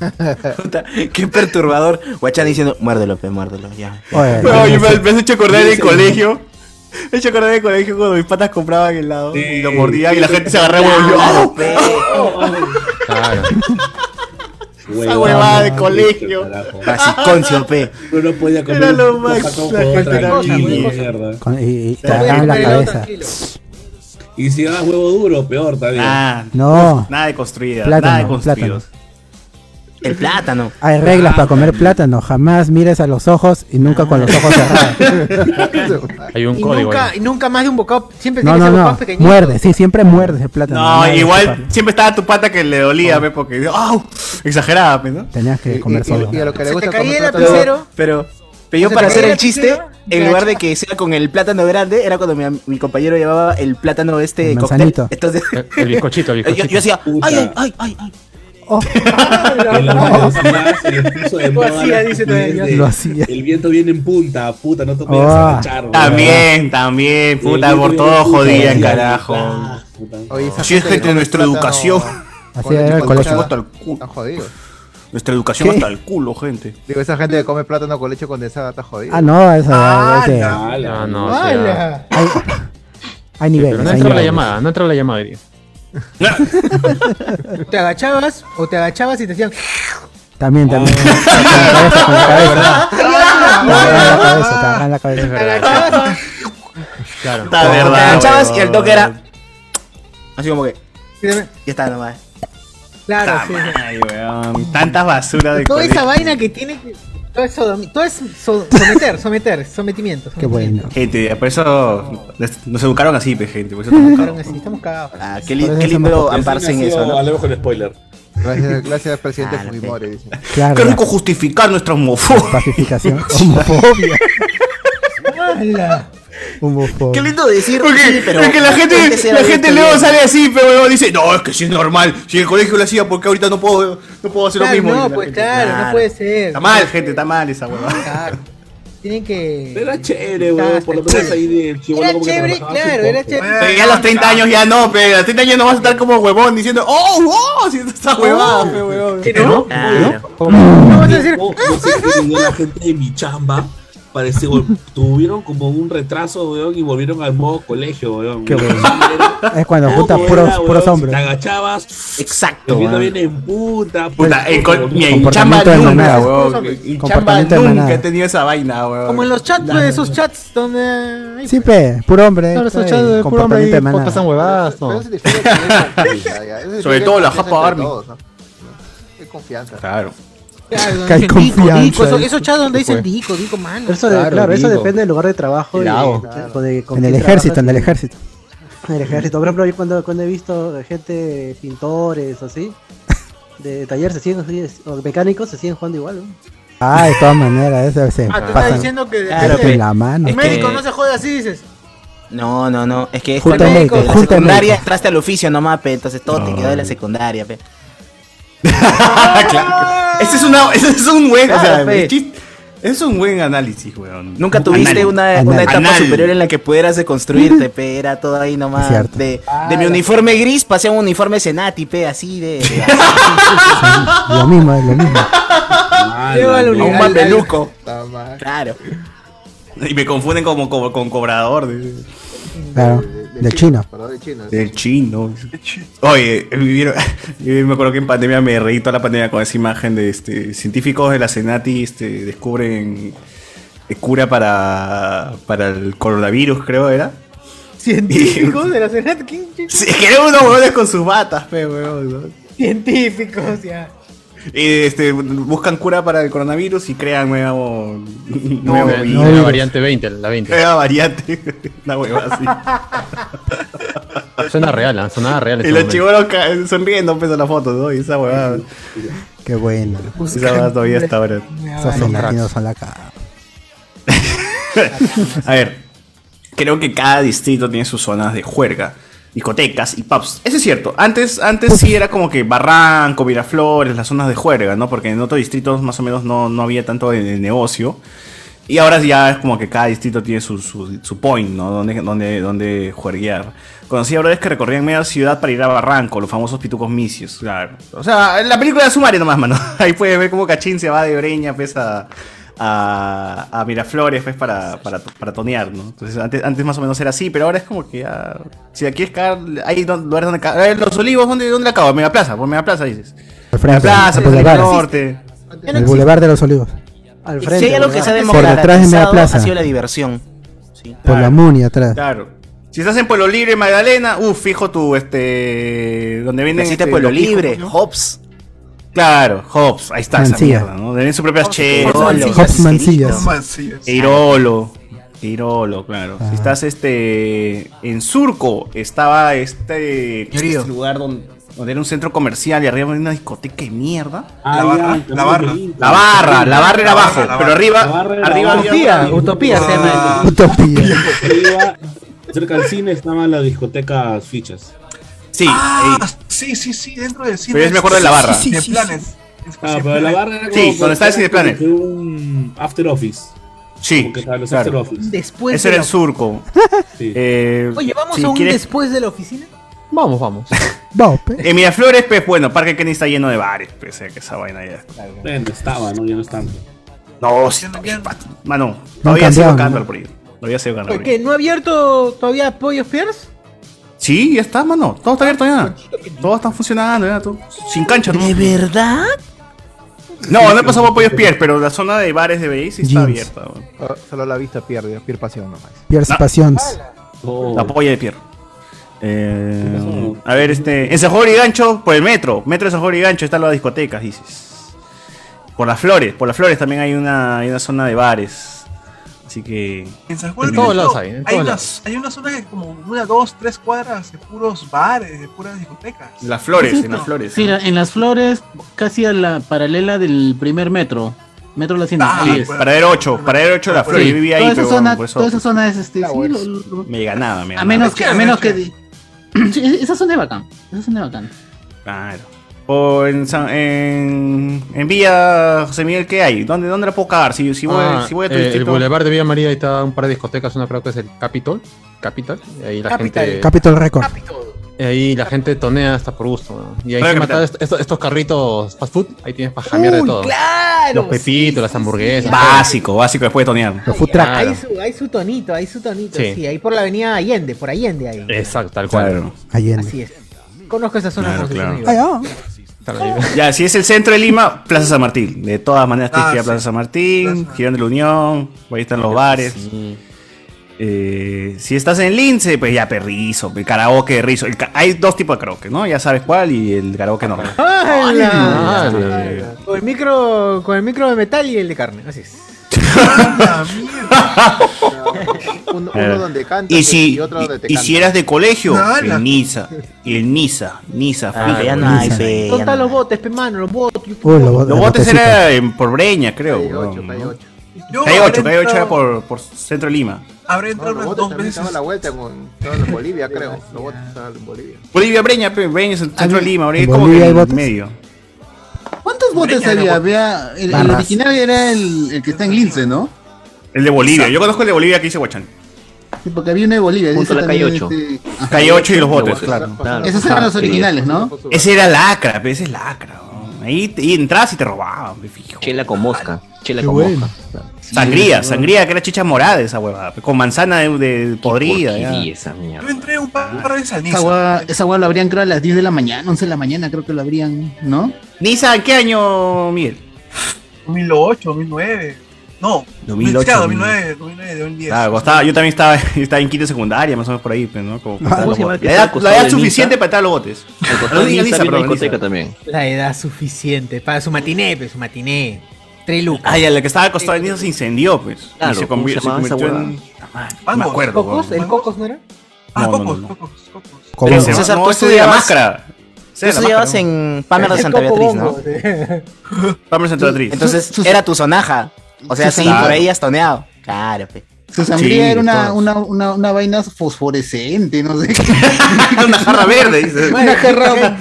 S4: Puta, Qué perturbador. Guachán diciendo, muérdelo, pe, muérdelo, ya.
S3: Oye,
S4: No, yo me,
S3: entonces-
S4: me has hecho acordar
S11: Sí,
S4: del
S11: sí.
S4: colegio. Me has hecho acordar del colegio cuando mis patas compraban helado y lo mordían y la gente se agarraba y yo, ¡au!
S2: Claro.
S4: Esa huevada de colegio. Basiconcio, pe.
S11: Yo no podía comer.
S4: Era lo
S11: un
S4: máximo.
S11: cocacao con otra,
S4: La gente era
S11: ni
S4: bien.
S11: mierda.
S3: Con- y- y te
S11: Claro.
S3: agarran la
S11: Pero
S3: cabeza.
S11: Y si das huevo duro, peor todavía.
S4: Ah,
S3: No.
S4: Nada de construida, nada de
S3: Plátano, Ah,
S4: construidos.
S5: El plátano.
S3: Hay reglas para
S1: Ah,
S3: comer plátano. Jamás mires a los ojos y nunca con los ojos cerrados.
S2: Hay un
S1: Y
S2: código.
S1: nunca, y nunca más de un bocado. Siempre
S3: No,
S1: tiene
S3: no,
S1: que ser bocado
S3: no.
S1: pequeñito.
S3: Muerde, sí, siempre muerdes el plátano.
S4: No,
S3: Nada de
S4: igual
S3: chuparlo.
S4: siempre estaba tu pata que le dolía, pe, porque, ¡au! Exageraba, pe, ¿no?
S3: Tenías que comer
S14: Y,
S3: solo.
S14: y a lo que le
S1: Se te
S14: gusta
S1: caía
S14: comer
S1: el
S14: plátano-
S1: lapicero.
S4: Pero, pero yo
S1: ¿Se
S4: para
S1: te
S4: hacer
S1: cae
S4: el
S1: la
S4: chiste,
S1: tierra?
S5: En
S1: Ya,
S5: lugar de que sea con el plátano grande, era cuando mi, mi compañero llevaba el plátano este de cóctel.
S3: Manzanito.
S5: Entonces,
S2: El bizcochito, el
S5: yo,
S2: bizcochito.
S5: yo hacía,
S11: Puta.
S5: ay, ay, ay, ay, ay.
S11: En la universidad se le puso de
S1: Lo
S11: moda
S1: hacía,
S11: la
S1: dice
S11: estupidez
S1: todavía.
S11: de,
S3: Lo hacía.
S11: El viento viene en punta, puta, no te podías
S3: Ah.
S11: agachar. weón.
S4: También, también,
S11: El
S4: puta,
S11: viento
S4: por
S11: viene en
S4: todo
S11: punta,
S4: jodían,
S11: decía,
S4: carajo.
S11: ah, puta.
S14: Oye, esa
S4: Si es
S14: gente
S4: gente
S14: que
S4: de nuestra
S14: come
S4: educación,
S14: plátano
S3: Así
S14: con
S3: era el
S14: leche
S3: colegio.
S4: hasta el
S14: Está
S4: culo.
S14: jodido.
S4: Nuestra educación
S3: ¿Qué?
S4: hasta el culo, gente.
S14: Digo, esa gente que come plátano con leche condensada está jodida.
S3: Ah, no, esa. ese-
S11: Ah, la-
S2: No, no, o sea,
S1: ¡Hala!
S3: Hay, hay niveles.
S2: Pero no entraba
S3: hay
S2: la
S3: niveles.
S2: llamada, no entraba la llamada. diría.
S1: Te agachabas o te agachabas y te hacían.
S3: También, también. Con
S1: Oh.
S3: la cabeza, con la cabeza. Te agarran la cabeza, te agarran la cabeza.
S1: Te agachabas
S2: Claro.
S4: Está verdad.
S5: Te agachabas
S4: weón.
S5: y el toque era. Así como que,
S1: y te-
S5: ya está nomás.
S1: Claro,
S4: Ta
S1: sí, sí.
S4: madre, weón. Tantas basuras de
S1: Toda esa
S4: colegio.
S1: vaina que tiene que. Todo eso, domi- todo es so- someter, someter, sometimiento.
S3: Qué bueno.
S4: Gente, por eso nos- nos educaron así, pe, gente. Por eso estamos
S1: Claro
S4: cagados.
S1: que sí, estamos cagados.
S5: Ah, qué,
S3: li- Por eso qué se me
S5: lindo
S3: lindo ocurrió.
S11: Así
S5: amparse en
S11: nació
S5: eso, ¿no?
S11: Hablemos con spoiler.
S14: Gracias, gracias presidente
S5: Ah, la
S14: Fujimori. dice.
S4: Qué
S3: Claro.
S4: rico justificar nuestra homofobia.
S3: Pacificación. Homofobia.
S1: ¡Hala!
S3: Homofobia.
S5: Qué lindo decir, sí,
S4: Porque,
S5: pero.
S4: porque la gente,
S5: antes era
S4: la
S5: de
S4: gente
S5: esto,
S1: ¿eh?
S4: luego
S5: ya.
S4: sale así, pero weón, dice, no, es que si es normal, si el colegio lo hacía, porque ahorita no puedo, no puedo hacer
S1: Claro,
S4: lo mismo? Y
S1: no,
S4: la
S1: pues
S4: gente,
S1: claro,
S4: claro.
S1: no puede ser.
S4: Está mal, gente, está mal esa huevada.
S1: Claro. tienen que.
S11: Era chévere, weón. Por lo menos ahí del
S1: Era chévere, claro, era chévere.
S4: Pero ya a los 30 años ya no, pero a los 30 años no vas a estar como huevón diciendo, oh, oh, si esta huevada, pe, huevón.
S11: ¿No? No vas a decir. No sé qué digo la gente de mi chamba. Parece, tuvieron como un retraso, weón, y volvieron al modo colegio, weón.
S3: Qué bueno. Es cuando junta puros, puros
S11: Te
S3: hombres.
S11: agachabas.
S4: Exacto.
S11: Viendo bien en puta,
S4: Puta, en co- mi en chamba
S3: Comportamiento de
S4: nunca,
S3: manada.
S4: huevón. En chamba
S3: Comportamiento de
S4: nunca
S3: manada.
S4: he tenido esa vaina, huevón.
S1: Como en los chats, pues, esos chats donde.
S3: Sí, pe, puro hombre. eh,
S1: Claro, esos
S3: pe,
S1: chats de puro hombre
S3: comportamiento de
S1: ahí,
S3: manada.
S2: pasan huevadas, no.
S4: Sobre todo la japa Army.
S14: Es confianza.
S4: Claro.
S1: Claro,
S3: Que hay
S1: dicen, dico,
S3: confianza,
S1: dico, eso-
S3: dice.
S1: esos chats donde dicen
S3: Fue.
S1: dico, dico, mano.
S17: Eso de- claro, eso
S3: digo.
S17: depende del lugar de trabajo. y-
S3: Claro.
S17: o de- con
S3: En el
S17: quién
S3: ejército,
S17: trabajas.
S3: en el ejército.
S17: En el ejército. Por ejemplo, yo cuando, cuando he visto gente, pintores, así, de taller, se siguen, o mecánicos, se siguen jugando igual. ¿no?
S3: Ah, de todas maneras, eso se
S1: Ah, tú estás
S3: pasan-
S1: diciendo que.
S3: Claro,
S1: que-
S3: pe, la mano.
S1: El médico
S5: que-
S1: no se jode así, dices.
S5: No, no, no. Es que es
S3: Junta
S5: médico,
S3: médico,
S5: de la
S3: junta
S5: secundaria
S3: médico.
S5: entraste al oficio nomás, pe. Entonces todo te quedó de la secundaria, pe.
S4: Ese es, una, ese es un buen, o sea,
S5: Claro, fe.
S4: chis- es un buen análisis, weón.
S5: Nunca tuviste
S4: Anal.
S5: una, una
S4: Anal.
S5: etapa
S4: Anal.
S5: superior en la que pudieras deconstruirte, pe. Era todo ahí nomás. De, de mi uniforme gris pasé a un uniforme Senati, pe. Así de.
S3: Lo mismo, es lo mismo.
S5: a un mameluco.
S4: Claro. Y me confunden como, co- con cobrador. dice.
S3: Claro, del chino.
S14: Perdón, de chino.
S4: Del chino. Oye, vivieron- yo me acuerdo que en pandemia me reí toda la pandemia con esa imagen de este, científicos de la Senati este, descubren eh, cura para, para el coronavirus, creo era.
S1: Científicos de la Senat, ¿quién- quién-
S4: Sí, que eran unos huevones con sus batas, pe, huevón, ¿no?
S1: Científicos, ya.
S4: Y este, buscan cura para el coronavirus y crean nuevo. nuevo
S2: la,
S4: virus.
S2: la variante 20, la 20.
S4: Nueva variante. Una hueva así.
S2: Suena real, ¿ah? sonaba real.
S4: Y los chivolos ca- sonriendo peso la foto, ¿no? Y esa huevada.
S3: Qué bueno.
S4: Esa huevada todavía está ahora.
S3: Esos argentinos son la cara.
S4: A ver, creo que cada distrito tiene sus zonas de juerga, discotecas y pubs. Eso es cierto. Antes, antes sí era como que Barranco, Miraflores, las zonas de juerga, ¿no? Porque en otros distritos más o menos no, no había tanto de, de negocio. Y ahora ya es como que cada distrito tiene su, su, su point, ¿no? Donde, donde, donde juerguear. Conocí a brothers que recorrían media ciudad para ir a Barranco, los famosos pitucos misios, claro. O sea, en la película de Sumario nomás, mano. Ahí puedes ver cómo Cachín se va de Breña, pues, a, a, a Miraflores, pues, para, para, para tonear, ¿no? Entonces, antes, antes más o menos era así, pero ahora es como que ya... Si aquí es cagar, ahí no- lugares donde cagar. Eh, Los olivos, ¿dónde, dónde la cago? Mega Plaza, por Mega Plaza, dices.
S3: Al frente,
S4: Plaza,
S3: el
S4: por el
S3: bulevar.
S4: norte.
S3: El Boulevard de los Olivos.
S17: Al
S5: si hay algo que se ha
S3: Por detrás de Media
S5: democratizado, ha
S3: Plaza.
S5: sido la diversión.
S3: Por la Muni atrás.
S4: Claro. Si estás en Pueblo Libre, Magdalena, uff, fijo tu, este... Donde vienen...
S5: Naciste
S4: este,
S5: Pueblo
S4: los pijos,
S5: Libre,
S4: ¿no?
S5: Hobbs.
S4: Claro, Hobbs, ahí está esa
S3: Mancilla.
S4: mierda, ¿no? Tienen sus propias chelas.
S3: Mancillas. Hobbs Mancillas.
S4: Eirolo. Eirolo, claro.
S3: Ah.
S4: Si estás este en Surco, estaba este, este lugar donde, donde era un centro comercial y arriba había una discoteca de mierda.
S11: Ah, ya,
S19: la barra.
S4: La barra, la barra era abajo,
S11: La
S4: pero
S11: barra,
S4: arriba,
S11: la barra era
S4: arriba
S11: abajo.
S4: había-
S11: Utopía, Utopía se llama. Arriba, cerca del cine estaban las discotecas fichas.
S4: Sí,
S8: Ah, sí, sí, sí, dentro del cine.
S11: Pero es mejor de la barra.
S8: Sí, sí, sí, de planes.
S11: Ah, pero la barra era como.
S4: Sí, donde está el Cineplanet.
S11: como que un after office.
S4: Sí,
S11: Porque estaban los
S4: claro.
S11: after office.
S1: Después
S4: Ese
S1: de
S4: era
S1: la-
S4: el Surco. Eh,
S1: Oye, vamos
S4: si
S1: a un
S4: quieres-
S1: después de la oficina.
S2: Vamos, vamos.
S3: Vamos,
S4: En Miraflores, pues bueno, Parque Kenny está lleno de bares, pues, o sea, que esa vaina ya está.
S11: Bueno, estaba, no, ya no están.
S4: No, sí, todavía, pato. mano, todavía ha sido
S3: cambiado,
S4: Candor
S3: ¿no?
S4: por ahí. Todavía ha sido Candor
S1: ¿Por qué? ¿No ha abierto todavía Pollos Pierce?
S4: Sí, ya está, mano. Todo está abierto ya. Todo está funcionando ya. todo. Sin cancha, ¿no? ¿De
S5: verdad?
S4: No, no he pasado por Pollos Pier, pero la zona de bares de BI sí está
S3: Jeans.
S4: abierta. weón.
S14: Ah, Solo la vista pierde, pierde pasión nomás.
S3: Pierce
S4: No.
S3: Passions.
S4: La polla de Pier. Eh, a ver, este. En Sajor y Gancho, por el metro. Metro de Sajor y Gancho están las discotecas, dices. Por las flores. Por las flores también hay una, hay una zona de bares. Así que.
S8: En San Juan
S4: En
S8: de
S4: todos lados
S8: Dios,
S4: hay, en
S8: hay,
S4: todos
S8: unas, hay una zona que como una, dos, tres cuadras de puros bares, de puras discotecas.
S4: Las flores,
S22: Sí,
S4: en las flores.
S22: Sí, la- en las flores, casi a la paralela del primer metro. Metro La Hacienda.
S4: Ah,
S22: ahí es.
S4: Paradero 8, Paradero 8 de las flores.
S22: Sí,
S4: Yo vivía ahí,
S22: toda esa
S4: pero
S22: zona-
S4: bueno, pues, por
S22: toda
S4: eso
S22: esa zona es este. sí, lo- lo-
S4: me ganaba, me
S22: a
S4: ganaba.
S22: menos que. A menos que sí, esa zona es bacán. Esa zona es bacán.
S4: Claro. O en, San- en, en Villa José Miguel, ¿qué hay? ¿Dónde, dónde la puedo cagar? Si, si, voy,
S2: Ah,
S4: si voy a tu
S2: eh, el
S4: distrito-
S2: Boulevard de Villa María ahí está un par de discotecas, una creo que es el Capitol. Capital. y ahí la
S3: Capital.
S2: gente.
S3: Capitol Record.
S2: y ahí la gente tonea hasta por gusto. ¿no? Y ahí
S4: Claro,
S2: encima
S4: Capital.
S2: está est- estos, estos carritos fast food, ahí tienes para jamear de
S1: Uy,
S2: todo.
S1: claro,
S2: Los pepitos, las hamburguesas.
S4: Básico, básico después de tonear.
S2: Los
S1: Ya, Hay, su, hay su tonito, hay su tonito, sí.
S2: Sí.
S1: ahí por la avenida Allende, por Allende ahí.
S2: Exacto, tal cual.
S3: Allende.
S1: Así es. Conozco esa zona
S4: Claro,
S1: como si
S4: claro.
S1: fuera yo.
S4: Ya, si es el centro de Lima, Plaza San Martín. De todas maneras, tienes
S1: Ah,
S4: que ir a
S1: sí.
S4: Plaza San Martín, Girón de la Unión, ahí están los bares. Eh, si estás en Lince, pues ya perrizo, el karaoke de rizo. El ca- hay dos tipos de karaoke, ¿no? Ya sabes cuál y el
S5: Ah,
S4: karaoke normal.
S1: ¡Hala!
S4: Este,
S1: Con el micro, con el micro de metal y el de carne, así es.
S14: Uno,
S4: Claro.
S14: uno donde canta
S4: y si,
S14: otro donde te
S4: y, y
S14: canta.
S4: si eras de colegio,
S14: Ah, la-
S4: el Nisa. Y el Nisa. Nisa.
S5: Ah,
S4: fijo,
S5: ya
S4: el
S5: no hay,
S4: Nisa.
S5: fe, ya
S1: ¿Dónde están los botes, pe mano? Los botes. yo-
S3: Uy, lo-
S4: Los
S3: la
S4: botes
S3: botecita.
S4: era en- por Breña, creo. Calle 8,
S8: Yo
S4: Calle 8,
S8: habré
S4: era
S8: entrado-
S4: por, por centro de Lima.
S8: Habré entrado
S14: Los
S8: unas
S14: botes
S8: dos
S14: también
S8: veces.
S14: estaban a la vuelta con estaban en Bolivia, creo. Los botes estaban en Bolivia.
S4: Bolivia, Breña, pe, Breña es el centro de Lima. Breña
S14: en
S4: es como
S14: Bolivia
S4: que
S14: hay
S4: en
S14: botes.
S4: medio.
S15: ¿Cuántos botes
S4: Breña,
S15: había?
S4: no,
S15: había
S22: eh,
S15: el, el
S4: Barras.
S15: original era el, el que está en Lince, ¿no?
S4: El de Bolivia. Yo conozco el de Bolivia que dice Huachán.
S15: Sí, porque había uno de Bolivia.
S4: Junto
S15: ese
S4: a la
S15: también,
S4: calle ocho.
S15: este, ajá.
S4: Calle 8 y los botes, claro. Ah,
S15: Esos eran los originales, ¿no?
S4: Ese era lacra, pe, ese es lacra. weón. Ahí te- y entras y te robaban, pe, fijo.
S12: Chela con mosca. Chela
S4: Qué
S12: con
S4: bueno.
S12: mosca.
S4: Sangría,
S12: Sí,
S4: sangría que era chicha morada esa huevada, pe, con manzana de, de podrida.
S12: porquería
S4: ya.
S12: esa mierda.
S8: Yo entré un par de esas.
S15: Ah, Esa hueá, esa hueá lo abrían creo a las 10 de la mañana, 11 de la mañana creo que lo abrían, ¿no?
S4: Nisa, ¿en qué año, Miguel?
S8: 2008, 2009. No,
S4: 2008,
S8: claro, 2009, 2009, 2010.
S4: Claro, costaba- yo también estaba, estaba en quinto de secundaria, más o menos por ahí, pero no como
S8: ¿Cómo
S4: para los
S8: se llama el
S4: botes.
S8: que
S4: la
S8: está
S4: edad,
S8: al
S4: la
S8: costado
S4: edad
S8: de
S4: suficiente para entrar a los botes. No diga Lisa, perdón, Lisa.
S1: La edad suficiente para su matiné, pe, su matiné. Tres lucas.
S4: Ah, ya, la que estaba al costado de Nisa se incendió, pues.
S1: Claro,
S4: y se
S1: ¿cómo se
S4: convirtió, se
S1: llamaba esa
S4: convirtió
S1: huevada?
S4: en. No me acuerdo.
S1: ¿Cocos?
S4: huevón.
S1: ¿El Cocos no era?
S4: No, no, no, no.
S3: Cobongo.
S4: Pero César, tú estudiabas máscara.
S5: Tú estudiabas en Palmer de Santa Beatriz, ¿no?
S4: Palmer Santa Beatriz.
S5: Entonces era tu sonaja. O sea,
S15: Su-
S5: sí,
S15: Claro.
S5: por ahí has toneado. Claro, pe.
S15: Su sangría era una, una, una, una vaina fosforescente, no sé.
S4: una jarra verde, dice.
S15: Una jarra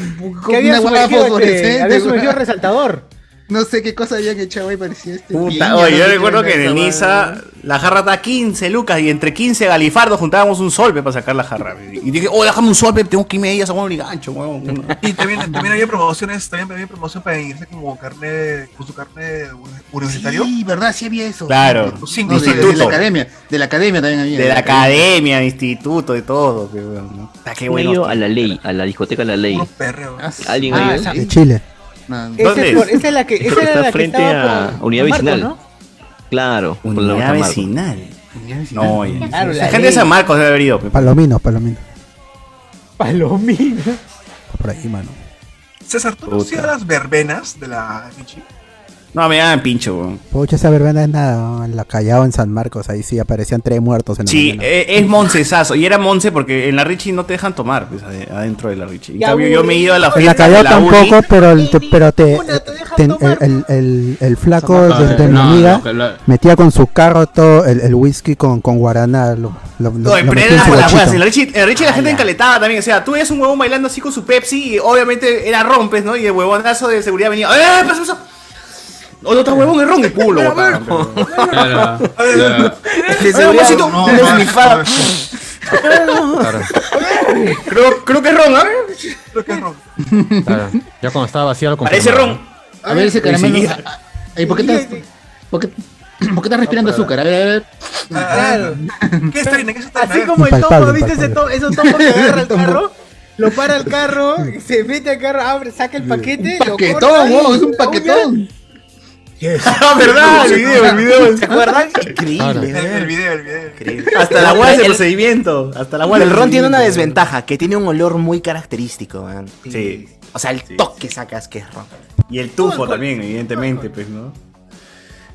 S1: Que había
S15: una hueá
S1: sumergido, este,
S15: fosforescente.
S1: había sumergido
S15: hueá.
S1: resaltador.
S15: No sé qué cosa habían echado ahí, parecía este. piña,
S4: Puta, oye,
S15: no
S4: yo
S15: sé
S4: recuerdo
S15: qué
S4: que en
S15: era
S4: el
S15: esa hueá.
S4: Nisa la jarra está 15 lucas y entre 15 galifardos juntábamos un solpe para sacar la jarra. pe. Y dije, oh, déjame un solpe, tengo que irme ahí a San Juan Gancho, huevón.
S8: Y también, también había promociones, también había promoción para irse como carne, con su carne universitario.
S15: Sí, verdad, sí había eso.
S4: Claro.
S8: Cinco,
S15: No, de, de la
S4: Instituto.
S15: academia, de la academia también había.
S4: De la academia, de instituto, de todo. pe, huevón, ¿no? Puta, qué
S12: Qué
S4: bueno.
S12: bueno. a la ley, a la discoteca La Ley. ¿Alguien
S1: Ah,
S12: ha ido?
S1: esa-
S3: De Chile.
S1: Esa es por- esa es la que-
S12: Creo
S1: esa era
S12: está
S1: la que
S12: frente
S1: estaba
S12: a
S1: por-
S12: unidad
S1: por Marco,
S12: vecinal.
S1: ¿no?
S12: Claro, por la
S4: Unidad
S12: Marco.
S4: vecinal. No, oye.
S1: Claro,
S4: la,
S1: la
S4: gente
S1: ley.
S4: de San Marcos debe haber ido. pe.
S3: Palomino, palomino.
S1: Palomino.
S3: Por ahí, mano.
S8: César, ¿tú no
S4: Puta.
S8: hacías las verbenas de la Michi?
S4: No, me daban pincho, huevón.
S3: Pucha, esa verbena es nada. ¿no? En la Callao, en San Marcos, ahí sí aparecían tres muertos en la
S4: Sí,
S3: mañana.
S4: eh, es moncesazo. Y era monce porque en la Richie no te dejan tomar pues, ade- adentro de la Richie. En
S1: Ya,
S4: cambio, yo me he ido a la
S3: En la
S4: fiesta
S3: Callao
S4: de la
S3: tampoco,
S4: uni.
S3: pero, el- te- pero te, te- el, el- el- el flaco
S10: San Marcos,
S3: de, de
S10: eh,
S3: mi
S10: no, no,
S3: amiga
S10: que lo-
S3: metía con su carro todo el, el whisky con, con guaraná. Lo, lo- lo-
S4: No,
S3: lo
S4: pero
S3: metía
S4: era
S3: en
S4: la,
S3: su
S4: la
S3: bochito.
S4: hueá, en la Richie, en la Richie la gente encaletada también. O sea, tú ves un huevón bailando así con su Pepsi y obviamente era rompes, ¿no? Y el huevonazo de seguridad venía. ¡Eh, pasa, pasa! O no, otro huevón de ron el culo, botaron, pero- eh, pues,
S5: De seguridad, no, no, no.
S2: Claro.
S4: Creo, creo que es ron, ¿ah? a ver.
S2: Claro. Ya cuando estaba vacía lo compré.
S4: Parece ron.
S15: A ver ese caramelo.
S2: Sí, sí.
S15: a- a- ay, ¿por, qué estás, por, qué, por qué estás
S4: Ah,
S15: respirando azúcar? A ver, a ver.
S8: Ah,
S1: Claro.
S8: ¿Qué está bien? ¿Qué está
S1: Así como el topo,
S15: Impalpable,
S1: ¿viste ese topo?
S15: impalpable.
S1: Esos topos que agarra el carro, lo para el carro, se mete al carro, abre, saca el paquete. lo corta
S15: Paquetón,
S1: y
S15: wow, es un
S1: lo aúlla.
S15: paquetón.
S4: Ah, verdad, el video, el video. ¿Se acuerdan?
S8: El video, el video.
S4: Hasta la hueá del
S5: El-
S4: procedimiento. Hasta la hueá
S5: El
S4: del
S5: ron tiene una
S4: procedimiento.
S5: desventaja, que tiene un olor muy característico, man.
S4: Sí.
S5: O sea, el toque sacas que es ron.
S4: Y el tufo también, evidentemente, pues, ¿no?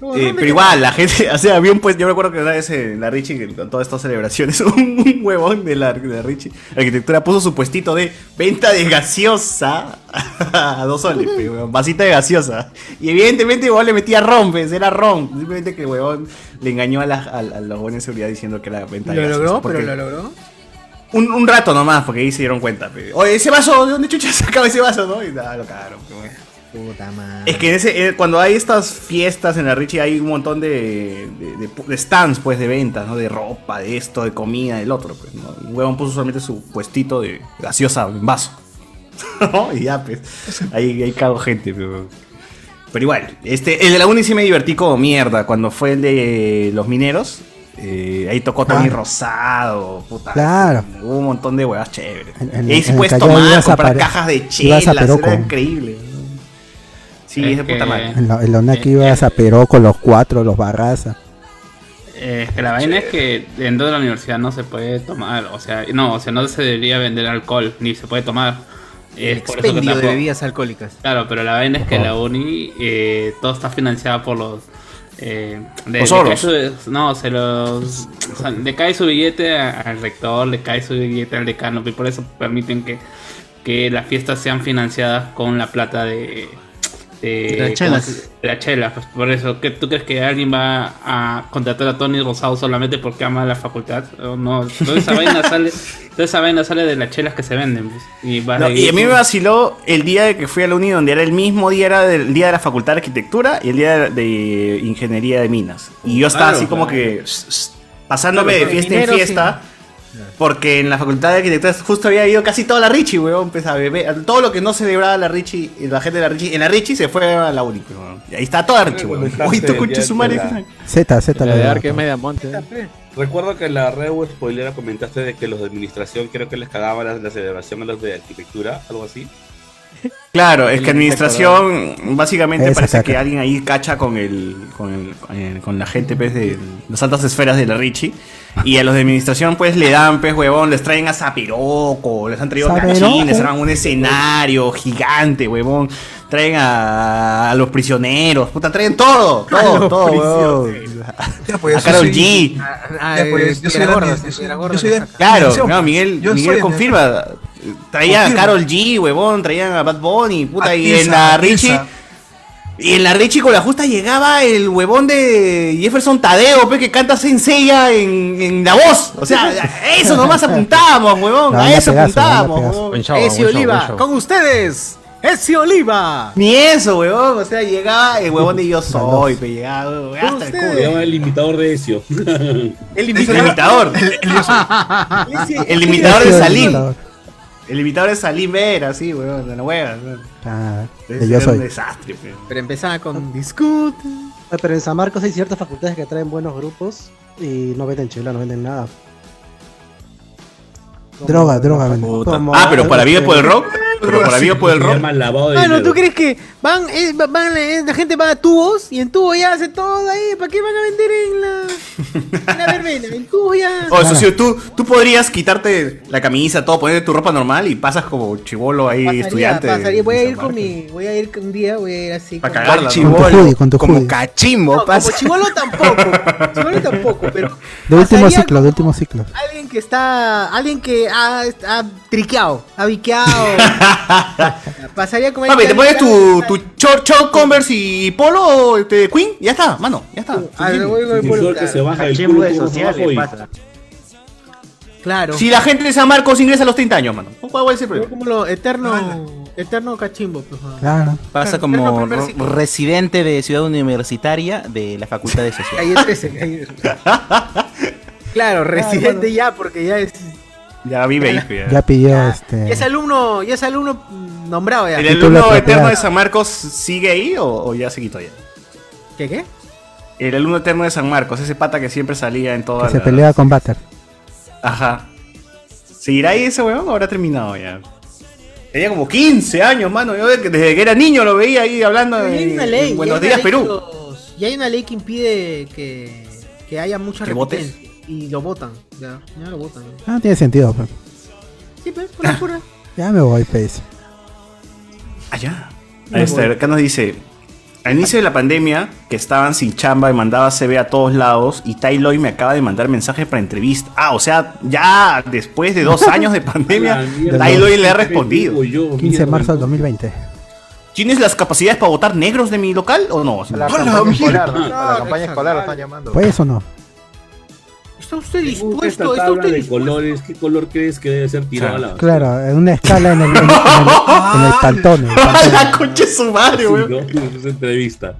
S5: No,
S4: Eh,
S5: no me
S4: pero igual, la gente, o sea, había un pues, yo me acuerdo que una vez en la Richie, que con todas estas celebraciones, un, un huevón de la, de la Richie, arquitectura, puso su puestito de venta de gaseosa a dos soles, pe, huevón, vasita de gaseosa. Y evidentemente, igual le metía ron, pues, era ron. Simplemente que el huevón le engañó a, la- a- a los huevones de seguridad diciendo que era venta de
S1: Lo
S4: gaseosa.
S1: logró,
S4: porque-
S1: pero lo logró.
S4: un, un rato nomás, porque ahí se dieron cuenta. pe. Oye, ese vaso, ¿de dónde chucha sacaba ese vaso, no? Y nada, lo cagaron. pe, bueno.
S21: Puta madre.
S4: Es que en ese, eh, cuando hay estas fiestas en la Richie hay un montón de, de- de pu- de stands, pues, de ventas, ¿no? De ropa, de esto, de comida, del otro, pues, ¿no? Un huevón puso solamente su puestito de gaseosa en vaso. ¿No? Y ya, pues, ahí, ahí cago gente, pero... Pero igual, este, el de la uni sí me divertí como mierda, cuando fue el de los mineros. eh, ahí tocó Tony Rosado, puta.
S3: Claro.
S4: Hubo un montón de huevas chéveres.
S3: en-
S4: y ahí sí
S3: en
S4: puedes
S3: Callao
S4: tomar,
S3: ibas a
S4: comprar
S3: Pare-
S4: cajas de
S3: ibas a
S4: chelas,
S3: Peroco.
S4: era increíble. Sí, es, de
S8: Eh,
S4: puta madre.
S3: En la, en la UNAC ibas a Perú con los cuatro, los Barraza.
S10: Eh, es que la vaina es que dentro de la universidad no se puede tomar, o sea, no, o sea, no se debería vender alcohol, ni se puede tomar. Es por eso que
S21: Expendio de
S10: tampoco-
S21: bebidas alcohólicas.
S10: Claro, pero la vaina es que
S21: Ojo.
S10: la
S4: Oh.
S10: uni, eh, todo está financiada por los... Eh, de-
S4: Los
S10: le
S4: oros.
S10: cae su- no, se los... o sea, le cae su billete a- al rector, le cae su billete al decano, y por eso permiten que, que las fiestas sean financiadas con la plata de... de-
S19: De las
S10: ¿cómo
S19: chelas.
S10: se- de las chelas, pues, por eso, ¿qué- ¿tú crees que alguien va a contratar a Tony Rosado solamente porque ama la facultad? ¿O no, toda esa vaina sale, toda esa vaina sale de las chelas que se venden. pues, y, vas
S4: No,
S10: de-
S4: y a mí me vaciló el día de que fui a la uni, donde era el mismo día, era del- el día de la Facultad de Arquitectura y el día de, de Ingeniería de Minas. Y yo estaba
S10: Claro,
S4: así como
S10: claro.
S4: que s- s- pasándome de
S10: Claro,
S4: fiesta
S10: minero,
S4: en fiesta, porque en la Facultad de Arquitectura justo había ido casi toda la Richie, weón, pues, a beber. Todo lo que no celebraba la Richie, y la gente de la Richie, en la Richie se fue a la uni, weón. Y ahí está toda la Richie, weón. Uy, tu concha su madre.
S3: Z, Z, la verdad.
S11: media monte. Recuerdo que en la Rew spoilera comentaste de que los de administración creo que les cagaban la, la celebración a los de arquitectura, algo así.
S4: Claro, es que administración, básicamente
S11: Esa
S4: parece
S11: caca.
S4: que alguien ahí cacha con el, con, el- con el- con la gente pues, de las altas esferas de la Richie. Y a los de administración, pues le dan, pues, huevón, les traen a Zapiroco, les han traído
S19: Zapiroco.
S4: cachín, les traen un escenario gigante, huevón. Traen a, a los prisioneros, puta, traen
S8: A
S4: todo, todo,
S8: los
S4: todo, huevón.
S8: pues,
S4: a
S8: eso
S4: Karol
S8: sí.
S4: G.
S8: Ah, Ya, pues, yo soy de la- yo soy- yo soy de-
S4: Claro,
S8: yo-
S4: no, Miguel,
S8: yo soy
S4: Miguel
S8: de-
S4: confirma. Traían a
S8: Confirma.
S4: Carol G, huevón, traían a Bad Bunny, puta,
S8: A
S4: y
S8: Tisa,
S4: en la
S8: a
S4: Richie.
S8: Tisa.
S4: Y en la Richie con la justa llegaba el huevón de Jefferson Tadeo, pe, que canta Sencilla en, en la voz. O sea, a eso nomás apuntábamos, huevón,
S3: La
S4: a
S3: banda
S4: eso
S3: Pegaso, la banda
S4: apuntábamos,
S3: Pegaso.
S4: huevón.
S3: Buen show, buen
S1: Ezio
S3: show, buen
S1: Oliva,
S3: show.
S1: con ustedes, Ezio Oliva.
S4: Ni eso, huevón, o sea, llegaba el huevón de Yo Soy, pe, llegaba, huevón, hasta el
S11: Se llama el imitador de Ezio.
S4: El imitador. El imitador de Salim. El imitador de Salim era así, huevón, de la hueva. huevón.
S3: Ah, de
S4: Ese
S3: yo
S4: era un
S3: soy.
S4: desastre, pe.
S1: Pero empezaba con discute.
S17: Oye, Pero en San Marcos hay ciertas facultades que traen buenos grupos y no venden chela, no venden nada.
S3: Droga, droga. vende.
S4: Ah, pero
S17: este,
S4: para Vive por el Rock. Pero para Vive por el
S11: Se
S4: Rock.
S11: llama lavado de
S1: Ah, no, ¿tú
S11: dinero.
S1: crees que van, eh, va- van, eh, la gente va a tubos y en tubo ya hace todo ahí? ¿Para qué van a vender en la, en la verbena? En tubo ya.
S3: Oh,
S4: O Oh, socio, tú, tú podrías quitarte la camisa, todo, ponerte tu ropa normal y pasas como chivolo ahí,
S1: Pasaría,
S4: estudiante.
S1: pasaría. Voy a ir con mi. Voy a ir un día, voy a ir así.
S4: Para
S1: con-
S4: cagarla.
S1: Con
S4: chibolo,
S3: Con tu hoodie, con tu
S4: como
S3: hoodie.
S4: cachimbo,
S1: No,
S4: pasa.
S1: como chivolo tampoco. Chivolo tampoco, pero
S3: De último
S1: pasaría
S3: ciclo, de último ciclo.
S1: alguien que está. Alguien que ha, ha triqueado, ha biqueado. pasaría como.
S4: Papi, te
S1: alguien
S4: pones
S1: que ha-
S4: tu, tu short, short Converse y polo este, Queen, ya está, mano, ya está.
S1: Ah, le voy con el
S11: Sin
S1: polo,
S11: suerte
S1: claro.
S11: se baja el
S1: Cachimbo
S11: culo
S1: de
S11: todo
S1: social,
S11: abajo y-
S1: pasa. Claro.
S4: Si la gente de San Marcos ingresa a los 30 años, mano. ¿Cuál es el Ah,
S1: Yo
S4: problema?
S1: como lo eterno. Eterno cachimbo, pues. ah.
S3: Claro.
S5: Pasa
S1: Eterno
S5: como
S1: primer
S5: re-
S1: ciclo.
S5: residente de ciudad universitaria de la Facultad de Sociedad.
S1: Calle 13, calle 13. Claro, residente ya, porque ya es.
S4: Ah, Ya vive ahí, pues. pe,
S3: Ya pidió este.
S1: Ya es alumno, ya es alumno mm, nombrado ya.
S4: ¿El
S3: Título
S4: alumno eterno
S3: propiedad.
S4: de San Marcos sigue ahí o, o ya se quitó ya?
S1: ¿Qué qué?
S4: El alumno eterno de San Marcos, ese pata que siempre salía en todas
S3: Que se
S4: las-
S3: pelea con Butter.
S4: Ajá. ¿Seguirá ahí ese weón o habrá terminado ya? Tenía como 15 años, mano. Yo desde desde que era niño lo veía ahí hablando
S1: Ya hay
S4: en,
S1: una ley.
S4: en
S1: ya
S4: Buenos
S1: hay una
S4: Días
S1: ley que
S4: Perú.
S1: los- ya hay una ley que impide que, que haya mucha
S4: ¿Que votes?
S1: repitencia. Y lo votan. Ya, ya lo votan.
S3: No Ah, tiene sentido, pe.
S1: Sí, pues, por la pura.
S3: Ya me voy, pues. Face.
S4: Allá. Ahí está, Este, acá nos dice. Al inicio de la pandemia, que estaban sin chamba y mandaba CV a todos lados, y Tai Loy me acaba de mandar mensajes para entrevista. Ah, o sea, ya después de dos años de pandemia, Tai Loy le ha respondido.
S3: 15 de marzo del 2020.
S4: ¿Tienes las capacidades para votar negros de mi local o no?
S14: la
S4: ¡Hala,
S14: campaña
S4: mierda!
S3: Pues
S14: escolar, ¿no? A la campaña escolar lo están llamando.
S3: ¿Puedes o no?
S1: ¿Está usted
S11: Esta
S1: dispuesto? ¿Está
S11: tabla
S1: usted
S11: de colores, ¿qué color crees que debe ser tirado a la
S3: Claro, en una escala en el, en el- en el- en el pantone.
S4: la concha de su madre, weón.
S11: Es entrevista.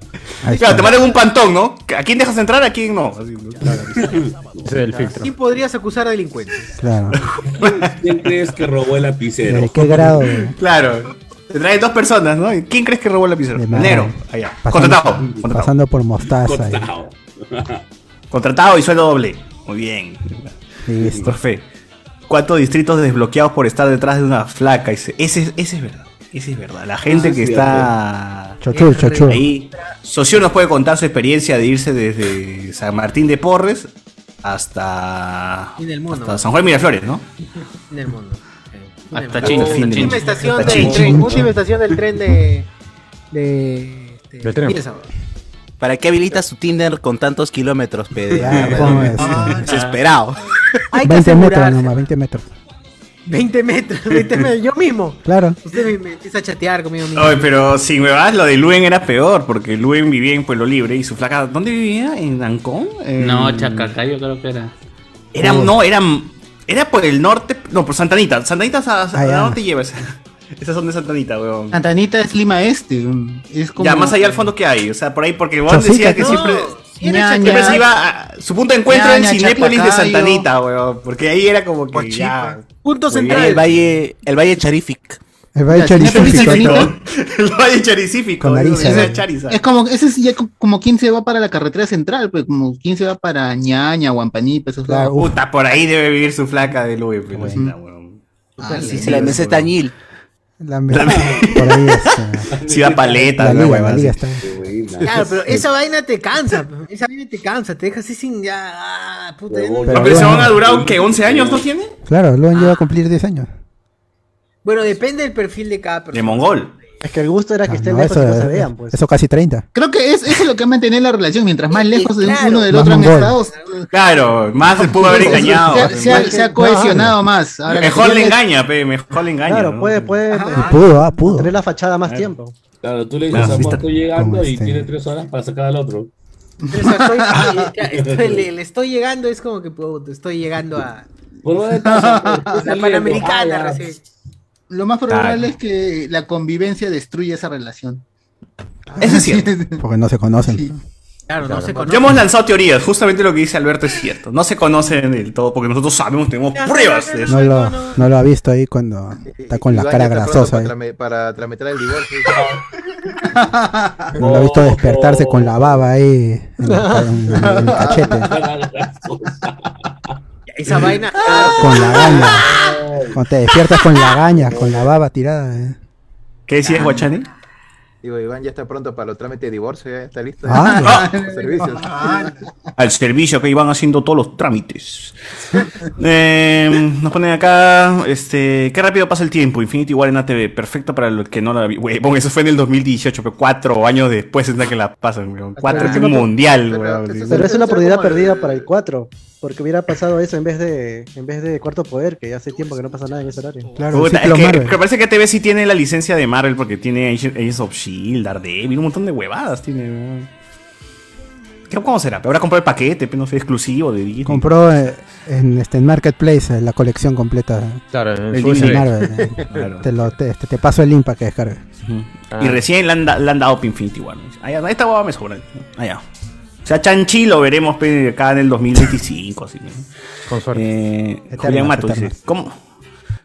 S3: Ahí
S4: Claro,
S3: está.
S4: te mandan un pantón, ¿no? ¿A quién dejas entrar? ¿A quién no? Así, ¿no?
S2: Ese es el filtro.
S1: ¿Quién podrías acusar a delincuentes?
S3: Claro.
S11: ¿Quién crees que robó el lapicero?
S3: ¿De qué grado? de-
S4: Claro. Te trae dos personas, ¿no? ¿Y ¿Quién crees que robó el lapicero?
S3: de madre?
S4: Negro. Allá.
S3: Pasando-
S4: Contratado. Contratado.
S3: Pasando por mostaza. ahí.
S4: Contratado y sueldo doble. Muy bien.
S3: Listo.
S4: Profe. Cuatro distritos desbloqueados por estar detrás de una flaca. Ese, ese, ese es verdad. Ese es verdad. La gente
S11: Ese
S4: que
S11: es
S4: está.
S3: Chochur,
S4: eh,
S3: chochur.
S4: Ahí. Socio nos puede contar su experiencia de irse desde San Martín de Porres hasta.
S1: En el mundo.
S4: hasta San Juan de Miraflores, ¿no?
S1: En el mundo.
S4: Hasta Chincha.
S1: Última estación del
S4: Chincha.
S1: tren. Última estación del tren de. de. este,
S5: Del tren.
S1: Piensa,
S5: ¿Para qué habilitas tu Tinder con tantos kilómetros, Pedro?
S3: Ya, ¿cómo es?
S5: Desesperado.
S1: Hay que
S3: 20 metros
S1: asegurarse.
S3: nomás, 20 metros.
S1: 20 metros, 20 metros, yo mismo.
S3: Claro.
S1: Usted me, me empieza a chatear conmigo mismo.
S4: Ay, pero si me vas, lo de Luen era peor, porque Luen vivía en Pueblo Libre y su flaca. ¿Dónde vivía? ¿En Ancón? En-
S10: No, Chacacayo creo que era.
S4: Era, no, era, era por el norte. No, por Santanita. Santanita, ¿a, a- a dónde te llevas? Esas son de Santanita, weón.
S1: Ah,
S19: Santanita es Lima Este. Es como.
S4: Ya, más allá al fondo, ¿qué hay? O sea, por ahí, porque vos
S19: Chosica,
S4: decías que
S19: no,
S4: siempre.
S19: era Ñaña.
S4: siempre se iba a- Su punto de encuentro era en
S19: Ñaña,
S4: Cinépolis de
S19: Chaclacayo.
S4: Santanita, weón. Porque ahí era como que. Ya,
S1: Punto
S5: central. El valle, el valle Charific.
S3: El Valle Choricífico.
S4: el Valle Charicífico.
S3: Con nariz,
S4: eso, ese
S3: ¿no?
S4: es Charizard.
S19: Es como, ese es ya co- como quien se va para la carretera central, pues, como quien se va para Ñaña, Guampanipa, esos lados.
S4: Puta,
S1: pues,
S4: por ahí debe vivir su flaca de Luen, pero ahorita, weón.
S19: Ah,
S5: Sí, sí, la meseta Añil.
S3: La me- Por ahí está.
S4: Ciudad Paleta,
S3: La
S4: una
S3: liga,
S4: huevada
S3: la liga
S4: así.
S3: está.
S1: Claro, pero esa vaina te cansa, pe. esa vaina te cansa, te deja así sin ya, ah, puta. ya no-
S4: Pero, pero ese van a durar, ¿qué? ¿11 años no tiene?
S3: Claro, Luan lleva a cumplir 10 años.
S1: Bueno, depende del perfil de cada persona.
S4: De mongol.
S17: Es que el gusto era que estén
S3: No,
S17: lejos
S3: eso,
S17: y no se vean, pues.
S3: eso casi 30.
S19: Ah. Creo que es, eso es lo que ha mantenido la relación. Mientras más lejos de
S3: claro.
S19: uno del
S3: Más
S19: otro han
S3: mongol.
S19: estado,
S4: Claro, más se pudo haber
S19: se-
S4: engañado.
S19: se ha- se ha- se ha cohesionado más. Ahora,
S4: Mejor
S19: si
S4: le
S19: ya le-
S4: engaña, pe, mejor le engaña.
S17: Claro,
S4: ¿no?
S17: puede, puede.
S3: Pudo, ah, pudo.
S17: Tener la fachada más tiempo.
S11: Claro, tú le
S4: Claro,
S11: dices, amor,
S4: viste-
S11: estoy llegando
S3: como
S11: y
S3: este.
S11: tiene tres horas para sacar al otro.
S1: Pero, o sea, estoy- eh, claro, estoy- le, le estoy llegando, es como que puta, estoy llegando a
S11: ¿Por dónde estás? amor?
S19: pues,
S1: la
S11: Saliendo.
S1: Panamericana
S11: Ah, ya.
S1: recién.
S19: Lo más probable
S4: Claro.
S19: es que la convivencia destruye esa relación.
S4: Eso es cierto.
S3: Porque no se conocen.
S1: Claro, no se
S4: Ya
S1: conoce.
S4: hemos lanzado teorías, justamente lo que dice Alberto es cierto. No se conocen del todo porque nosotros sabemos, tenemos pruebas de eso.
S3: No lo, no lo ha visto ahí cuando está con la
S14: Ibañez
S3: cara
S14: está pronto
S3: grasosa. eh.
S14: Para,
S3: ahí.
S14: trame- para tramitar el divorcio.
S3: No lo ha
S19: Oh.
S3: visto despertarse con la baba ahí en, la- en- en el cachete.
S1: Esa vaina. ah,
S3: Con la gaña. Cuando te despiertas con la gaña, con la baba tirada. eh.
S4: ¿Qué decías, Guachani?
S14: Digo, Iván ya está pronto para los trámites de divorcio, ya está listo.
S3: Ah.
S14: Los servicios.
S19: Ah,
S4: Al servicio que iban haciendo todos los trámites. Eh, nos ponen acá, este, qué rápido pasa el tiempo. Infinity War en ATV, perfecto para los que no la vi. Huevón, eso fue en el 2018, pero cuatro años después es la que la pasan, weón. Cuatro, es un mundial, weón.
S17: Pero es una oportunidad perdida para el 4. Porque hubiera pasado eso en vez de en vez de cuarto poder, que ya hace tiempo que no pasa nada en ese horario.
S4: Puta, es que, que parece que TV sí tiene la licencia de Marvel porque tiene Agent- Agents of Shield, E Daredevil, un montón de huevadas tiene. weón. ¿Qué- ¿Cómo será? Ahora compró el paquete, pero no sé, exclusivo de Disney.
S3: Compró eh, en este en Marketplace eh, la colección completa.
S2: Claro, en
S4: El
S3: de
S4: DVD.
S3: Marvel, eh.
S4: Claro.
S3: te, lo, te, te- te paso el link para que descargue.
S2: Ah.
S4: Y recién le han, da- le han dado para Infinity War. Ah, ya, esta hueva me sobra. Ah, ya. O sea, Chanchi lo veremos pe, acá en el 2025. así, ¿no?
S2: Con suerte.
S4: Eh, Julián Mato dice,
S2: eternas.
S4: ¿cómo,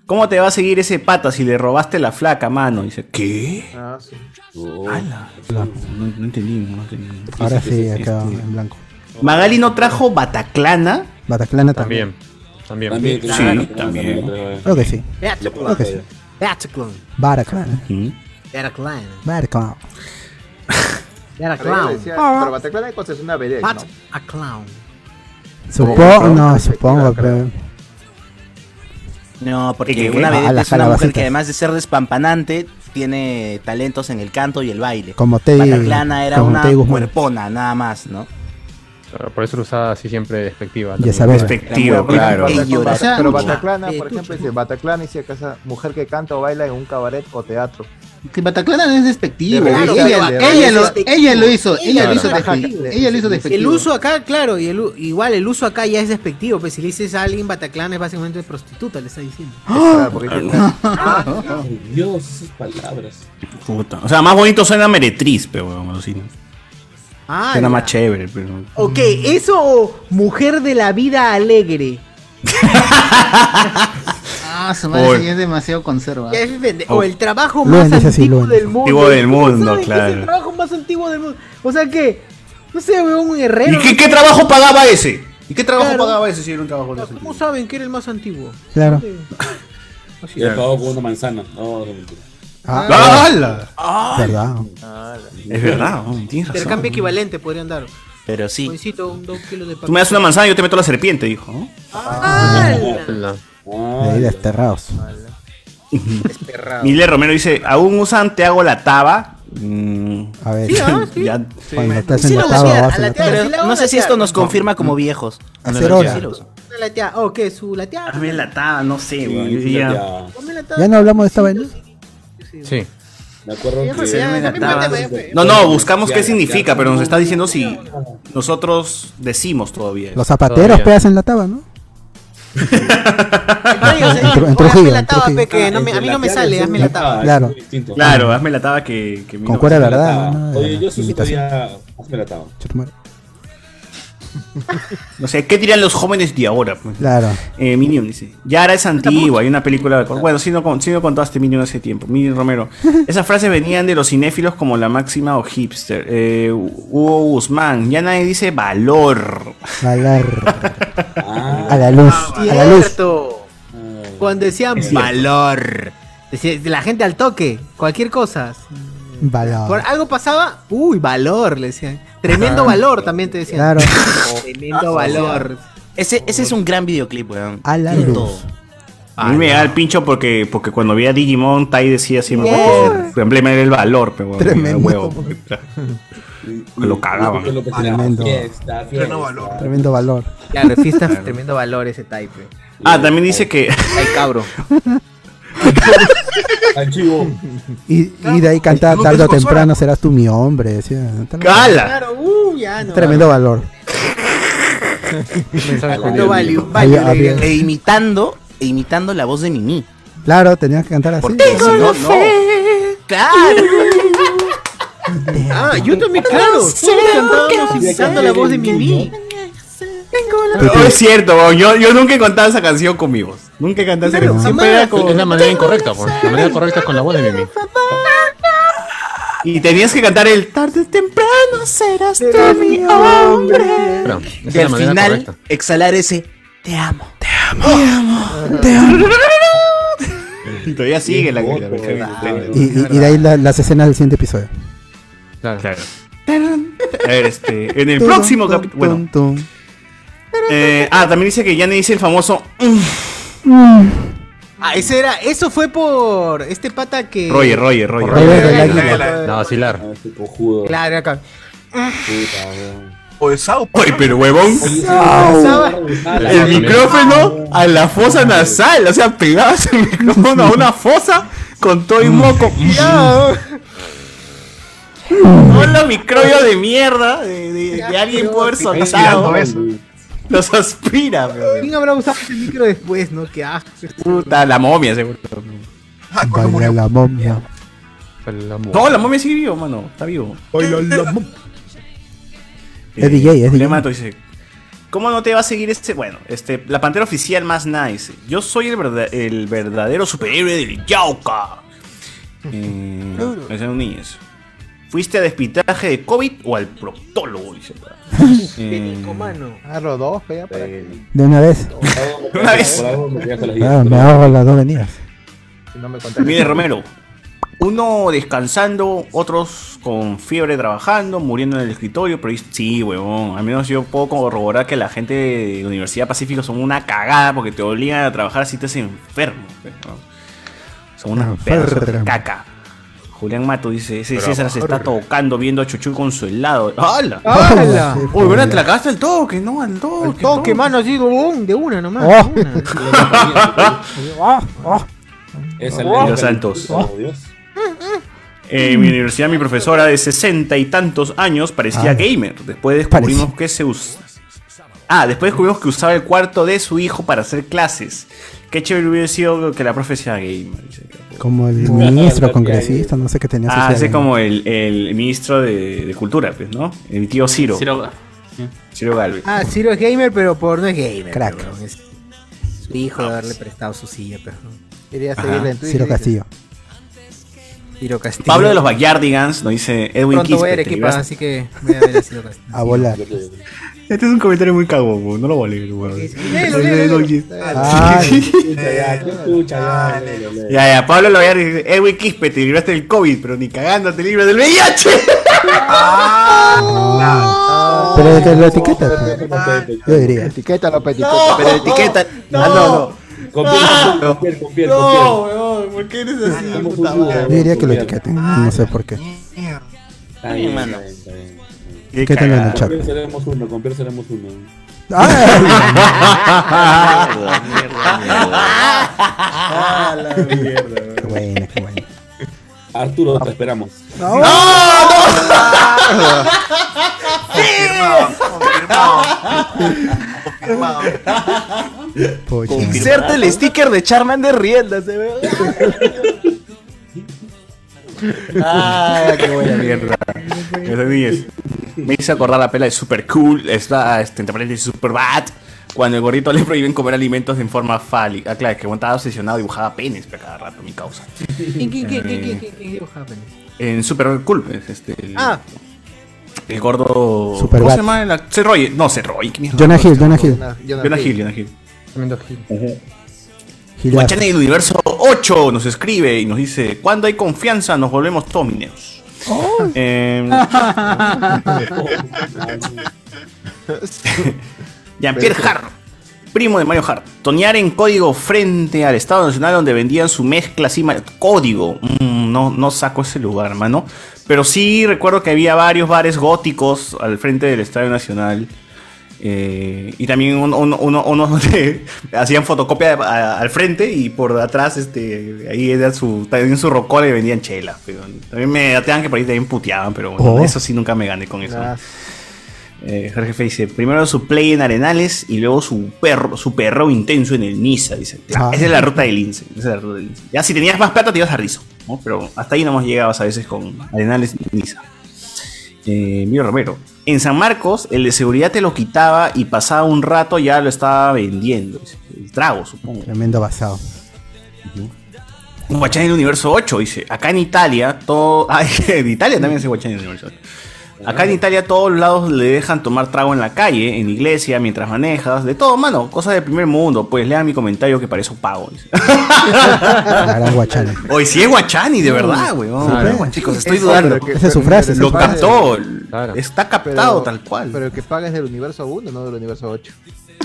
S4: ¿cómo te va a seguir ese pata si le robaste la flaca, mano? Dice, ¿qué?
S14: Ah, sí.
S4: Ala. No, no entendí, no entendí.
S3: Ahora sí,
S4: Este,
S3: acá en blanco.
S4: Magali no trajo Bataclana.
S3: Bataclana también.
S2: También.
S11: También,
S4: Sí,
S11: claro,
S4: también.
S3: Creo que sí.
S1: Bataclan.
S3: Creo que sí.
S1: Bataclan.
S3: Bataclana.
S1: Bataclan.
S3: Bataclana.
S14: Pero yo le decía, Pero
S1: Bataclan.
S14: Bataclan es concesión vedette, ¿no?
S1: Bataclan.
S3: Supongo, no, supongo, pero.
S5: No, porque
S3: ¿Qué, qué?
S5: una
S3: Ah,
S5: vedette
S3: las
S5: es una mujer
S3: calabacitas.
S5: que además de ser despampanante, tiene talentos en el canto y el baile.
S3: Como Teddy-
S5: Bataclana era
S3: como
S5: una
S3: Teddy Guzmán.
S5: cuerpona, nada más, ¿no?
S2: Claro, Por eso lo usaba así siempre despectiva.
S3: Ya
S2: también.
S3: sabes.
S14: Pero
S4: Despectivo, claro.
S14: Bataclan-
S5: Y
S14: Bataclan-
S5: llorar. O sea,
S14: Pero
S5: mucho.
S14: Bataclana,
S5: Eh,
S14: por
S5: tú,
S14: ejemplo,
S5: tú.
S14: dice Bataclana dice acá esa mujer que canta o baila en un cabaret o teatro.
S19: Que Bataclana es despectivo.
S1: De regalo,
S19: ella,
S1: claro,
S19: ella
S1: claro.
S19: lo,
S1: Es despectivo.
S19: ella lo hizo, ella lo hizo
S1: Claro.
S19: despectivo. Ella lo hizo
S1: El
S19: despectivo.
S1: uso acá, claro, y el u- igual el uso acá ya es despectivo. Pues si le dices a alguien Bataclana es básicamente prostituta, le está diciendo.
S3: ¡Ah!
S2: Ah.
S19: Ah,
S11: Ay, Dios, esas palabras.
S4: Puta. O sea, más bonito suena meretriz, pero weón, así.
S1: Ah,
S4: Suena
S1: ya.
S4: más chévere, pero.
S1: Ok, eso o mujer de la vida alegre.
S19: Ah, su madre
S4: Por-
S19: sí es demasiado conserva.
S1: Ya es vende-
S3: Oh.
S1: O el trabajo
S19: Luen
S1: más
S19: dice así,
S1: antiguo
S19: Luen.
S1: del mundo.
S19: Antiguo del
S1: ¿Cómo
S19: mundo,
S1: saben que es
S19: claro.
S1: el trabajo más antiguo del mundo. O sea que, no sé, weón, un
S4: ¿Y
S1: herrero.
S4: qué, qué trabajo pagaba ese? ¿Y qué trabajo
S1: Claro.
S4: pagaba ese si era un trabajo de
S1: ¿Cómo saben que era el más antiguo?
S3: Claro.
S4: Ah, Oh,
S11: Y lo pagó con una manzana. No, no mentira.
S3: Ah.
S4: ¡Hala!
S3: ¿Verdad?
S4: Es verdad, weón, tienes razón.
S1: Intercambio equivalente podrían dar.
S4: Pero sí.
S1: Juancito, un dos kilos de
S4: Tú me das una manzana y yo te meto la serpiente, dijo. ¿no?
S1: Ah,
S3: De ahí desterrados.
S4: Mile Romero dice, aún usan, te hago la taba. Mm.
S3: A ver.
S4: Ya-
S3: Cuando estás en la taba, vas en la taba.
S5: Pero no sé si esto nos confirma como viejos.
S3: Hacer hora.
S5: Sí lo uso.
S1: Una lateada. Oh, ¿qué? ¿Su lateada?
S4: Dame la taba, no sé, weón.
S11: Sí,
S4: Yo
S11: ya.
S1: Dame la taba.
S3: ¿Ya no hablamos de esta vaina?
S2: Sí.
S11: Me acuerdo
S1: Viejo,
S11: que.
S1: sí, ya, ya me maté,
S4: ya- No, no, buscamos qué significa, pero nos está diciendo si nosotros decimos todavía.
S3: Los zapateros pues hacen la taba, ¿no? Tru- en Trujillo,
S1: hazme la
S3: en
S1: taba,
S3: Trujillo.
S1: pe, que no me- a mí no me sale, hazme la taba.
S3: Claro.
S4: Claro, hazme la taba que, que mi
S3: Con
S4: no-
S3: cuerda de
S4: hazme la taba.
S3: verdad. ¿no?
S11: Oye, yo sí
S3: Imitación.
S11: podía. Hazme la taba.
S4: No sé, ¿qué dirían los jóvenes de ahora?
S3: Claro.
S4: Eh, Minion dice, Yara es antigua, hay una película... Bueno, sí no, con- sí no contaste Minion hace tiempo, Minion Romero. Esas frases venían de los cinéfilos como la máxima o hipster. Eh, Hugo Guzmán, ya nadie dice valor.
S3: Valar. A la luz.
S4: Ah,
S3: A la luz.
S1: Cierto.
S5: Mm.
S1: Cuando decían
S4: Es valor.
S1: Decía, La gente al toque, cualquier cosa. Por
S3: Valar.
S1: algo pasaba, uy, valor, le decían. Tremendo
S5: Ah.
S1: valor, también te decían.
S3: Claro.
S1: Tremendo valor.
S5: Ese, Ah. ese es un gran videoclip, weón.
S3: A la
S5: Tiene
S3: luz.
S5: todo.
S4: A mí me da el pincho porque, porque cuando veía Digimon, Tai decía siempre
S5: Yeah.
S4: que su emblema era el valor, pero bueno,
S3: Tremendo.
S4: me da huevo, porque, claro, lo cagaban.
S3: Tremendo.
S11: Fiesta, fiesta.
S3: Tremendo valor.
S1: Claro, fiesta tremendo valor ese type.
S4: Ah, también dice que...
S1: Ay, cabro.
S11: Archivo.
S3: Y, y de ahí canta
S1: no
S3: tarde o
S1: tengo sola".
S3: temprano serás tú mi hombre. decía.
S1: Claro, uh, ya no.
S3: Tremendo valor.
S5: Tremendo value,
S3: Ahí
S5: value,
S3: había-
S5: e imitando, e imitando la voz de Mimi.
S3: Claro, tenías que cantar así.
S5: Porque si no, no. Claro.
S1: Ah, yo también, claro. Todos cantábamos imitando la voz de Mimi.
S4: No, es cierto, weón, yo, yo nunca he cantado esa canción con mi voz. Nunca he cantado esa canción. Siempre era como-
S2: Es la manera incorrecta, pues. La manera correcta es con la voz de Mimi.
S4: Y tenías que cantar el...
S21: Tarde o temprano serás tú mi hombre.
S2: Pero,
S5: Y
S2: esa es
S5: al
S2: la manera
S5: final,
S2: correcta.
S5: exhalar ese te amo.
S4: Y todavía sigue la, la- la-
S3: Y, y- y de ahí la- las escenas del siguiente episodio.
S4: Claro. A ver, este, en el próximo capítulo... Bueno, eh, ah, también dice que ya me dice el famoso... "Mm".
S1: Ah, ese era, eso fue por este pata que.
S4: Roger, Roger, Roger.
S1: Roger del
S4: Roger
S1: Águila.
S4: del Águila.
S2: No, vacilar.
S11: Ah,
S1: Claro, acá.
S8: O de Sao
S4: Ay, pero huevón.
S1: Pasaba-
S4: El micrófono a la fosa nasal. O sea, pegabas el micrófono a una fosa con todo y moco. Ya. Hola, microbio de mierda. De, de- de alguien por
S8: Ahí tirando
S4: soltado.
S8: eso.
S4: Los aspira, weón.
S1: ¿Quién habrá usado ese micro después, no? Qué asco.
S4: Puta, la momia, seguro. Ah,
S3: Baila la momia.
S4: No, la momia sigue vivo, mano. Está vivo. Eh,
S3: Es DJ, es DJ.
S4: Lemato dice, ¿cómo no te va a seguir este? Bueno, este, la pantera oficial más nice. Yo soy el, verda- el verdadero superhéroe del Yauca. Eh, ese no ni eso. ¿Fuiste a despitaje de COVID o al proctólogo? Dice. Eh,
S1: mano.
S14: Agarro dos, pega para
S3: De una vez.
S4: Una vez.
S11: Por algo me quedé hasta las
S3: Claro,
S11: 10.
S3: Ah, me ahorro las dos venidas.
S14: que no me contaste.
S4: Mire Romero. Uno descansando, otros con fiebre trabajando, muriendo en el escritorio, pero sí, huevón. Al menos yo puedo corroborar que la gente de la Universidad Pacífico son una cagada porque te obligan a trabajar si estás enfermo. huevón. Son una
S3: Enfermo.
S4: caca. Julián Mato dice, ese
S2: Pero
S4: César se está tocando viendo a Chuchu con su helado. ¡Hala!
S1: ¡Hala!
S4: Uy, bueno, te la cagaste al toque, ¿no? Al toque. al
S1: Toque,
S4: toque.
S1: mano, así, boom, de una nomás.
S3: Oh.
S1: de una.
S11: Esa
S4: Ah, Los Santos.
S11: Oh, Dios.
S4: En Eh, mi universidad, mi profesora de sesenta y tantos años parecía
S3: Ah.
S4: gamer. Después descubrimos que se us- Ah, después descubrimos que usaba el cuarto de su hijo para hacer clases. Qué chévere hubiera sido que la profe sea gamer. dice.
S3: Como el ministro congresista, no sé qué tenía.
S4: Ah,
S3: social.
S4: ese es como el, el ministro de, de Cultura, pues, ¿no? El tío Ciro.
S10: Ciro,
S4: Ciro Galvez.
S21: Ah, Ciro es gamer, pero por no es gamer.
S3: Crack.
S21: pero, weón, es su hijo de haberle prestado su silla, pero.
S14: Quería
S4: Ajá. seguirla en Twitter,
S3: Ciro Castillo.
S21: Ciro Castillo.
S4: Pablo de los Backyardigans nos dice Edwin
S21: Pronto voy a
S4: Quispe, te
S21: Arequipa,
S4: libraste.
S21: así que voy a ver a Ciro Castillo.
S3: A volar.
S4: Este es un comentario muy cagón, weón, no lo voy a leer, weón.
S21: léelo, léelo.
S4: Ah, sí.
S11: ya,
S4: Ya, ya, Pablo lo voy a decir, Edwin Quispe, te libraste del COVID, pero ni cagando te libras del VIH.
S3: Ah,
S4: Ah,
S3: Pero de que lo etiquetas, yo diría.
S14: Etiqueta lo petiqueta.
S4: pero etiqueta.
S14: Ah, no,
S11: no. Con piel, con piel, con piel, con piel.
S4: Ah. No, weón, ¿por qué eres así? puta
S3: Yo
S4: madre?
S3: diría que lo etiqueten, no sé por qué.
S11: Está bien,
S4: mano.
S11: está bien, está bien.
S3: Qué ¿Qué tengo en el
S11: Con
S3: chat?
S11: piel seremos uno, con piel seremos uno.
S3: ¡Ay!
S11: Mierda, mierda, mierda. Qué
S3: buena, qué buena.
S11: Arturo, te esperamos.
S3: ¡No!
S11: ¡No!
S3: Polla.
S4: Inserte el sticker de Charmander riendas, weón. Ah, qué buena mierda. Esa niñez. Me hice acordar la pela de Super Cool, está este, entre paréntesis, Super Bad. Cuando el gorrito le prohíben comer alimentos en forma fálica. Ah, claro, que bueno, estaba obsesionado y dibujaba penes pero cada rato, mi causa.
S21: ¿Quién, quién, quién, quién,
S4: Eh,
S21: quién, quién, quién dibuja apenas?
S4: En Super Cool, pues, este. El,
S21: Ah,
S4: el gordo.
S3: Super
S4: ¿Cómo
S3: Bad.
S4: se llama? el ac- Seth Rogen. No, Seth Rogen, ¿qué mierda?
S3: Jonah Hill, Jonah Hill.
S4: Jonah Hill, Jonah Hill.
S21: Tremendo Gil.
S3: Gilar.
S4: Guachana del Universo 8 nos escribe y nos dice, cuando hay confianza nos volvemos tómineos.
S21: Oh.
S4: Eh,
S8: Ah,
S4: Jean-Pierre Hart, primo de Mario Hart. Tonear en código frente al Estado Nacional donde vendían su mezcla así, ma- código. Mm, no, no saco ese lugar, hermano. Pero sí recuerdo que había varios bares góticos al frente del Estadio Nacional. Eh, y también un- un- uno- unos donde hacían fotocopia a- al frente y por atrás este ahí era su también su rocola y vendían chela pero también me dateaban que por ahí también puteaban pero bueno,
S3: Oh.
S4: eso sí nunca me gané con eso Eh, Jorge Fe dice primero su play en Arenales y luego su perro su perro intenso en el Niza dice
S3: Ah.
S4: esa es la ruta del Lince esa es la ruta del Lince. ya si tenías más plata te ibas a Rizo ¿no? pero hasta ahí nomás llegabas a veces con Arenales y Niza eh, Emilio Romero. En San Marcos, el de seguridad te lo quitaba y pasaba un rato ya lo estaba vendiendo. Dice, El trago, supongo.
S3: Tremendo basado.
S4: Guachán del Universo 8, dice. Acá en Italia, todo. Ah, en Italia también se Guachán del Universo 8. Acá en Italia, todos lados le dejan tomar trago en la calle, en iglesia, mientras manejas. De todo, mano. Cosas del primer mundo. Pues lea mi comentario que para eso pago. dice. Ah,
S3: Gran Guachani.
S4: Hoy sí es Guachani, de verdad, weón.
S3: Claro.
S4: Bueno, Chicos, estoy
S14: Eso,
S4: dudando.
S14: pero que- Esa es su frase,
S4: Lo
S14: esa es su
S4: captó.
S14: frase.
S4: Está captado tal cual. Ah,
S14: Pero el que paga es del universo 1, no del universo 8.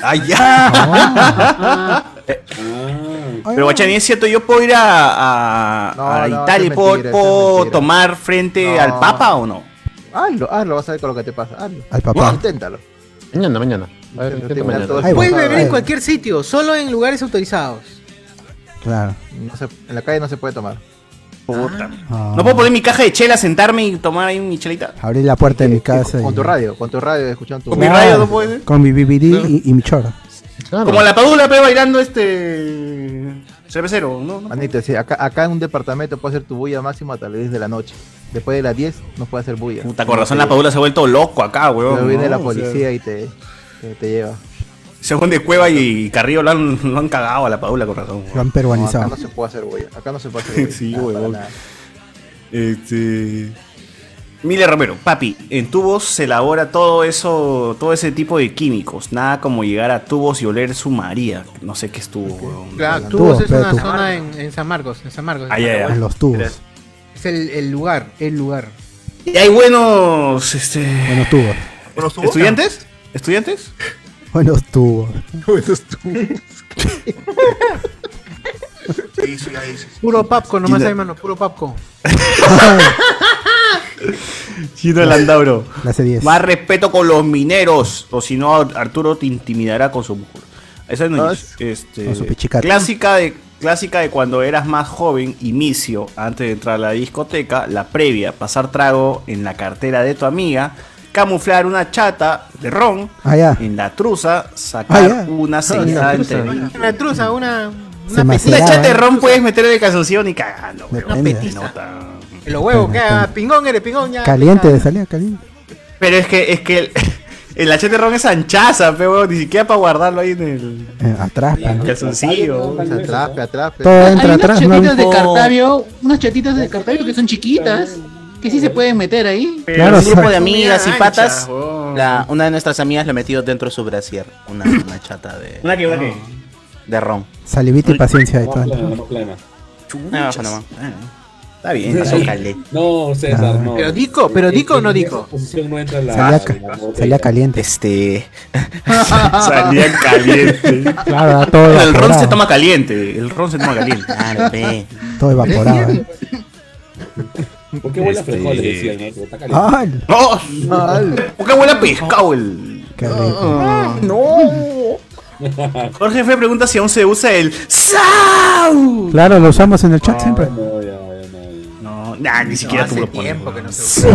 S4: ¡Ay, ya! Eh, Pero Guachani, es cierto, yo puedo ir a, a-
S14: No,
S4: a
S14: no, eso
S4: Italia y
S14: es
S4: puedo,
S14: mentira, eso es
S4: puedo
S14: mentira.
S4: tomar frente
S14: No.
S4: al Papa o no?
S14: Hazlo, hazlo, vas a ver con lo que te pasa.
S21: Ah,
S14: Hazlo.
S3: Al papá.
S14: Inténtalo.
S2: Mañana, mañana. A ver,
S14: Intento
S2: intento
S14: terminar
S2: mañana.
S14: todo el
S2: Ay,
S21: Puedes
S14: pasado.
S21: beber en
S14: Ay,
S21: cualquier sitio, solo en lugares autorizados.
S3: Claro.
S14: no se- en la calle no se puede tomar.
S4: Puta.
S3: Ah.
S4: ¿No puedo poner mi caja de chela, sentarme y tomar ahí mi chelita?
S3: Abrí la puerta
S4: Eh,
S3: de mi casa.
S14: Con
S3: y-
S14: tu radio, con tu radio, escuchando tu
S4: Con Pues mi
S3: Claro.
S4: radio no puede ser.
S3: Con mi BBD y, y mi choro.
S4: Como la padula, pero bailando este. Cervecero, ¿no? no.
S14: Manito, sí, acá, acá en un departamento puede hacer tu bulla máximo hasta las 10 de la noche. Después de las 10 no puede hacer bulla.
S4: Puta, con razón la padula se ha vuelto loco acá, weón.
S14: Pero viene
S4: ¿no?
S14: la
S4: O
S14: policía
S4: sea,
S14: y te, te, te lleva.
S4: Según de Cueva y Carrillo lo han, lo han cagado a la padula con razón.
S14: No,
S3: Lo han
S14: acá no
S3: peruanizado.
S14: se puede hacer bulla. Acá no se puede hacer bulla.
S4: Sí,
S14: Nada,
S4: huevón.
S14: para nada.
S4: Este. Mile Romero, papi, en tubos se elabora todo eso, todo ese tipo de químicos. Nada como llegar a tubos y oler su María. No sé qué estuvo, weón.
S21: Claro,
S3: Tubos,
S21: Tubos es
S3: pero
S21: una
S3: Tubos.
S21: zona en, en San Marcos, en San Marcos.
S4: Ah, ya, ya.
S3: En los tubos.
S21: Es el, el lugar, el lugar.
S4: Y hay buenos, este,
S3: En los tubos.
S4: estudiantes, estudiantes.
S3: Buenos tubos.
S8: Sí, sí, ahí sí.
S21: Puro papco nomás
S4: Tiene-
S21: hay, mano, puro papco.
S4: Chino Landauro.
S3: La C10.
S4: Más respeto con los mineros, o si no Arturo te intimidará con su músculo. Esa no es, este,
S3: Ah, Con su pichicato.
S4: clásica de clásica de cuando eras más joven, inicio, antes de entrar a la discoteca, la previa, pasar trago en la cartera de tu amiga, camuflar una chata de ron
S3: Ah, ya.
S4: en la truza, sacar
S3: Ah, ya.
S4: una
S3: Ah,
S4: señal
S3: la truza.
S4: entre
S1: Una truza, una.
S3: Se
S4: una
S3: maceraba,
S4: chata de
S3: ¿eh?
S4: ron puedes meter de calzoncillo y cagando. weón.
S3: Depende.
S4: No te nota.
S1: Los huevos, que haga pingón, eres pingón, ya.
S3: Caliente, salía caliente.
S4: Pero es que, es que el, el hachete de ron es anchaza, pero ni siquiera para guardarlo ahí en el
S3: Eh, atrás, pa, ¿no?
S4: calzoncillo.
S14: Atrape, atrape.
S3: Todo entra
S14: Hay
S3: atrás,
S14: unos
S3: ¿no?
S14: chetitos
S3: Oh.
S14: de cartabio.
S19: unas chatitas de cartabio que son chiquitas, que sí se pueden meter ahí.
S5: Claro, un grupo de amigas y
S19: Ancha,
S5: patas,
S19: huevón.
S5: la- una de nuestras amigas la metió dentro de su brasier. Una, una chata de.
S4: ¿Una que, una que?
S5: De ron.
S3: Salivita y paciencia de todo.
S5: Ah, bueno, no. Ah, Está bien,
S11: Sí.
S5: pasó caleta.
S11: No, César, no.
S1: Pero Dico, pero Dico o no
S11: En
S1: Dico.
S11: esa posición no entra la-
S3: Salía,
S11: la
S3: ca-
S11: botella.
S3: salía caliente.
S5: Este.
S4: Salía caliente.
S3: Claro, a todo
S4: el ron
S3: evaporado.
S4: se toma caliente. El ron se toma caliente.
S5: Claro, ve.
S3: Todo evaporado. ¿eh?
S11: ¿Por qué huele a
S4: Este-
S11: frijoles? Decían, ¿no? Está caliente.
S3: ¡Ay!
S4: ¡Oh! ¿Por qué huele a pescado el.?
S3: ¡Qué rico!
S4: Ah, ¡No! Jorge F pregunta si aún se usa el SAU.
S3: Claro, lo usamos en el
S4: Ah,
S3: chat siempre.
S4: No, nah, ni siquiera tú
S1: hace
S4: lo pones.
S1: tiempo que no se
S4: Sí.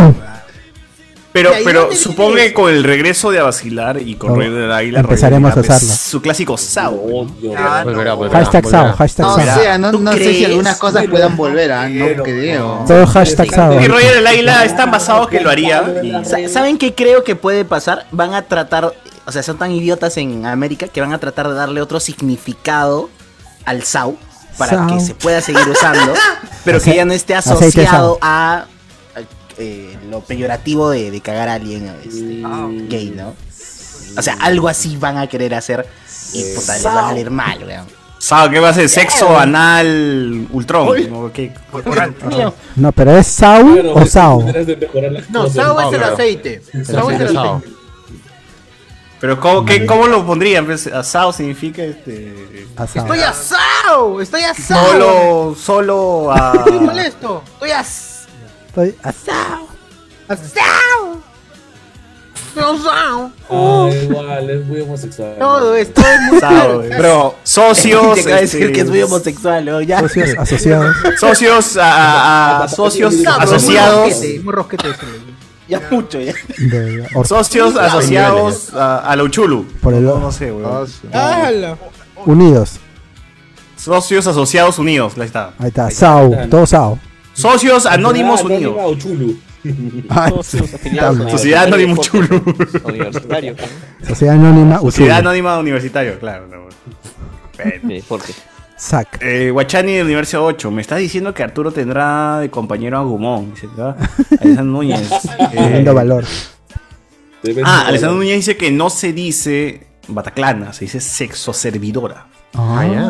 S4: Pero,
S1: ¿Y ahí
S4: pero
S1: dónde
S4: supongo
S1: viene
S4: que con el regreso de a vacilar y con
S3: No,
S4: Rey del Águila
S3: empezaremos a
S4: revivirá, pues,
S3: usarlo.
S4: Su clásico Ah, SAU.
S2: Volverá, volverá,
S3: Hashtag
S2: volverá.
S3: SAO, hashtag
S19: No, o
S3: SAO.
S19: sea, no, no sé si algunas cosas puedan volver, ah, no creo.
S3: Todo hashtag SAO.
S4: Y Roger el Águila es tan basado que lo haría. y-
S5: Sa- ¿Saben qué creo que puede pasar? Van a tratar, o sea, son tan idiotas en América que van a tratar de darle otro significado al SAU para
S3: Sau.
S5: que se pueda seguir usando, pero
S3: Ace-
S5: que ya no esté
S3: aceite Sau.
S5: asociado a, a, eh, lo peyorativo de, de cagar a alguien este, gay, ¿no? O sea, algo así van a querer hacer y puta, les va a valer mal, weón.
S4: SAU, ¿qué va a ser? Sexo, anal, ultrón. ¿no? ¿Qué?
S3: No, pero es SAU o SAO.
S1: No, Sao es el aceite. Sao es el aceite.
S4: Pero ¿cómo,
S3: Mm.
S4: qué- cómo lo pondrían? Pues, asado significa este.
S3: Asado.
S1: Estoy asado, estoy asado.
S4: Solo, solo a.
S1: Estoy molesto, estoy as-
S3: Estoy asado.
S1: asado. Estoy asado.
S5: Oh.
S11: Ah, da igual, es muy homosexual.
S1: Todo es, todo es muy
S4: Asado,
S1: claro.
S4: eh, Bro, socios.
S5: Te acaba de decir
S4: este,
S5: que es muy homosexual, ¿no? Ya.
S3: Socios asociados.
S4: Socios, ah, a- a- a- socios
S1: No, bro, Muy
S4: asociados.
S1: rosquete, muy rosquete eso.
S5: Ya mucho, ya.
S3: de- or-
S4: Socios asociados a, a la Uchulu.
S3: Por el-
S4: no, no sé, weón.
S1: ¡Hala!
S3: unidos.
S4: Socios asociados unidos, ahí está.
S3: Ahí está, SAO. Todo SAO.
S4: Socios anónimos unidos.
S11: Anónima o chulu.
S3: Ay,
S4: Sociedad Anónima Uchulu.
S12: Universitario.
S3: Sociedad Anónima
S4: Sociedad
S3: Usura.
S4: Anónima Universitario, claro. no. Pero-
S12: Sí, ¿Por qué?
S3: SAC.
S4: Eh, Guachani del Universo 8, me está diciendo que Arturo tendrá de compañero a Gumón. Dice, ¿verdad? Alessandro Núñez. eh,
S3: Teniendo valor.
S11: Debe
S4: ah,
S11: ser
S4: Alessandro
S11: igual.
S4: Núñez dice que no se dice Bataclana, se dice sexo servidora.
S3: Ah, ya.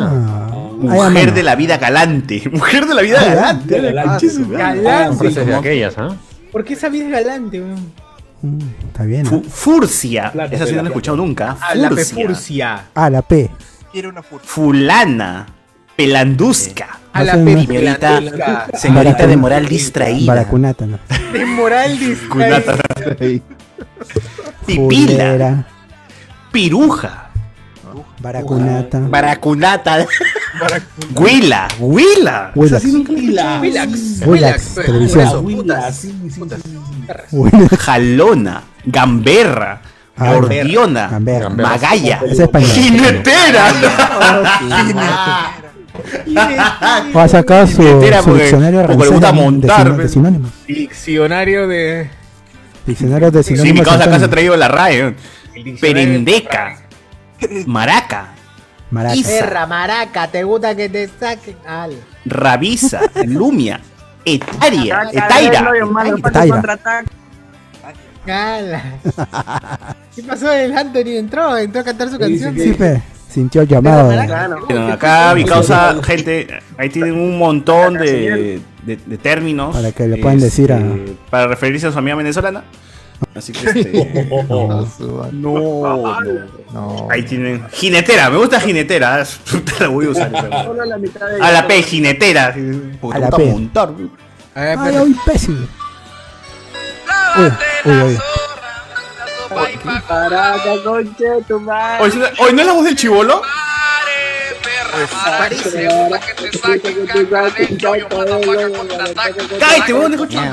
S4: Mujer de la vida galante. Mujer de la vida
S3: Ah, ya.
S4: galante.
S11: De la lancha, su-
S1: Galán.
S2: Frases de aquellas, ¿ah?
S1: ¿Por qué esa vida es galante, weón?
S3: Mm, Está bien. ¿eh?
S4: Fu- Furcia.
S11: Plata,
S4: Esa sí no la
S11: plata.
S4: he escuchado nunca.
S1: Ah, la
S4: Furcia.
S1: pefurcia.
S3: Ah, la P.
S8: Quiere una puta.
S4: Fulana. Pelandusca.
S1: A la
S3: No sé,
S1: pefurcia.
S5: Señorita de moral distraída.
S3: Baracunata, ¿no?
S1: De moral
S4: Cunata.
S1: distraída.
S4: Pipila. Piruja.
S3: Baracunata.
S5: Baracunata.
S4: Huila. Huila.
S3: Willax.
S11: Huila.
S1: Willax.
S3: Willax, televisión.
S1: eso,
S11: Huila,
S1: putas.
S11: sí, sí, sí, sí.
S3: Willax.
S4: Jalona. Gamberra.
S3: Ah,
S4: Gordiona.
S3: Gamberra.
S4: Magalla.
S3: Es español.
S4: Jinetera.
S3: Va a sacar su,
S4: Entera,
S3: su
S4: porque-
S3: diccionario
S4: porque le gusta
S3: realizado de
S4: montar,
S3: sino- de
S4: pues.
S3: sinónimos.
S9: Diccionario de.
S3: Diccionario de
S4: Sí, mi
S3: sinónimos.
S4: causa acá se ha
S3: antónimos.
S4: traído la RAE.
S9: diccionario
S4: Perendeca. Maraca.
S3: Maraca.
S4: Isa.
S1: Perra, maraca, te gusta que te saquen. Al.
S4: Rabisa. Lumia. Etaria. Etaira.
S3: Taira.
S1: Ala. ¿Qué pasó? El Anthony entró, entró a cantar su canción.
S3: Sí, pe. Sintió llamado. eh.
S4: Bueno, acá mi causa, gente, ahí tienen un montón de, de- de términos. este,
S3: Para que le puedan decir a-
S4: Para referirse a su amiga venezolana. Así que este, no,
S14: No.
S4: Ahí tienen. Jinetera, me gusta jinetera. Puta, la voy a usar. A la P, jinetera. Porque te
S3: A la
S4: gusta
S3: P.
S4: montar.
S3: Ay, ay, pésimo. Uy, uy, uy.
S7: Paraca, conche tu madre.
S4: Hoy, hoy no es la voz del chivolo.
S7: Parece.
S4: Cállate, weón, escucha.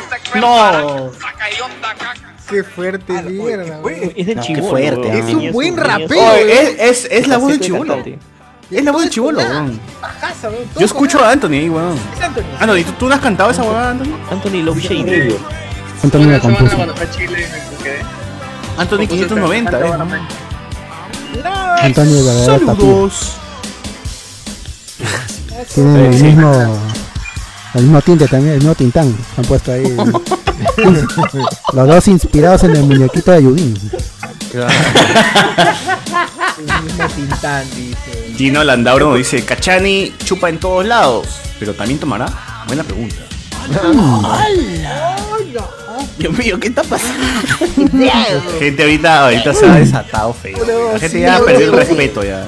S8: este
S1: No. Qué fuerte mierda. weón.
S12: Es del
S1: No, qué
S12: chibolo,
S1: fuerte,
S12: weón.
S1: Es un
S12: Tenía su-
S1: buen
S12: tenía su-
S1: rapero,
S4: Oye,
S1: weón.
S4: es, es, es la voz del
S1: Faceta
S4: chivolo.
S1: cantante.
S4: Es la voz del chivolo, weón.
S1: Bajaza, weón. Todo
S4: Yo escucho a Anthony ahí, weón.
S1: Es Anthony.
S4: Anthony, ¿tú, tú Ah, no has cantado esa weá, Anthony?
S12: Anthony Love
S4: Shade.
S3: Antonio la
S7: semana
S3: compuso.
S7: cuando fue a Chile me quedé. este
S4: Anthony 590, eh.
S7: pues.
S3: Antonio Verdadero
S4: Saludos.
S3: Tiene el
S4: Sí.
S3: mismo. El mismo tinte también, el mismo tintán. Han puesto ahí. Los dos inspirados en el muñequito de Yudin.
S1: El mismo Tintán, dice.
S4: Gino Landauro nos dice, Cachani chupa en todos lados, pero también tomará. Buena pregunta.
S8: Mm.
S4: Dios mío, ¿qué está pasando? Gente, ahorita, ahorita se ha desatado feo. La gente ya perdió el respeto ya.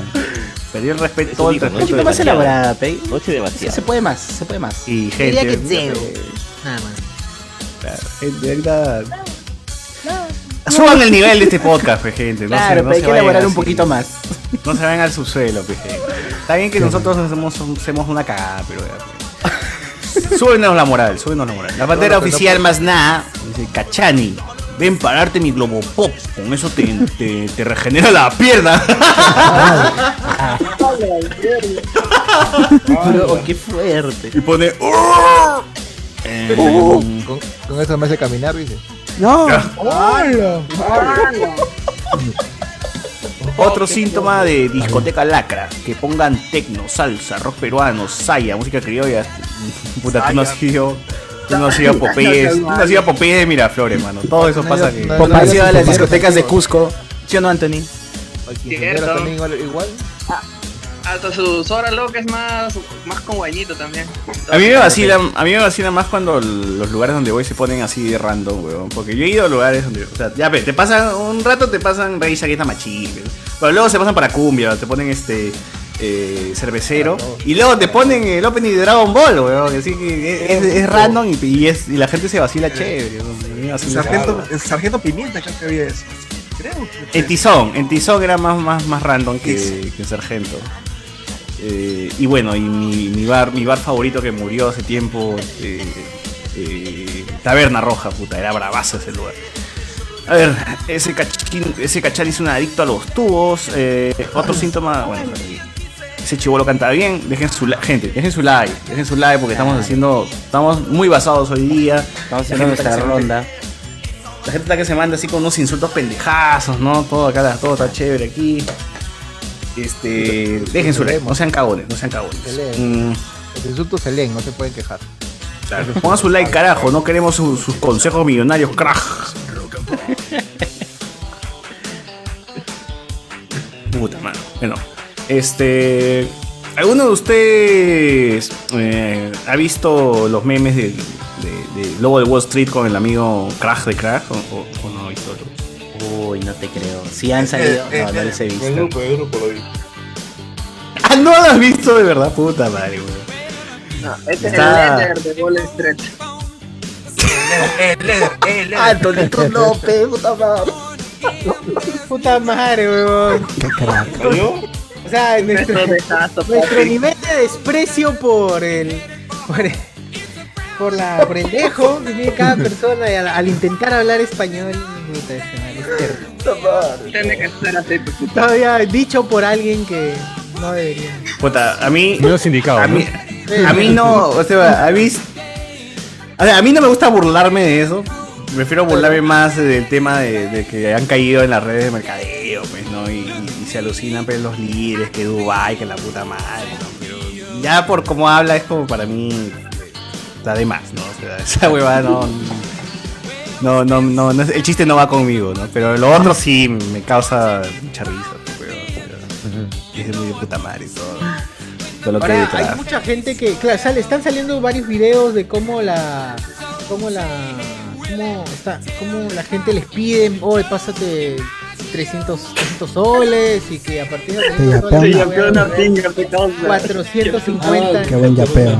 S4: Perdió el respeto, todo el respeto. de la
S5: más
S4: tierra.
S5: elaborada, Pei.
S4: Se
S5: puede más, se puede más.
S4: Y
S5: Diría que
S4: gente. eh,
S5: cero.
S4: Nada más. Gente, ahorita. Suban el nivel de este podcast, pues, gente. No
S5: Claro,
S4: se, no
S5: pero hay
S4: se
S5: que
S4: vayan
S5: elaborar un
S4: así.
S5: poquito más.
S4: No se vayan al subsuelo, pues, gente. Está bien que nosotros hacemos, un- hacemos una cagada, pero ya, pues. Súbenos la moral, súbenos la moral. La bandera
S5: No, no,
S4: oficial
S5: no.
S4: más nada dice Cachani. Ven pararte mi globo pop, con eso te, te, te regenera la pierna.
S5: Bro, qué fuerte. Eh,
S4: Y pone. "Oh". Eh,
S14: Con, con eso me hace caminar, dice.
S3: No.
S1: ¡Hola!
S4: Otro síntoma de discoteca lacra, que pongan tecno, salsa, rock peruano, saya, música criolla. Puta, tú no has sido, tú no has sido a Popeyes, tú no has sido a Popeyes de Miraflores, mano. Todo eso pasa aquí.
S5: Popeye ha sido a las discotecas de Cusco. ¿Sí o no, Anthony?
S7: Cierto.
S14: también igual. igual.
S7: Hasta sus horas locas es más, más con guañito también.
S4: A mí me vacila, a mí me vacila más cuando l- los lugares donde voy se ponen así de random, weón. Porque yo he ido a lugares donde, o sea, ya ve, te pasan un rato te pasan Rey Chagueta Machín, weón. pero luego se pasan para cumbia, te ponen este eh, cervecero y luego te ponen el opening de Dragon Ball, weón. Así que es, es- es random y, y es, y la gente se vacila chévere. weón. A mí me
S8: El
S4: vacila
S8: sargento,
S4: raro.
S8: el sargento Pimienta creo que había eso. Creo que
S4: En Tizón, en Tizón era más, más, más random que, que Sargento. Eh, y bueno, y mi, mi bar, mi bar favorito que murió hace tiempo, eh, eh, Taberna Roja, puta, era bravazo ese lugar. A ver, ese cachín, ese cachán es un adicto a los tubos. eh, otro síntoma, bueno, ese chivolo canta bien. Dejen su like, gente, dejen su like, dejen su like porque estamos haciendo, estamos muy basados hoy día. Estamos
S5: Ah. haciendo nuestra ronda.
S4: La gente está que se manda así con unos insultos pendejazos, ¿no? Todo acá, todo está chévere aquí. Este, dejen su like, no sean cagones, no sean cagones.
S14: Se leen.
S4: Mm,
S14: Los insultos se leen, no se pueden quejar.
S4: claro. Pongan su like, carajo, no queremos su- sus consejos millonarios, craj. Puta mano. Bueno, este. ¿Alguno de ustedes eh, ha visto los memes del de, de Lobo de Wall Street con el amigo Crash de Crash? ¿O, o- o no ha visto
S5: Uy, no te creo. Si han salido.
S8: Eh,
S7: Eh,
S5: No, no les he
S11: El
S5: visto.
S11: grupo, el grupo lo vi.
S4: Ah, no lo has visto de verdad, puta madre, weón.
S7: No, este
S4: Está-
S7: es el Ender de Wall Street.
S5: Anthony Cruz López, puta madre.
S1: Puta madre, weón. O sea, nuestro, nuestro nivel de desprecio por el. Por el, por la, por el dejo que tiene cada persona y al, al intentar hablar español. puta, es- es terrible.
S7: Tiene que estar así. pues.
S1: Todavía dicho por alguien que no debería.
S4: Puta, a mí. No
S2: sindicado.
S4: A mí, a mí no, o sea, a mí. A, ver, a mí no me gusta burlarme de eso. Prefiero burlarme más del tema de, de que han caído en las redes de mercadeo, pues, ¿no? Y, y se alucinan pues, los líderes, que Dubai, que la puta madre, ¿no? Pero ya por cómo habla es como para mí. Está de más, ¿no? O sea, esa huevada no. No, no, no, no, el chiste no va conmigo, ¿no? Pero lo otro sí me causa mucha risa, pero, pero es muy de puta madre y todo, todo lo que hay
S1: Ahora, hay
S4: detrás.
S1: mucha gente que, claro, sale- están saliendo varios videos de cómo la, cómo la, cómo está, cómo la gente les pide, oye, pásate 300, 300 soles y que a partir de 300 soles,
S3: Sí,
S1: la voy a
S3: campeona,
S1: dar
S3: pinga,
S1: 450.
S3: Qué buen yapeo.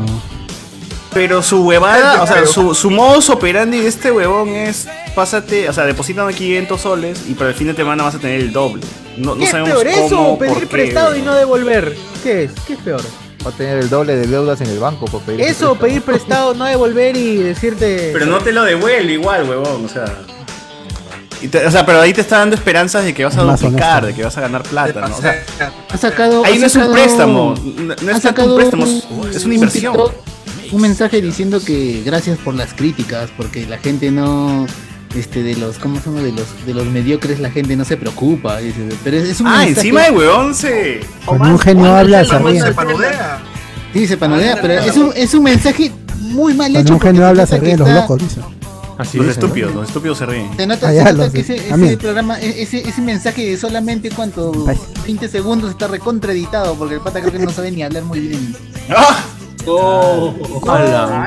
S4: Pero su huevada, o sea, su, su modus operandi de este huevón es, pásate, o sea, depositan aquí 500 soles y para el fin de semana vas a tener el doble. No, no
S1: ¿Qué es
S23: Ah,
S4: sabemos
S1: peor eso
S4: cómo,
S1: o pedir
S4: por qué,
S1: prestado y
S4: weón.
S1: no devolver? ¿Qué es? ¿Qué es peor?
S14: Va a tener el doble de deudas en el banco por pedir ese
S1: Eso o pedir prestado, no devolver y decirte.
S4: Pero no te lo devuelve igual, huevón, o sea. Y te- o sea, pero ahí te está dando esperanzas de que vas a
S14: Más
S4: duplicar,
S14: honesto.
S4: de que vas a ganar plata, ¿no? O sea,
S22: Ha sacado.
S4: ahí
S22: ha
S4: no es un
S22: sacado-
S4: préstamo, no, no
S22: ha
S4: es tanto
S22: sacado
S4: un préstamo, es, es una inversión.
S19: TikTok, un mensaje diciendo que gracias por las críticas, porque la gente no. Este, de los, ¿cómo se llama? De los, de los mediocres, la gente no se preocupa. dice, pero es, es un
S4: Ah,
S19: mensaje-
S4: encima de huevón se.
S19: Con un genio habla, se
S4: pues,
S19: ríe.
S8: Se panudea.
S19: Sí, se panodea,
S8: Ah,
S19: pero
S8: claro.
S19: es un, es un mensaje muy mal
S3: Cuando
S19: hecho.
S3: un genio
S19: porque
S3: habla
S19: se
S3: se
S19: nota que
S3: ríen los
S19: está-
S3: locos, dice.
S4: los estúpidos, los estúpidos se ríen.
S19: Se nota,
S3: Ah,
S19: se
S3: ya,
S19: nota
S3: los
S19: que
S3: de-
S19: ese,
S3: a
S19: ese
S3: mí.
S19: programa, e- ese, ese mensaje de solamente cuánto, 20 segundos está recontraditado porque el pata creo que no sabe ni hablar muy bien.
S16: ¡Ah!
S11: Oh,
S4: Ala.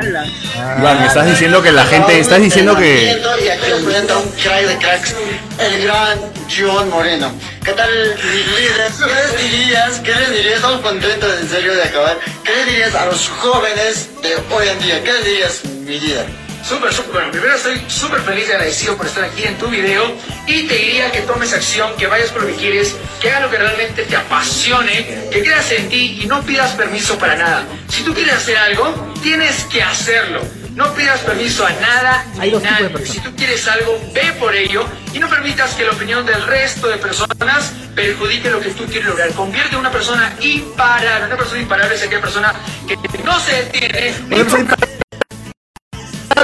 S4: Iván, estás diciendo que la gente, estás diciendo que.
S16: Y aquí os presento a un crack de cracks, el gran John Moreno. ¿Qué tal, mis líderes? ¿Qué les dirías? ¿Qué les dirías? Estamos contentos en serio de acabar. ¿Qué les dirías a los jóvenes de hoy en día? ¿Qué les dirías, mi líder?
S23: Súper, súper. Primero estoy súper feliz y agradecido por estar aquí en tu video y te diría que tomes acción, que vayas por lo que quieres, que hagas lo que realmente te apasione, que creas en ti y no pidas permiso para nada. Si tú quieres hacer algo, tienes que hacerlo. No pidas permiso a nada
S1: Hay
S23: ni
S1: dos tipos de
S23: nadie.
S1: personas.
S23: Si tú quieres algo, ve por ello y no permitas que la opinión del resto de personas perjudique lo que tú quieres lograr. Convierte en una persona imparable. Una persona imparable es aquella persona que no se detiene ni
S4: Una persona imparable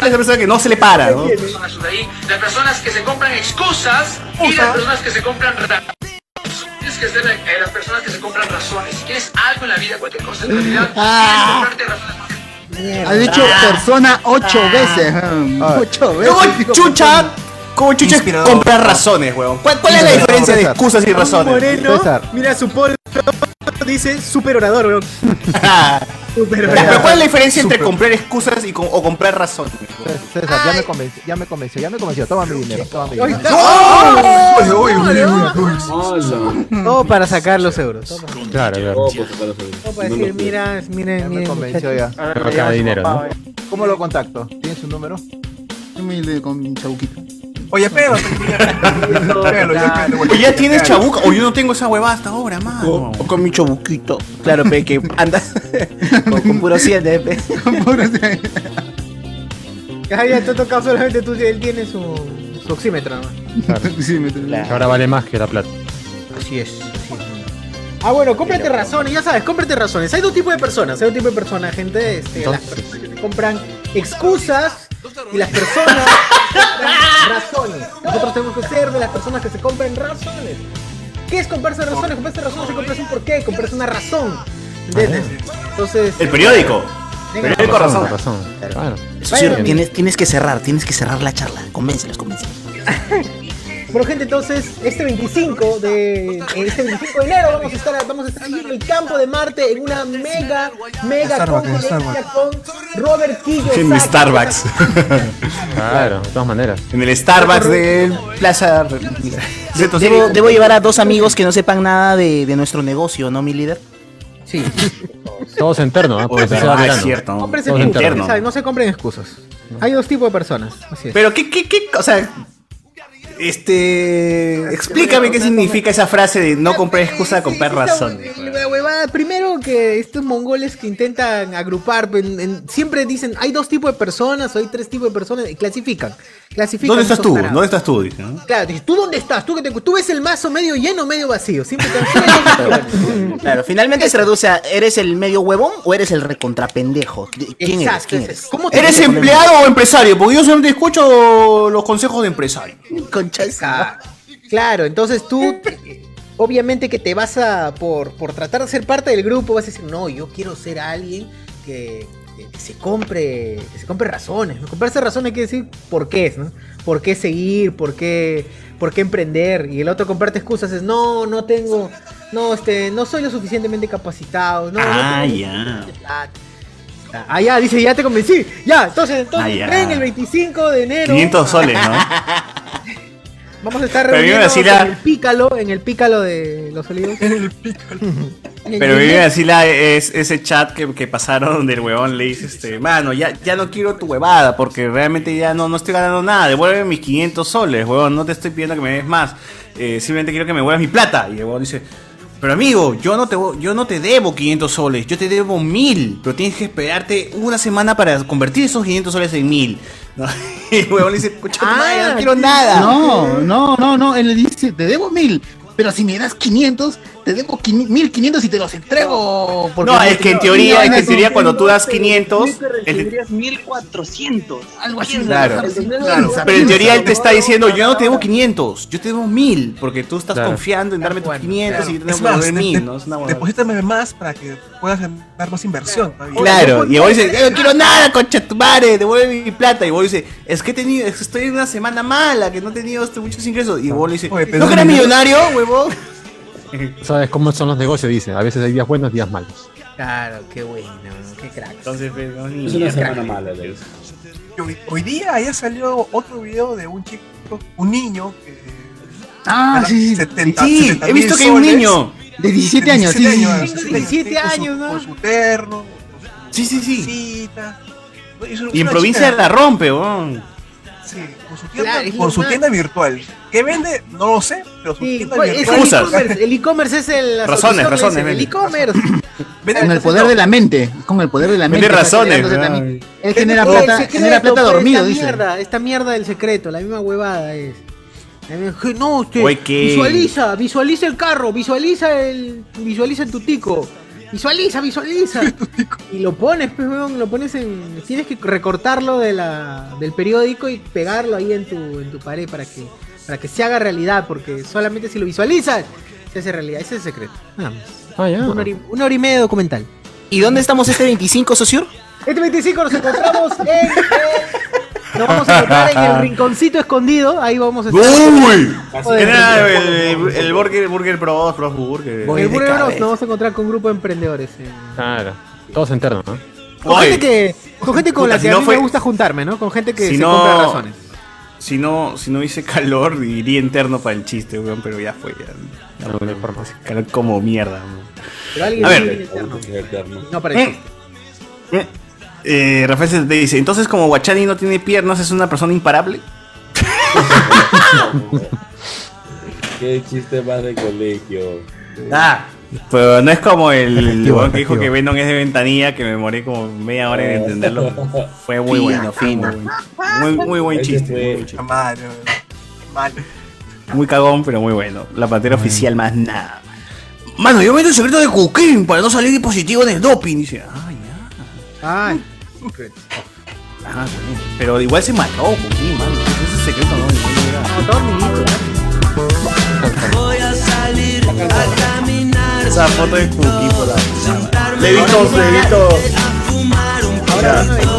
S4: es la persona que no se le para, ¿no?
S23: personas por ahí, las personas que se compran excusas y las personas que se compran ra- Tienes que ser la- eh, las personas que se compran razones. Si quieres algo en la vida, cualquier cosa en la vida,
S19: Ah.
S23: tienes que comprarte razones.
S19: Ha dicho persona ocho veces.
S4: ¿eh?
S19: ah, Ocho veces.
S4: ¿Cómo chucha? ¿Cómo chucha
S19: Inspirador.
S4: comprar razones, huevón? ¿Cuál, cuál es la
S19: Inspirador,
S4: diferencia de
S19: César.
S4: excusas y
S19: Raúl
S4: razones?
S1: Moreno, mira su polo, dice super orador, weón.
S4: Pero, ¿cuál es la diferencia entre comprar excusas y com- o comprar razones?
S14: César, ya me convenció, ya me convenció, ya me convenció. Toma mi dinero, toma mi dinero.
S1: Todo para sacar los euros. todo para-
S2: Claro, claro.
S1: Todo para decir, mira, miren,
S14: Me
S1: miren.
S14: convenció ya.
S1: muchachos.
S2: Pero cada dinero, ¿no?
S4: eh.
S14: ¿Cómo lo contacto? ¿Tienes su número?
S19: Humilde con Chauquito.
S8: Oye, pero. Pero, ya,
S4: O ya tienes chabuca, o yo no tengo esa huevada hasta ahora, mano. O con mi chabuquito. Claro, pe, que anda con, con puro
S5: ¿eh?
S4: 7, pe.
S1: Ya, ya te ha tocado solamente tú, él tiene su, su oxímetro. ¿no?
S2: Claro. Que Ahora vale más que la plata.
S1: Así es. Ah, bueno, cómprate razones, ya sabes, cómprate razones. Hay dos tipos de personas, hay dos tipos de personas, gente. Este, las personas que te compran excusas y las personas que compran razones. Nosotros tenemos que ser de las personas que se compran razones. ¿Qué es comprarse razones? Comprarse razones, se comprarse un porqué, comprarse una razón. ¿Entiendes? Entonces.
S4: El periódico.
S1: Venga,
S4: Periódico
S1: razón,
S4: razón.
S2: Claro.
S5: Eso sí,
S1: Bueno,
S5: pues, tienes, tienes que cerrar, tienes que cerrar la charla. Convéncelos, convéncelos.
S1: Bueno, gente, entonces, este 25 de, este 25 de enero vamos a estar, vamos a estar ahí en el campo de Marte en una mega, mega
S8: Starbucks, en
S1: conferencia
S8: Starbucks.
S1: con Robert Kiyosaki.
S4: En mi Starbucks.
S2: Claro, de todas maneras.
S4: En el Starbucks de Plaza.
S5: Debo, debo llevar a dos amigos que no sepan nada de, de nuestro negocio, ¿no, mi líder?
S1: Sí.
S2: Todos en terno, ¿ah? Porque se va
S4: Ah,
S2: verano.
S4: es cierto.
S1: Cómprense
S2: Todos en
S1: excusas,
S2: terno.
S1: ¿sabes? No se compren excusas. Hay dos tipos de personas. Así es.
S4: Pero qué, qué, qué, o sea. Este. Explícame qué significa esa frase de no comprar excusa, comprar razones.
S1: La huevada, primero que estos mongoles que intentan agrupar, en- en- siempre dicen, hay dos tipos de personas, hay tres tipos de personas, y clasifican. clasifican
S4: ¿Dónde estás
S1: esos
S4: tú?
S1: tarados.
S4: ¿Dónde estás tú? Dice, ¿no?
S1: Claro, dices, ¿tú dónde estás? ¿Tú, que te, tú ves el mazo medio lleno o medio vacío. Siempre te
S5: Claro, finalmente se reduce a, ¿eres el medio huevón o eres el recontrapendejo? De- ¿Quién eres?
S1: Exacto,
S5: ¿Quién
S1: ese-
S5: eres?
S1: ¿cómo te
S4: ¿Eres empleado o empresario? Porque yo solamente escucho los consejos de empresario.
S5: Concha
S1: Claro, entonces tú, eh, obviamente que te vas a, por, por tratar de ser parte del grupo, vas a decir, no, yo quiero ser alguien que, que se compre, que se compre razones. ¿no? Comprarse razones quiere decir por qué es, ¿no? ¿Por qué seguir? ¿Por qué, por qué emprender? Y el otro comparte excusas, es, no, no tengo, no, este, no soy lo suficientemente capacitado, no, no
S4: Ah,
S1: tengo
S4: ya.
S1: plata". Ah, ya, dice, ya te convencí. Ya, entonces, entonces,
S4: Ah, ya.
S1: ven el 25 de enero.
S4: 500 soles, ¿no?
S1: Vamos a estar
S4: Pero yo
S1: reunidos
S4: iba a decir
S1: en
S4: la-
S1: el pícalo, en el pícalo de los olivos. en el pícalo.
S4: Pero me iba a decir la- es, ese chat que, que pasaron donde el huevón le dice, este, mano, ya, ya no quiero tu huevada porque realmente ya no, no estoy ganando nada, devuelve mis 500 soles, huevón, no te estoy pidiendo que me des más, eh, simplemente quiero que me devuelvas mi plata. Y el huevón dice, pero amigo, yo no, te, vo- yo no te debo 500 soles, yo te debo 1000, pero tienes que esperarte una semana para convertir esos 500 soles en 1000. ¿no? Y el huevón le dice, "Concha tu madre, no quiero nada.
S19: Ah, No, no, no, no. Él le dice, te debo mil. Pero si me das 500, te debo 500 1500 y te los entrego. porque
S4: no, es que en teoría, es que en
S19: no-
S4: teoría cuando tú das 500, el-
S7: Tendrías 1400.
S19: Algo así.
S4: Claro.
S19: algo así,
S4: Claro,
S19: claro.
S4: pero en teoría él te está diciendo, yo no te debo 500, yo te debo 1000, porque tú estás
S2: Claro.
S4: confiando en darme tus 500 y yo te
S8: Es
S4: tengo que
S8: más,
S4: devolver
S8: de-
S4: 1000,
S8: de-
S4: ¿no? Es una huevada.
S8: Deposítame más para que puedas dar más inversión. todavía.
S4: Claro, y luego dice, yo no quiero nada, concha tu madre, devuelve mi plata. Y luego dice, es que he tenido, es que estoy en una semana mala, que no he tenido este, muchos ingresos. Y luego le dice,
S8: Oye, pero-
S4: ¿no que eres millonario, huevón?
S2: Sabes cómo son los negocios, dice. A veces hay días buenos, días malos.
S1: Claro, qué bueno, qué crack.
S4: Entonces, pues, no, ni
S8: Es una
S4: mierda.
S8: semana mala, Hoy, hoy día ya salió otro video de un chico, un niño que.
S19: Ah,
S8: gana
S19: sí, sí.
S8: 70,
S19: Sí,
S8: 70
S19: he visto
S8: mil
S19: que hay un
S8: soles.
S19: niño. De 17 años, sí, sí, sí.
S8: sí, sí,
S19: Tengo
S1: 17
S8: con su-
S1: años, ¿no?
S8: Con su terno.
S4: Sí, sí, sí.
S8: Y
S4: Y en provincia la rompe, huevón.
S8: Sí, con su tienda,
S1: Claro, es
S8: con su
S1: normal.
S8: tienda virtual. ¿Qué vende? No lo sé, pero su
S1: Sí,
S8: tienda
S1: pues, es
S8: virtual.
S1: el e-commerce, el e-commerce es el... las
S4: Razones,
S1: audiciones,
S4: razones,
S1: El
S4: vende.
S1: e-commerce.
S19: Con el poder de la mente. Con el poder de la
S4: Tiene
S19: mente.
S4: razones,
S19: Entonces, también,
S4: ¿verdad?
S19: Él genera
S1: El
S19: plata,
S1: secreto,
S19: genera plata
S1: pues,
S19: dormido,
S1: esta
S19: dice.
S1: Mierda, esta mierda del secreto, la misma huevada es. La misma- que No, usted
S4: Oye, ¿qué?
S1: visualiza, visualiza el carro, visualiza el visualiza el tutico. Visualiza, visualiza. y lo pones, pues, weón, lo pones en tienes que recortarlo de la del periódico y pegarlo ahí en tu en tu pared para que para que se haga realidad, porque solamente si lo visualizas se hace realidad, ese es el secreto. Nada más. Una hora y- una hora y media de documental.
S5: ¿Y dónde estamos este 25, socio?
S1: Este 25 nos encontramos en. eh, nos vamos a encontrar en el rinconcito escondido. Ahí vamos a estar.
S4: Era el, el, el Burger, Burger Bros, Bros Burger.
S1: el Burger Bros. Nos vamos a encontrar con un grupo de emprendedores. eh.
S2: Claro. Todos internos, ¿no?
S1: Con
S4: Oye.
S1: gente que. Con gente con
S4: Puta,
S1: la
S4: si
S1: que
S4: no
S1: a mí
S4: fue-
S1: me gusta juntarme, ¿no? Con gente que
S4: si
S1: se
S4: no,
S1: compra razones.
S4: Si no, si no hice calor, iría interno para el chiste, weón, pero ya fue. Ya,
S11: Ah,
S4: ya fue, hace calor como mierda, weón.
S1: Pero alguien
S4: A ver.
S1: vive en el terno. No para el
S4: ¿Eh?
S1: chiste.
S4: Eh, Rafael se te dice, entonces como Guachani no tiene piernas, es una persona imparable.
S11: Qué chiste más de colegio.
S4: Ah, Pero no es como el
S11: Efectivo,
S4: weón que dijo
S11: efectivo.
S4: que Venom es de ventanilla, que me moré como media hora
S1: Oh.
S4: en entenderlo. Fue muy
S8: Sí,
S4: bueno, fue muy bueno. Muy, muy buen
S8: Ese
S4: chiste,
S8: fue-
S4: muy buen chiste.
S8: Mal, mal.
S4: Muy cagón, pero muy bueno. La pantera oficial más nada. Mano, yo meto el secreto de Cuquín para no salir positivo en el doping. Dice, ah,
S1: Ay.
S4: ah, también. Pero igual se mató, Cuquín, mano. Ese secreto no, no era.
S16: Voy a salir a caminar.
S4: Esa foto de Cuquín, por la. Le he visto, le he visto.
S16: Ahora,